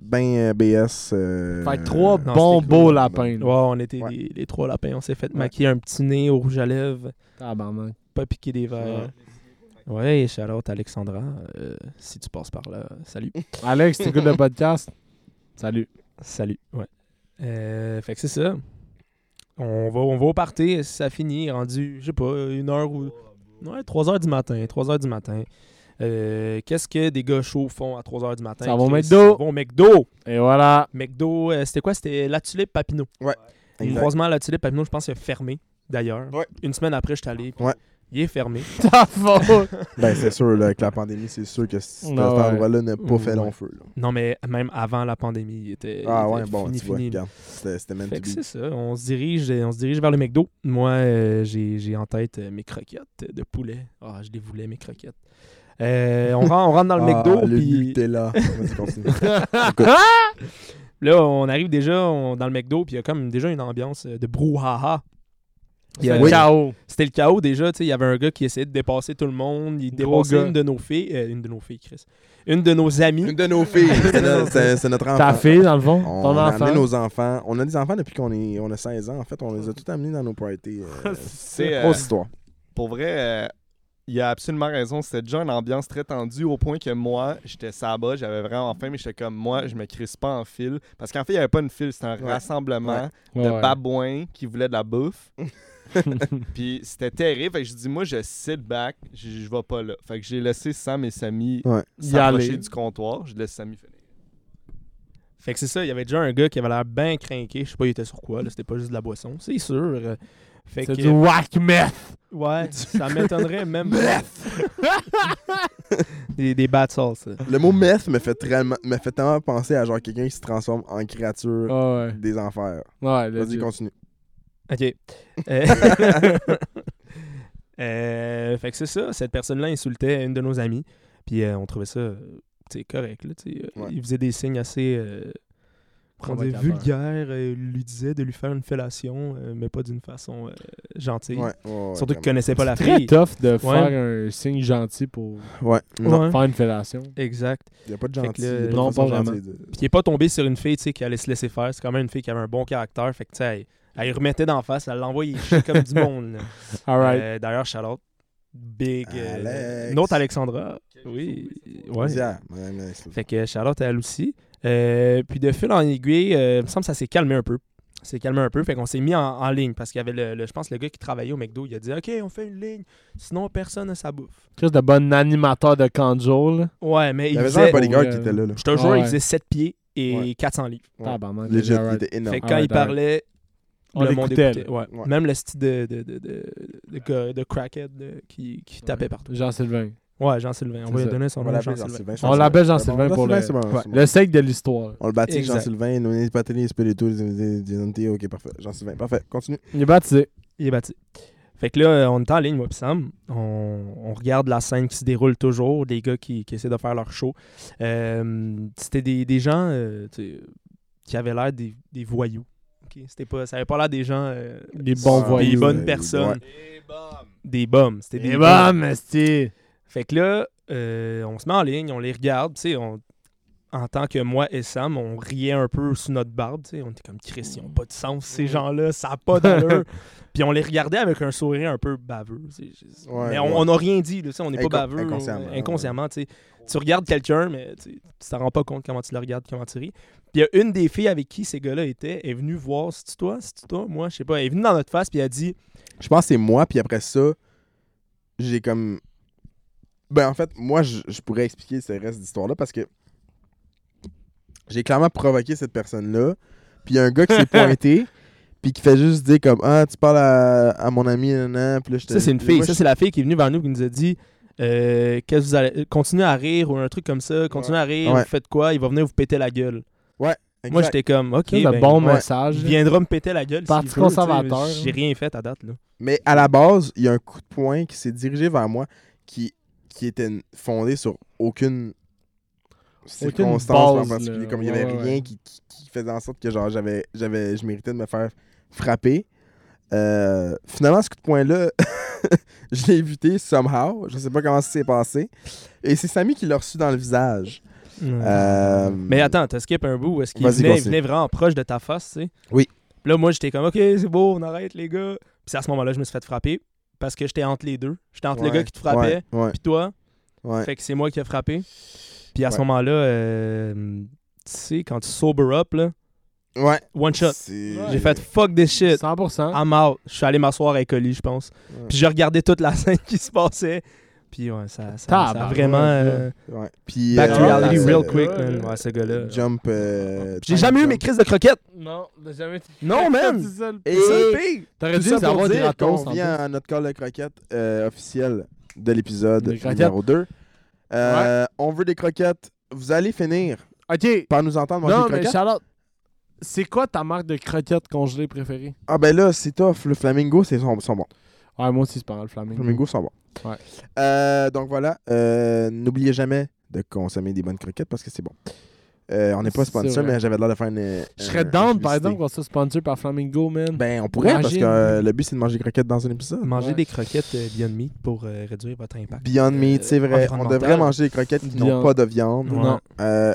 [SPEAKER 2] Ben euh, BS. euh,
[SPEAKER 1] Fait que trois
[SPEAKER 4] non,
[SPEAKER 1] bons
[SPEAKER 4] c'était
[SPEAKER 1] beaux
[SPEAKER 4] cool.
[SPEAKER 1] lapins.
[SPEAKER 4] Ouais,
[SPEAKER 1] là.
[SPEAKER 4] on était
[SPEAKER 2] Ouais.
[SPEAKER 4] les, les trois lapins. On s'est fait
[SPEAKER 2] Ouais.
[SPEAKER 4] maquiller un petit nez au rouge à lèvres,
[SPEAKER 1] Tabarnak.
[SPEAKER 4] pas piquer des verres. Ouais, Charlotte, Alexandra, euh, si tu passes par là, salut.
[SPEAKER 1] Alex, t'écoutes le podcast? Salut.
[SPEAKER 4] Salut. Ouais. Euh, fait que c'est ça. On va, on va au party, ça finit, rendu, je sais pas, une heure ou. Ouais, 3 heures du matin. 3 heures du matin. Euh, Qu'est-ce que des gars chauds font à 3 heures du matin?
[SPEAKER 1] Ça va au
[SPEAKER 4] Chris?
[SPEAKER 1] McDo.
[SPEAKER 4] Ça va au McDo!
[SPEAKER 1] Et voilà.
[SPEAKER 4] McDo, euh, c'était quoi? C'était la tulipe Papineau. Le
[SPEAKER 2] exact.
[SPEAKER 4] croisement à la tulipe Papineau, je pense, qu'il a fermé, d'ailleurs.
[SPEAKER 2] Ouais.
[SPEAKER 4] Une semaine après, j'étais allé. puis
[SPEAKER 2] Ouais.
[SPEAKER 4] Il est fermé.
[SPEAKER 1] Ta faute.
[SPEAKER 2] Ben, c'est sûr, là, avec la pandémie, c'est sûr que c- cet
[SPEAKER 1] Ah ouais.
[SPEAKER 2] endroit-là n'a pas fait
[SPEAKER 4] Ouais.
[SPEAKER 2] long feu. là.
[SPEAKER 4] Non, mais même avant la pandémie, il était. il
[SPEAKER 2] Ah
[SPEAKER 4] était
[SPEAKER 2] ouais, bon,
[SPEAKER 4] fini,
[SPEAKER 2] tu vois,
[SPEAKER 4] fini.
[SPEAKER 2] regarde. C'était c'était meant
[SPEAKER 4] Fait
[SPEAKER 2] to
[SPEAKER 4] que
[SPEAKER 2] be.
[SPEAKER 4] c'est ça, on se dirige, on se dirige vers le McDo. Moi, euh, j'ai j'ai en tête euh, mes croquettes de poulet. Ah, je les voulais, mes croquettes. Euh, on, ren- on rentre dans le
[SPEAKER 2] Ah,
[SPEAKER 4] McDo,
[SPEAKER 2] le
[SPEAKER 4] puis
[SPEAKER 2] Nutella. Vas-y, continue.
[SPEAKER 4] là, on arrive déjà on- dans le McDo, puis il y a comme déjà une ambiance euh, de brouhaha. Il y
[SPEAKER 1] C'est
[SPEAKER 4] a-
[SPEAKER 1] le chaos.
[SPEAKER 4] C'était le chaos déjà, tu sais, il y avait un gars qui essayait de dépasser tout le monde, il
[SPEAKER 1] Gros
[SPEAKER 4] dépassait
[SPEAKER 1] gars.
[SPEAKER 4] une de nos filles, euh, une de nos filles, Chris, une de nos amies.
[SPEAKER 2] Une de nos filles. C'est no- C'est c'est notre enfant.
[SPEAKER 1] Ta fille, dans le fond.
[SPEAKER 2] On
[SPEAKER 1] Ton
[SPEAKER 2] a
[SPEAKER 1] enfant.
[SPEAKER 2] amené nos enfants. On a des enfants depuis qu'on est, on a 16 ans. En fait, on les a tous amenés dans nos parties. euh,
[SPEAKER 3] C'est, euh,
[SPEAKER 2] Grosse histoire.
[SPEAKER 3] Pour vrai, euh, il a absolument raison. C'était déjà une ambiance très tendue au point que moi, j'étais sabat, j'avais vraiment faim, mais j'étais comme moi, je me crisse pas en file. Parce qu'en fait, il n'y avait pas une file, c'était un
[SPEAKER 2] Ouais.
[SPEAKER 3] rassemblement
[SPEAKER 1] Ouais,
[SPEAKER 3] de
[SPEAKER 1] ouais.
[SPEAKER 3] babouins qui voulaient de la bouffe. Puis c'était terrible. Fait que je dis, moi, je sit back, je, je vais pas là. Fait que j'ai laissé Sam et Samy
[SPEAKER 2] Ouais.
[SPEAKER 1] Y
[SPEAKER 3] s'approcher
[SPEAKER 1] aller.
[SPEAKER 3] du comptoir. Je laisse Samy finir.
[SPEAKER 4] Fait que c'est ça, il y avait déjà un gars qui avait l'air bien craqué, je sais pas, il était sur quoi, là, c'était pas juste de la boisson, c'est sûr. euh, Fait
[SPEAKER 1] C'est
[SPEAKER 4] que-
[SPEAKER 1] du whack meth.
[SPEAKER 4] Ouais, ça m'étonnerait même. Bref! des, des battles, ça.
[SPEAKER 2] Le mot meth me fait, tellement, me fait tellement penser à genre quelqu'un qui se transforme en créature
[SPEAKER 1] Ouais,
[SPEAKER 2] des enfers.
[SPEAKER 1] ouais. Ouais,
[SPEAKER 2] Vas-y,
[SPEAKER 1] legit.
[SPEAKER 2] continue.
[SPEAKER 4] OK. Euh, euh, fait que c'est ça, cette personne-là insultait une de nos amies, puis euh, on trouvait ça, euh, tu sais, correct, là, tu sais. euh,
[SPEAKER 2] Ouais.
[SPEAKER 4] Il faisait des signes assez... euh, comment dire,
[SPEAKER 1] Provocateur.
[SPEAKER 4] vulgaires, euh, il lui disait de lui faire une fellation, euh, mais pas d'une façon euh, gentille.
[SPEAKER 2] Ouais, ouais, ouais,
[SPEAKER 4] Surtout qu'il
[SPEAKER 2] vraiment.
[SPEAKER 4] connaissait pas la
[SPEAKER 1] Très
[SPEAKER 4] fille.
[SPEAKER 1] tough de faire un signe gentil pour
[SPEAKER 2] Ouais, non.
[SPEAKER 4] Ouais.
[SPEAKER 1] faire une fellation.
[SPEAKER 4] Exact.
[SPEAKER 2] Il n'y a pas de
[SPEAKER 4] Fait
[SPEAKER 2] gentil.
[SPEAKER 4] que le-
[SPEAKER 2] y a pas de
[SPEAKER 1] Non,
[SPEAKER 2] façon
[SPEAKER 1] pas vraiment.
[SPEAKER 2] gentille de-
[SPEAKER 4] Puis il est pas tombé sur une fille tu sais, qui allait se laisser faire. C'est quand même une fille qui avait un bon caractère. Fait que tu sais, elle, elle y remettait d'en face, elle l'envoyait chier comme du monde. là.
[SPEAKER 1] Alright.
[SPEAKER 4] Euh, D'ailleurs, Charlotte, big. Euh,
[SPEAKER 2] Alex.
[SPEAKER 4] une autre Alexandra. Oui. Ouais.
[SPEAKER 2] Vas-y, madame la-
[SPEAKER 4] Fait que Charlotte, elle aussi. Euh, puis de fil en aiguille, euh, il me semble que ça s'est calmé un peu. C'est calmé un peu, fait qu'on s'est mis en, en ligne parce qu'il y avait, le, le- je pense, le gars qui travaillait au McDo, il a dit Ok, on fait une ligne, sinon personne ne sa bouffe.
[SPEAKER 1] Juste de bon animateur de Kanjo, là.
[SPEAKER 4] Ouais, mais
[SPEAKER 2] Il y
[SPEAKER 4] il
[SPEAKER 2] avait genre un
[SPEAKER 4] faisait,
[SPEAKER 2] bodyguard
[SPEAKER 1] euh,
[SPEAKER 2] qui était là. là.
[SPEAKER 4] je te jure,
[SPEAKER 1] Ouais.
[SPEAKER 4] il faisait 7 pieds et
[SPEAKER 2] Ouais.
[SPEAKER 4] 400 livres.
[SPEAKER 2] Ouais.
[SPEAKER 1] Tabarnak.
[SPEAKER 2] Legit,
[SPEAKER 1] alright.
[SPEAKER 2] il était énorme.
[SPEAKER 4] Fait que quand
[SPEAKER 1] Ah,
[SPEAKER 4] il
[SPEAKER 1] d'accord.
[SPEAKER 4] parlait,
[SPEAKER 1] On
[SPEAKER 4] le monde
[SPEAKER 1] l'écoutait,
[SPEAKER 4] écoutait. Ouais.
[SPEAKER 2] Ouais.
[SPEAKER 4] Même le style de, de, de, de, de gars- de crackhead de- qui, qui tapait partout.
[SPEAKER 1] Jean-Sylvain.
[SPEAKER 4] Ouais, Jean-Sylvain. On
[SPEAKER 1] C'est
[SPEAKER 4] va lui
[SPEAKER 1] ça.
[SPEAKER 4] donner son
[SPEAKER 2] On va
[SPEAKER 4] nom,
[SPEAKER 2] l'appeler
[SPEAKER 4] Jean-Sylvain.
[SPEAKER 2] Jean-Sylvain. je
[SPEAKER 1] On
[SPEAKER 2] pense.
[SPEAKER 1] l'appelle
[SPEAKER 2] C'est
[SPEAKER 1] Jean-Sylvain
[SPEAKER 2] bon,
[SPEAKER 1] pour
[SPEAKER 2] Jean-Sylvain,
[SPEAKER 1] le...
[SPEAKER 2] c'est bon, c'est bon.
[SPEAKER 1] Le sec de l'histoire.
[SPEAKER 2] On le baptise
[SPEAKER 4] Exact.
[SPEAKER 2] Jean-Sylvain, nous n'est pas tenu spiritus, ok parfait, Jean-Sylvain, parfait, continue.
[SPEAKER 1] Il est baptisé.
[SPEAKER 4] Il est bâti. Fait que là, euh, on est en ligne, moi pis Sam. On, on regarde la scène qui se déroule toujours, des gars qui, qui essaient de faire leur show. Euh, C'était des, des gens euh, tu sais, qui avaient l'air des, des voyous. Ok, C'était Pas, ça avait pas l'air des gens... euh,
[SPEAKER 1] Des bons
[SPEAKER 2] Ah,
[SPEAKER 4] Des
[SPEAKER 1] voyous.
[SPEAKER 4] bonnes
[SPEAKER 2] Ouais.
[SPEAKER 4] personnes. Des bums. C'était
[SPEAKER 1] Il
[SPEAKER 4] des,
[SPEAKER 1] est
[SPEAKER 4] bums.
[SPEAKER 1] bon, Mesti.
[SPEAKER 4] Fait que là, euh, on se met en ligne, on les regarde, tu sais, on- en tant que moi et Sam, on riait un peu sous notre barbe, tu sais, on était comme Chris, ils ont pas de sens ces
[SPEAKER 2] Mm.
[SPEAKER 4] gens-là, ça a pas d'allure. Puis on les regardait avec un sourire un peu baveux, tu sais, je-
[SPEAKER 2] Ouais,
[SPEAKER 4] mais on
[SPEAKER 2] ouais.
[SPEAKER 4] on n'a rien dit, là, tu sais, on n'est
[SPEAKER 2] Incon-
[SPEAKER 4] pas baveux, on-
[SPEAKER 2] inconsciemment,
[SPEAKER 4] inconsciemment, tu sais. Tu regardes quelqu'un, mais tu sais, tu t'en rends pas compte comment tu le regardes, comment tu ris. Puis il y a une des filles avec qui ces gars-là étaient, est venue voir, c'est toi, c'est toi, moi, je sais pas, elle est venue dans notre face puis elle a dit,
[SPEAKER 2] Je pense que c'est moi, puis après ça, j'ai comme... Ben en fait, moi, je, je pourrais expliquer ce reste d'histoire-là, parce que j'ai clairement provoqué cette personne-là, puis il y a un gars qui s'est pointé, puis qui fait juste dire comme « Ah, tu parles à, à mon ami, nan, nan. puis là, je te-
[SPEAKER 4] Ça, c'est une
[SPEAKER 2] Euh, Moi,
[SPEAKER 4] fille.
[SPEAKER 2] je-
[SPEAKER 4] Ça, c'est la fille qui est venue vers nous qui nous a dit euh, Qu'est-ce que vous allez. Continuez à rire ou un truc comme ça. Continuez à rire.
[SPEAKER 2] Ouais.
[SPEAKER 4] Vous faites quoi Il va venir vous péter la gueule. Moi,
[SPEAKER 2] Exact.
[SPEAKER 4] j'étais comme Ok,
[SPEAKER 1] C'est un
[SPEAKER 4] ben,
[SPEAKER 1] bon
[SPEAKER 2] ouais.
[SPEAKER 1] message.
[SPEAKER 4] il viendra me péter la gueule. s'il
[SPEAKER 1] Parti
[SPEAKER 4] veut, tu sais,
[SPEAKER 1] conservateur,
[SPEAKER 4] J'ai
[SPEAKER 1] là.
[SPEAKER 4] rien fait à date. Là.
[SPEAKER 2] Mais à la base, il y a un coup de poing qui s'est dirigé vers moi qui, qui était fondé sur aucune circonstance
[SPEAKER 1] base,
[SPEAKER 2] en
[SPEAKER 1] là.
[SPEAKER 2] particulier. Comme il n'y avait
[SPEAKER 1] Ouais, ouais,
[SPEAKER 2] rien
[SPEAKER 1] ouais.
[SPEAKER 2] qui, qui- qui faisait en sorte que genre j'avais j'avais je méritais de me faire frapper. Euh, finalement, ce coup de poing-là, je l'ai buté somehow. Je sais pas comment ça s'est passé. Et c'est Samy qui l'a reçu dans le visage. Euh,
[SPEAKER 4] Mais attends, t'as skip un bout où est-ce qu'il
[SPEAKER 2] Vas-y,
[SPEAKER 4] venait, il
[SPEAKER 2] continue.
[SPEAKER 4] venait vraiment proche de ta face, tu sais?
[SPEAKER 2] Oui.
[SPEAKER 4] Puis là, moi, j'étais comme, OK, c'est beau, on arrête, les gars. Puis à ce moment-là, je me suis fait frapper parce que j'étais entre les deux. J'étais entre le
[SPEAKER 2] Ouais,
[SPEAKER 4] gars qui te frappait,
[SPEAKER 2] Ouais, ouais,
[SPEAKER 4] puis toi.
[SPEAKER 2] ouais.
[SPEAKER 4] Fait que c'est moi qui ai frappé. Puis à ce
[SPEAKER 2] Ouais.
[SPEAKER 4] moment-là, euh, tu sais, quand tu sober up, là,
[SPEAKER 2] Ouais.
[SPEAKER 4] one shot.
[SPEAKER 2] C'est-
[SPEAKER 4] J'ai fait fuck this shit.
[SPEAKER 2] Ah.
[SPEAKER 1] 100%.
[SPEAKER 4] I'm out. Je suis allé m'asseoir avec Oli, je pense.
[SPEAKER 2] Ouais.
[SPEAKER 4] Puis j'ai regardé toute la scène qui se passait. Puis ouais, ça, ça, ça a
[SPEAKER 1] Tabarnak,
[SPEAKER 4] vraiment. euh,
[SPEAKER 2] Ouais. Puis,
[SPEAKER 4] back to
[SPEAKER 2] euh,
[SPEAKER 4] reality
[SPEAKER 2] la-
[SPEAKER 4] real
[SPEAKER 2] la-
[SPEAKER 4] quick,
[SPEAKER 1] Ouais,
[SPEAKER 4] man.
[SPEAKER 1] ouais.
[SPEAKER 4] Ouais, ce gars-là.
[SPEAKER 2] Jump. euh,
[SPEAKER 4] J'ai jamais eu mes crises de croquettes.
[SPEAKER 1] Non, t'as jamais été.
[SPEAKER 4] Non, man.
[SPEAKER 1] C'est ça, le-
[SPEAKER 2] Et
[SPEAKER 1] T'aurais
[SPEAKER 2] tout
[SPEAKER 1] dû
[SPEAKER 2] ça pour
[SPEAKER 1] avoir des
[SPEAKER 2] dire
[SPEAKER 1] ratons.
[SPEAKER 2] qu'on vient à notre call de croquettes euh, officiel de l'épisode
[SPEAKER 1] Des croquettes.
[SPEAKER 2] numéro 2. Euh, On veut des croquettes. Vous allez finir
[SPEAKER 1] Ok.
[SPEAKER 2] par nous entendre manger
[SPEAKER 1] Non,
[SPEAKER 2] des
[SPEAKER 1] mais
[SPEAKER 2] croquettes.
[SPEAKER 1] Charlotte, c'est quoi ta marque de croquettes congelées préférée?
[SPEAKER 2] Ah ben là, c'est tough. Le flamingo, c'est sont, sont bons.
[SPEAKER 1] Ouais, moi aussi, c'est pas mal, Flamingo.
[SPEAKER 2] Les flamingos sont bons.
[SPEAKER 1] Mm-hmm. Ouais.
[SPEAKER 2] Euh, donc voilà. euh, N'oubliez jamais de consommer des bonnes croquettes parce que c'est bon. Euh, on n'est pas
[SPEAKER 1] C'est
[SPEAKER 2] sponsor,
[SPEAKER 1] vrai.
[SPEAKER 2] mais j'avais l'air de faire une.
[SPEAKER 1] Je serais
[SPEAKER 2] une
[SPEAKER 1] down, par
[SPEAKER 2] publicité.
[SPEAKER 1] exemple, qu'on soit sponsor par Flamingo, man.
[SPEAKER 2] Ben, on pourrait, parce que
[SPEAKER 1] Imagine.
[SPEAKER 2] euh, le but, c'est de manger des croquettes dans un épisode.
[SPEAKER 4] Mangez
[SPEAKER 1] Ouais.
[SPEAKER 4] des croquettes euh, Beyond Meat pour euh, réduire votre impact.
[SPEAKER 2] Beyond Meat,
[SPEAKER 4] Euh,
[SPEAKER 2] c'est vrai. On
[SPEAKER 4] environnemental.
[SPEAKER 2] devrait manger des croquettes qui n'ont
[SPEAKER 1] Beyond.
[SPEAKER 2] pas de viande.
[SPEAKER 4] Ouais.
[SPEAKER 1] Non.
[SPEAKER 2] Euh,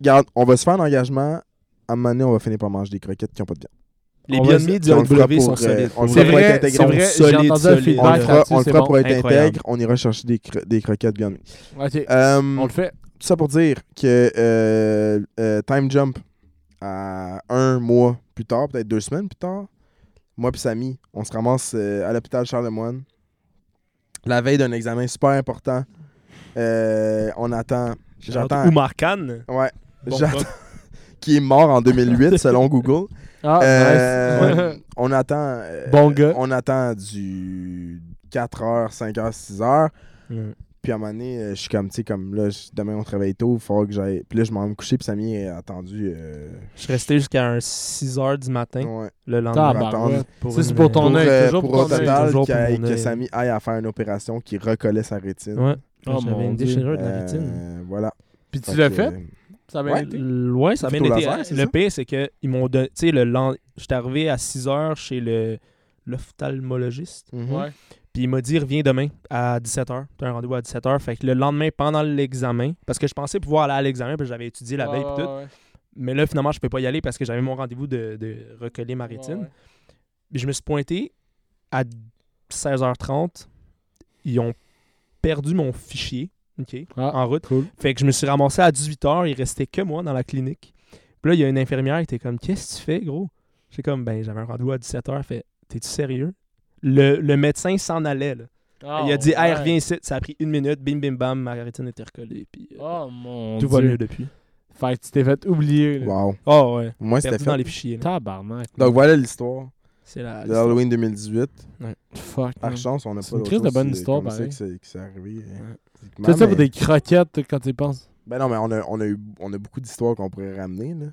[SPEAKER 2] regarde, on va se faire un engagement. À un moment donné, on va finir par manger des croquettes qui n'ont pas de viande.
[SPEAKER 4] Les
[SPEAKER 1] On
[SPEAKER 4] Beyond
[SPEAKER 1] va-
[SPEAKER 4] Meat du
[SPEAKER 2] on le fera
[SPEAKER 4] HW sont
[SPEAKER 2] pour, euh,
[SPEAKER 4] solides.
[SPEAKER 2] on le
[SPEAKER 4] Pour
[SPEAKER 2] fera
[SPEAKER 4] vrai.
[SPEAKER 2] pour
[SPEAKER 1] vrai,
[SPEAKER 2] intégrer,
[SPEAKER 1] c'est
[SPEAKER 2] on
[SPEAKER 1] vrai,
[SPEAKER 4] solide,
[SPEAKER 1] j'ai entendu un
[SPEAKER 2] On
[SPEAKER 4] solide.
[SPEAKER 2] le
[SPEAKER 1] feedback
[SPEAKER 2] fera,
[SPEAKER 1] là-dessus,
[SPEAKER 2] on le
[SPEAKER 1] c'est
[SPEAKER 2] fera
[SPEAKER 1] bon.
[SPEAKER 2] pour être
[SPEAKER 4] Incroyable.
[SPEAKER 2] intègre. On ira chercher des, cro- des croquettes Beyond Meat.
[SPEAKER 1] Ok,
[SPEAKER 2] Euh,
[SPEAKER 1] on le fait.
[SPEAKER 2] tout ça pour dire que euh, euh, Time Jump, à un mois plus tard, peut-être deux semaines plus tard, moi puis Samy, on se ramasse euh, à l'hôpital Charlemagne la veille d'un examen super important. Euh, on attend. J'attends.
[SPEAKER 4] Oumar Khan.
[SPEAKER 2] Ouais.
[SPEAKER 4] Bon,
[SPEAKER 2] j'attends. qui est mort en 2008 selon Google.
[SPEAKER 1] Ah,
[SPEAKER 2] Euh,
[SPEAKER 1] nice.
[SPEAKER 2] On attend. euh,
[SPEAKER 1] Bon gars.
[SPEAKER 2] On attend du 4h, 5h, 6h.
[SPEAKER 4] Mm.
[SPEAKER 2] Puis à un moment donné, euh, je suis comme, tu sais, comme là, je- demain on travaille tôt, il faudra que j'aille. Puis là, je m'en vais me coucher, puis Samy est attendu. euh,
[SPEAKER 4] Je suis resté jusqu'à un 6 h du matin
[SPEAKER 2] ouais,
[SPEAKER 4] le
[SPEAKER 1] Ah,
[SPEAKER 4] lendemain.
[SPEAKER 2] bah,
[SPEAKER 1] Tabarouette. Ça, c'est
[SPEAKER 4] une-
[SPEAKER 1] pour ton
[SPEAKER 2] pour,
[SPEAKER 1] œil,
[SPEAKER 2] euh,
[SPEAKER 1] toujours
[SPEAKER 2] pour
[SPEAKER 1] pour
[SPEAKER 2] au
[SPEAKER 1] ton œil.
[SPEAKER 2] total,
[SPEAKER 4] Toujours pour
[SPEAKER 2] qu'aille-
[SPEAKER 4] mon
[SPEAKER 2] que
[SPEAKER 4] œil.
[SPEAKER 2] Samy aille à faire une opération qui recollait sa rétine.
[SPEAKER 4] Ouais.
[SPEAKER 1] Oh, mon
[SPEAKER 4] J'avais une
[SPEAKER 1] Dieu.
[SPEAKER 4] déchirure de la
[SPEAKER 2] Euh,
[SPEAKER 4] rétine.
[SPEAKER 2] voilà.
[SPEAKER 1] Puis tu
[SPEAKER 2] Fait
[SPEAKER 1] l'as
[SPEAKER 2] que,
[SPEAKER 1] fait?
[SPEAKER 2] euh,
[SPEAKER 1] Ça m'a
[SPEAKER 2] ouais.
[SPEAKER 1] été.
[SPEAKER 4] L- Euh, Ouais, Mhm. ça a bien
[SPEAKER 2] Plutôt
[SPEAKER 4] été. hein.
[SPEAKER 2] laser, c'est
[SPEAKER 4] le
[SPEAKER 2] ça?
[SPEAKER 4] pire, c'est que ils m'ont donné. Tu sais, le lend- j'étais arrivé à 6 h chez le l'ophtalmologiste.
[SPEAKER 2] mhm.
[SPEAKER 1] Ouais.
[SPEAKER 4] Puis il m'a dit reviens demain à 17h. T'as un rendez-vous à 17h. Fait que le lendemain, pendant l'examen, parce que je pensais pouvoir aller à l'examen, puis j'avais étudié la
[SPEAKER 1] Ouais,
[SPEAKER 4] veille et
[SPEAKER 1] ouais,
[SPEAKER 4] tout.
[SPEAKER 1] ouais.
[SPEAKER 4] Mais là, finalement, je peux pas y aller parce que j'avais mon rendez-vous de, de recoller ma rétine.
[SPEAKER 1] Ouais,
[SPEAKER 4] Puis Je me suis pointé à 16h30. Ils ont perdu mon fichier ok,
[SPEAKER 1] Ah,
[SPEAKER 4] en route.
[SPEAKER 1] cool.
[SPEAKER 4] Fait que je me suis ramassé à 18h. Il restait que moi dans la clinique. Puis là, il y a une infirmière qui était comme Qu'est-ce que tu fais, gros J'ai comme Ben, j'avais un rendez-vous à 17h. Elle fait T'es-tu sérieux le, le médecin s'en allait. Là.
[SPEAKER 1] ouais.
[SPEAKER 4] il a dit
[SPEAKER 1] Oh,
[SPEAKER 4] Hey,
[SPEAKER 1] ouais.
[SPEAKER 4] reviens ici. Ça a pris une minute. Bim, bim, bam. Ma rétine était recollée. Puis euh,
[SPEAKER 1] Oh mon
[SPEAKER 4] tout va
[SPEAKER 1] Dieu.
[SPEAKER 4] mieux depuis.
[SPEAKER 1] Fait que tu t'es fait oublier. là.
[SPEAKER 2] Wow.
[SPEAKER 4] Oh, ouais.
[SPEAKER 2] Moi, c'était
[SPEAKER 4] Perdu dans
[SPEAKER 2] fait.
[SPEAKER 4] les Ah, fichiers. là.
[SPEAKER 1] Tabarnak.
[SPEAKER 2] Donc voilà l'histoire
[SPEAKER 4] C'est la.
[SPEAKER 2] de Halloween 2018.
[SPEAKER 1] Fuck.
[SPEAKER 2] Par
[SPEAKER 1] man.
[SPEAKER 2] chance, on n'a pas
[SPEAKER 1] C'est une
[SPEAKER 2] d'autre
[SPEAKER 1] crise de
[SPEAKER 2] chose,
[SPEAKER 1] bonne
[SPEAKER 2] c'est
[SPEAKER 1] histoire,
[SPEAKER 2] comme ça
[SPEAKER 1] pareil.
[SPEAKER 2] que c'est- que c'est arrivé. hein.
[SPEAKER 1] Tout ça pour
[SPEAKER 2] Mais-
[SPEAKER 1] des croquettes quand tu y penses.
[SPEAKER 2] Ben non, mais on a, on a, eu, on a beaucoup d'histoires qu'on pourrait ramener. Là.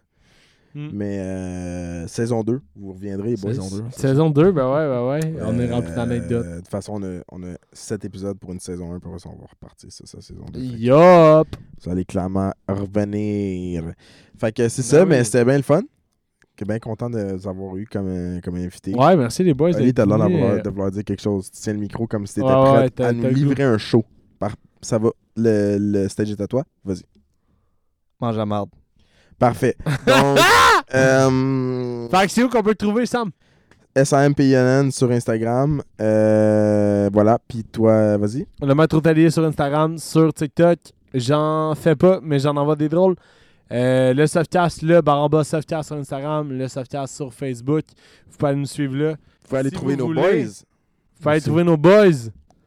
[SPEAKER 1] Mm.
[SPEAKER 2] Mais euh, saison 2, vous reviendrez, les boys.
[SPEAKER 4] Saison 2.
[SPEAKER 1] Saison 2, ben ouais, ben ouais. On est
[SPEAKER 2] Euh,
[SPEAKER 1] rempli d'anecdotes.
[SPEAKER 2] De toute façon, on a, on a 7 épisodes pour une saison 1. Pour ça, on va repartir ça, ça saison 2.
[SPEAKER 1] Yup.
[SPEAKER 2] Vous allez clairement revenir. Fait que c'est
[SPEAKER 1] Ben
[SPEAKER 2] ça,
[SPEAKER 1] oui.
[SPEAKER 2] mais c'était bien le fun. Que bien content de vous avoir eu comme, euh, comme invité.
[SPEAKER 1] Ouais, merci les boys.
[SPEAKER 2] Ali, t'as l'air
[SPEAKER 1] venus,
[SPEAKER 2] d'avoir-
[SPEAKER 1] euh,
[SPEAKER 2] de vouloir dire quelque chose. Tu tiens le micro comme si t'étais
[SPEAKER 1] Ouais, ouais,
[SPEAKER 2] prête
[SPEAKER 1] t'as-
[SPEAKER 2] à nous
[SPEAKER 1] t'as le
[SPEAKER 2] livrer un show. Par- Ça va, le, le stage est à toi. Vas-y.
[SPEAKER 3] Mange la marde.
[SPEAKER 2] Parfait. Donc,
[SPEAKER 1] Ah!
[SPEAKER 2] euh,
[SPEAKER 1] Fait que c'est où qu'on peut te trouver, Sam?
[SPEAKER 2] SAMPINN sur Instagram. Euh, voilà. Puis toi, vas-y.
[SPEAKER 1] Le maître hôtelier sur Instagram, sur TikTok. J'en fais pas, mais j'en envoie des drôles. Euh, le Softcast, le barre en bas Softcast sur Instagram, le Softcast sur Facebook. Vous pouvez aller nous suivre là. Vous
[SPEAKER 2] Vous pouvez aller
[SPEAKER 1] Si
[SPEAKER 2] trouver
[SPEAKER 1] vous
[SPEAKER 2] nos
[SPEAKER 1] voulez.
[SPEAKER 2] boys
[SPEAKER 1] pouvez aller
[SPEAKER 2] Merci.
[SPEAKER 1] trouver nos boys.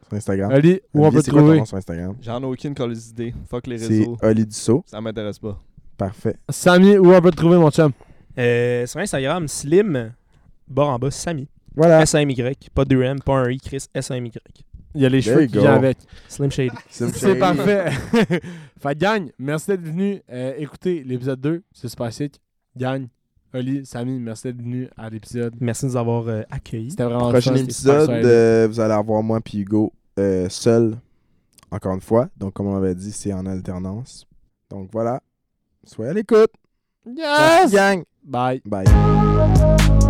[SPEAKER 2] sur Instagram.
[SPEAKER 1] Ali, où on
[SPEAKER 2] Olivier,
[SPEAKER 1] peut te
[SPEAKER 2] c'est quoi ton
[SPEAKER 1] trouver?
[SPEAKER 2] nom sur Instagram?
[SPEAKER 3] J'en ai aucune colise idée. Fuck les
[SPEAKER 2] C'est
[SPEAKER 3] réseaux.
[SPEAKER 2] Oli Dussault.
[SPEAKER 3] Ça m'intéresse pas.
[SPEAKER 2] Parfait.
[SPEAKER 1] Samy, où on peut te trouver, mon chum?
[SPEAKER 4] Euh, sur Instagram, Slim, barre en bas, Samy.
[SPEAKER 2] Voilà.
[SPEAKER 4] S-A-M-Y, pas 2M, pas un I, Chris, S-A-M-Y.
[SPEAKER 1] Il y a les
[SPEAKER 2] There
[SPEAKER 1] cheveux
[SPEAKER 2] you
[SPEAKER 1] qui
[SPEAKER 2] go.
[SPEAKER 1] viennent avec.
[SPEAKER 4] Slim Shady.
[SPEAKER 1] C'est parfait. fait que gang, merci d'être venu écoutez l'épisode 2, c'est super sick. Gang, Oli, Samy, merci d'être venu à l'épisode.
[SPEAKER 4] Merci de nous avoir euh, accueillis.
[SPEAKER 1] C'était vraiment
[SPEAKER 2] Prochain
[SPEAKER 1] le fun, c'était super
[SPEAKER 2] épisode,
[SPEAKER 1] solide.
[SPEAKER 2] euh, vous allez avoir moi puis Hugo euh, seul. Encore une fois. Donc, comme on avait dit, c'est en alternance. Donc, voilà. Soyez à l'écoute.
[SPEAKER 1] Yes!
[SPEAKER 2] Gang.
[SPEAKER 1] Bye.
[SPEAKER 2] Bye.
[SPEAKER 5] Thank you.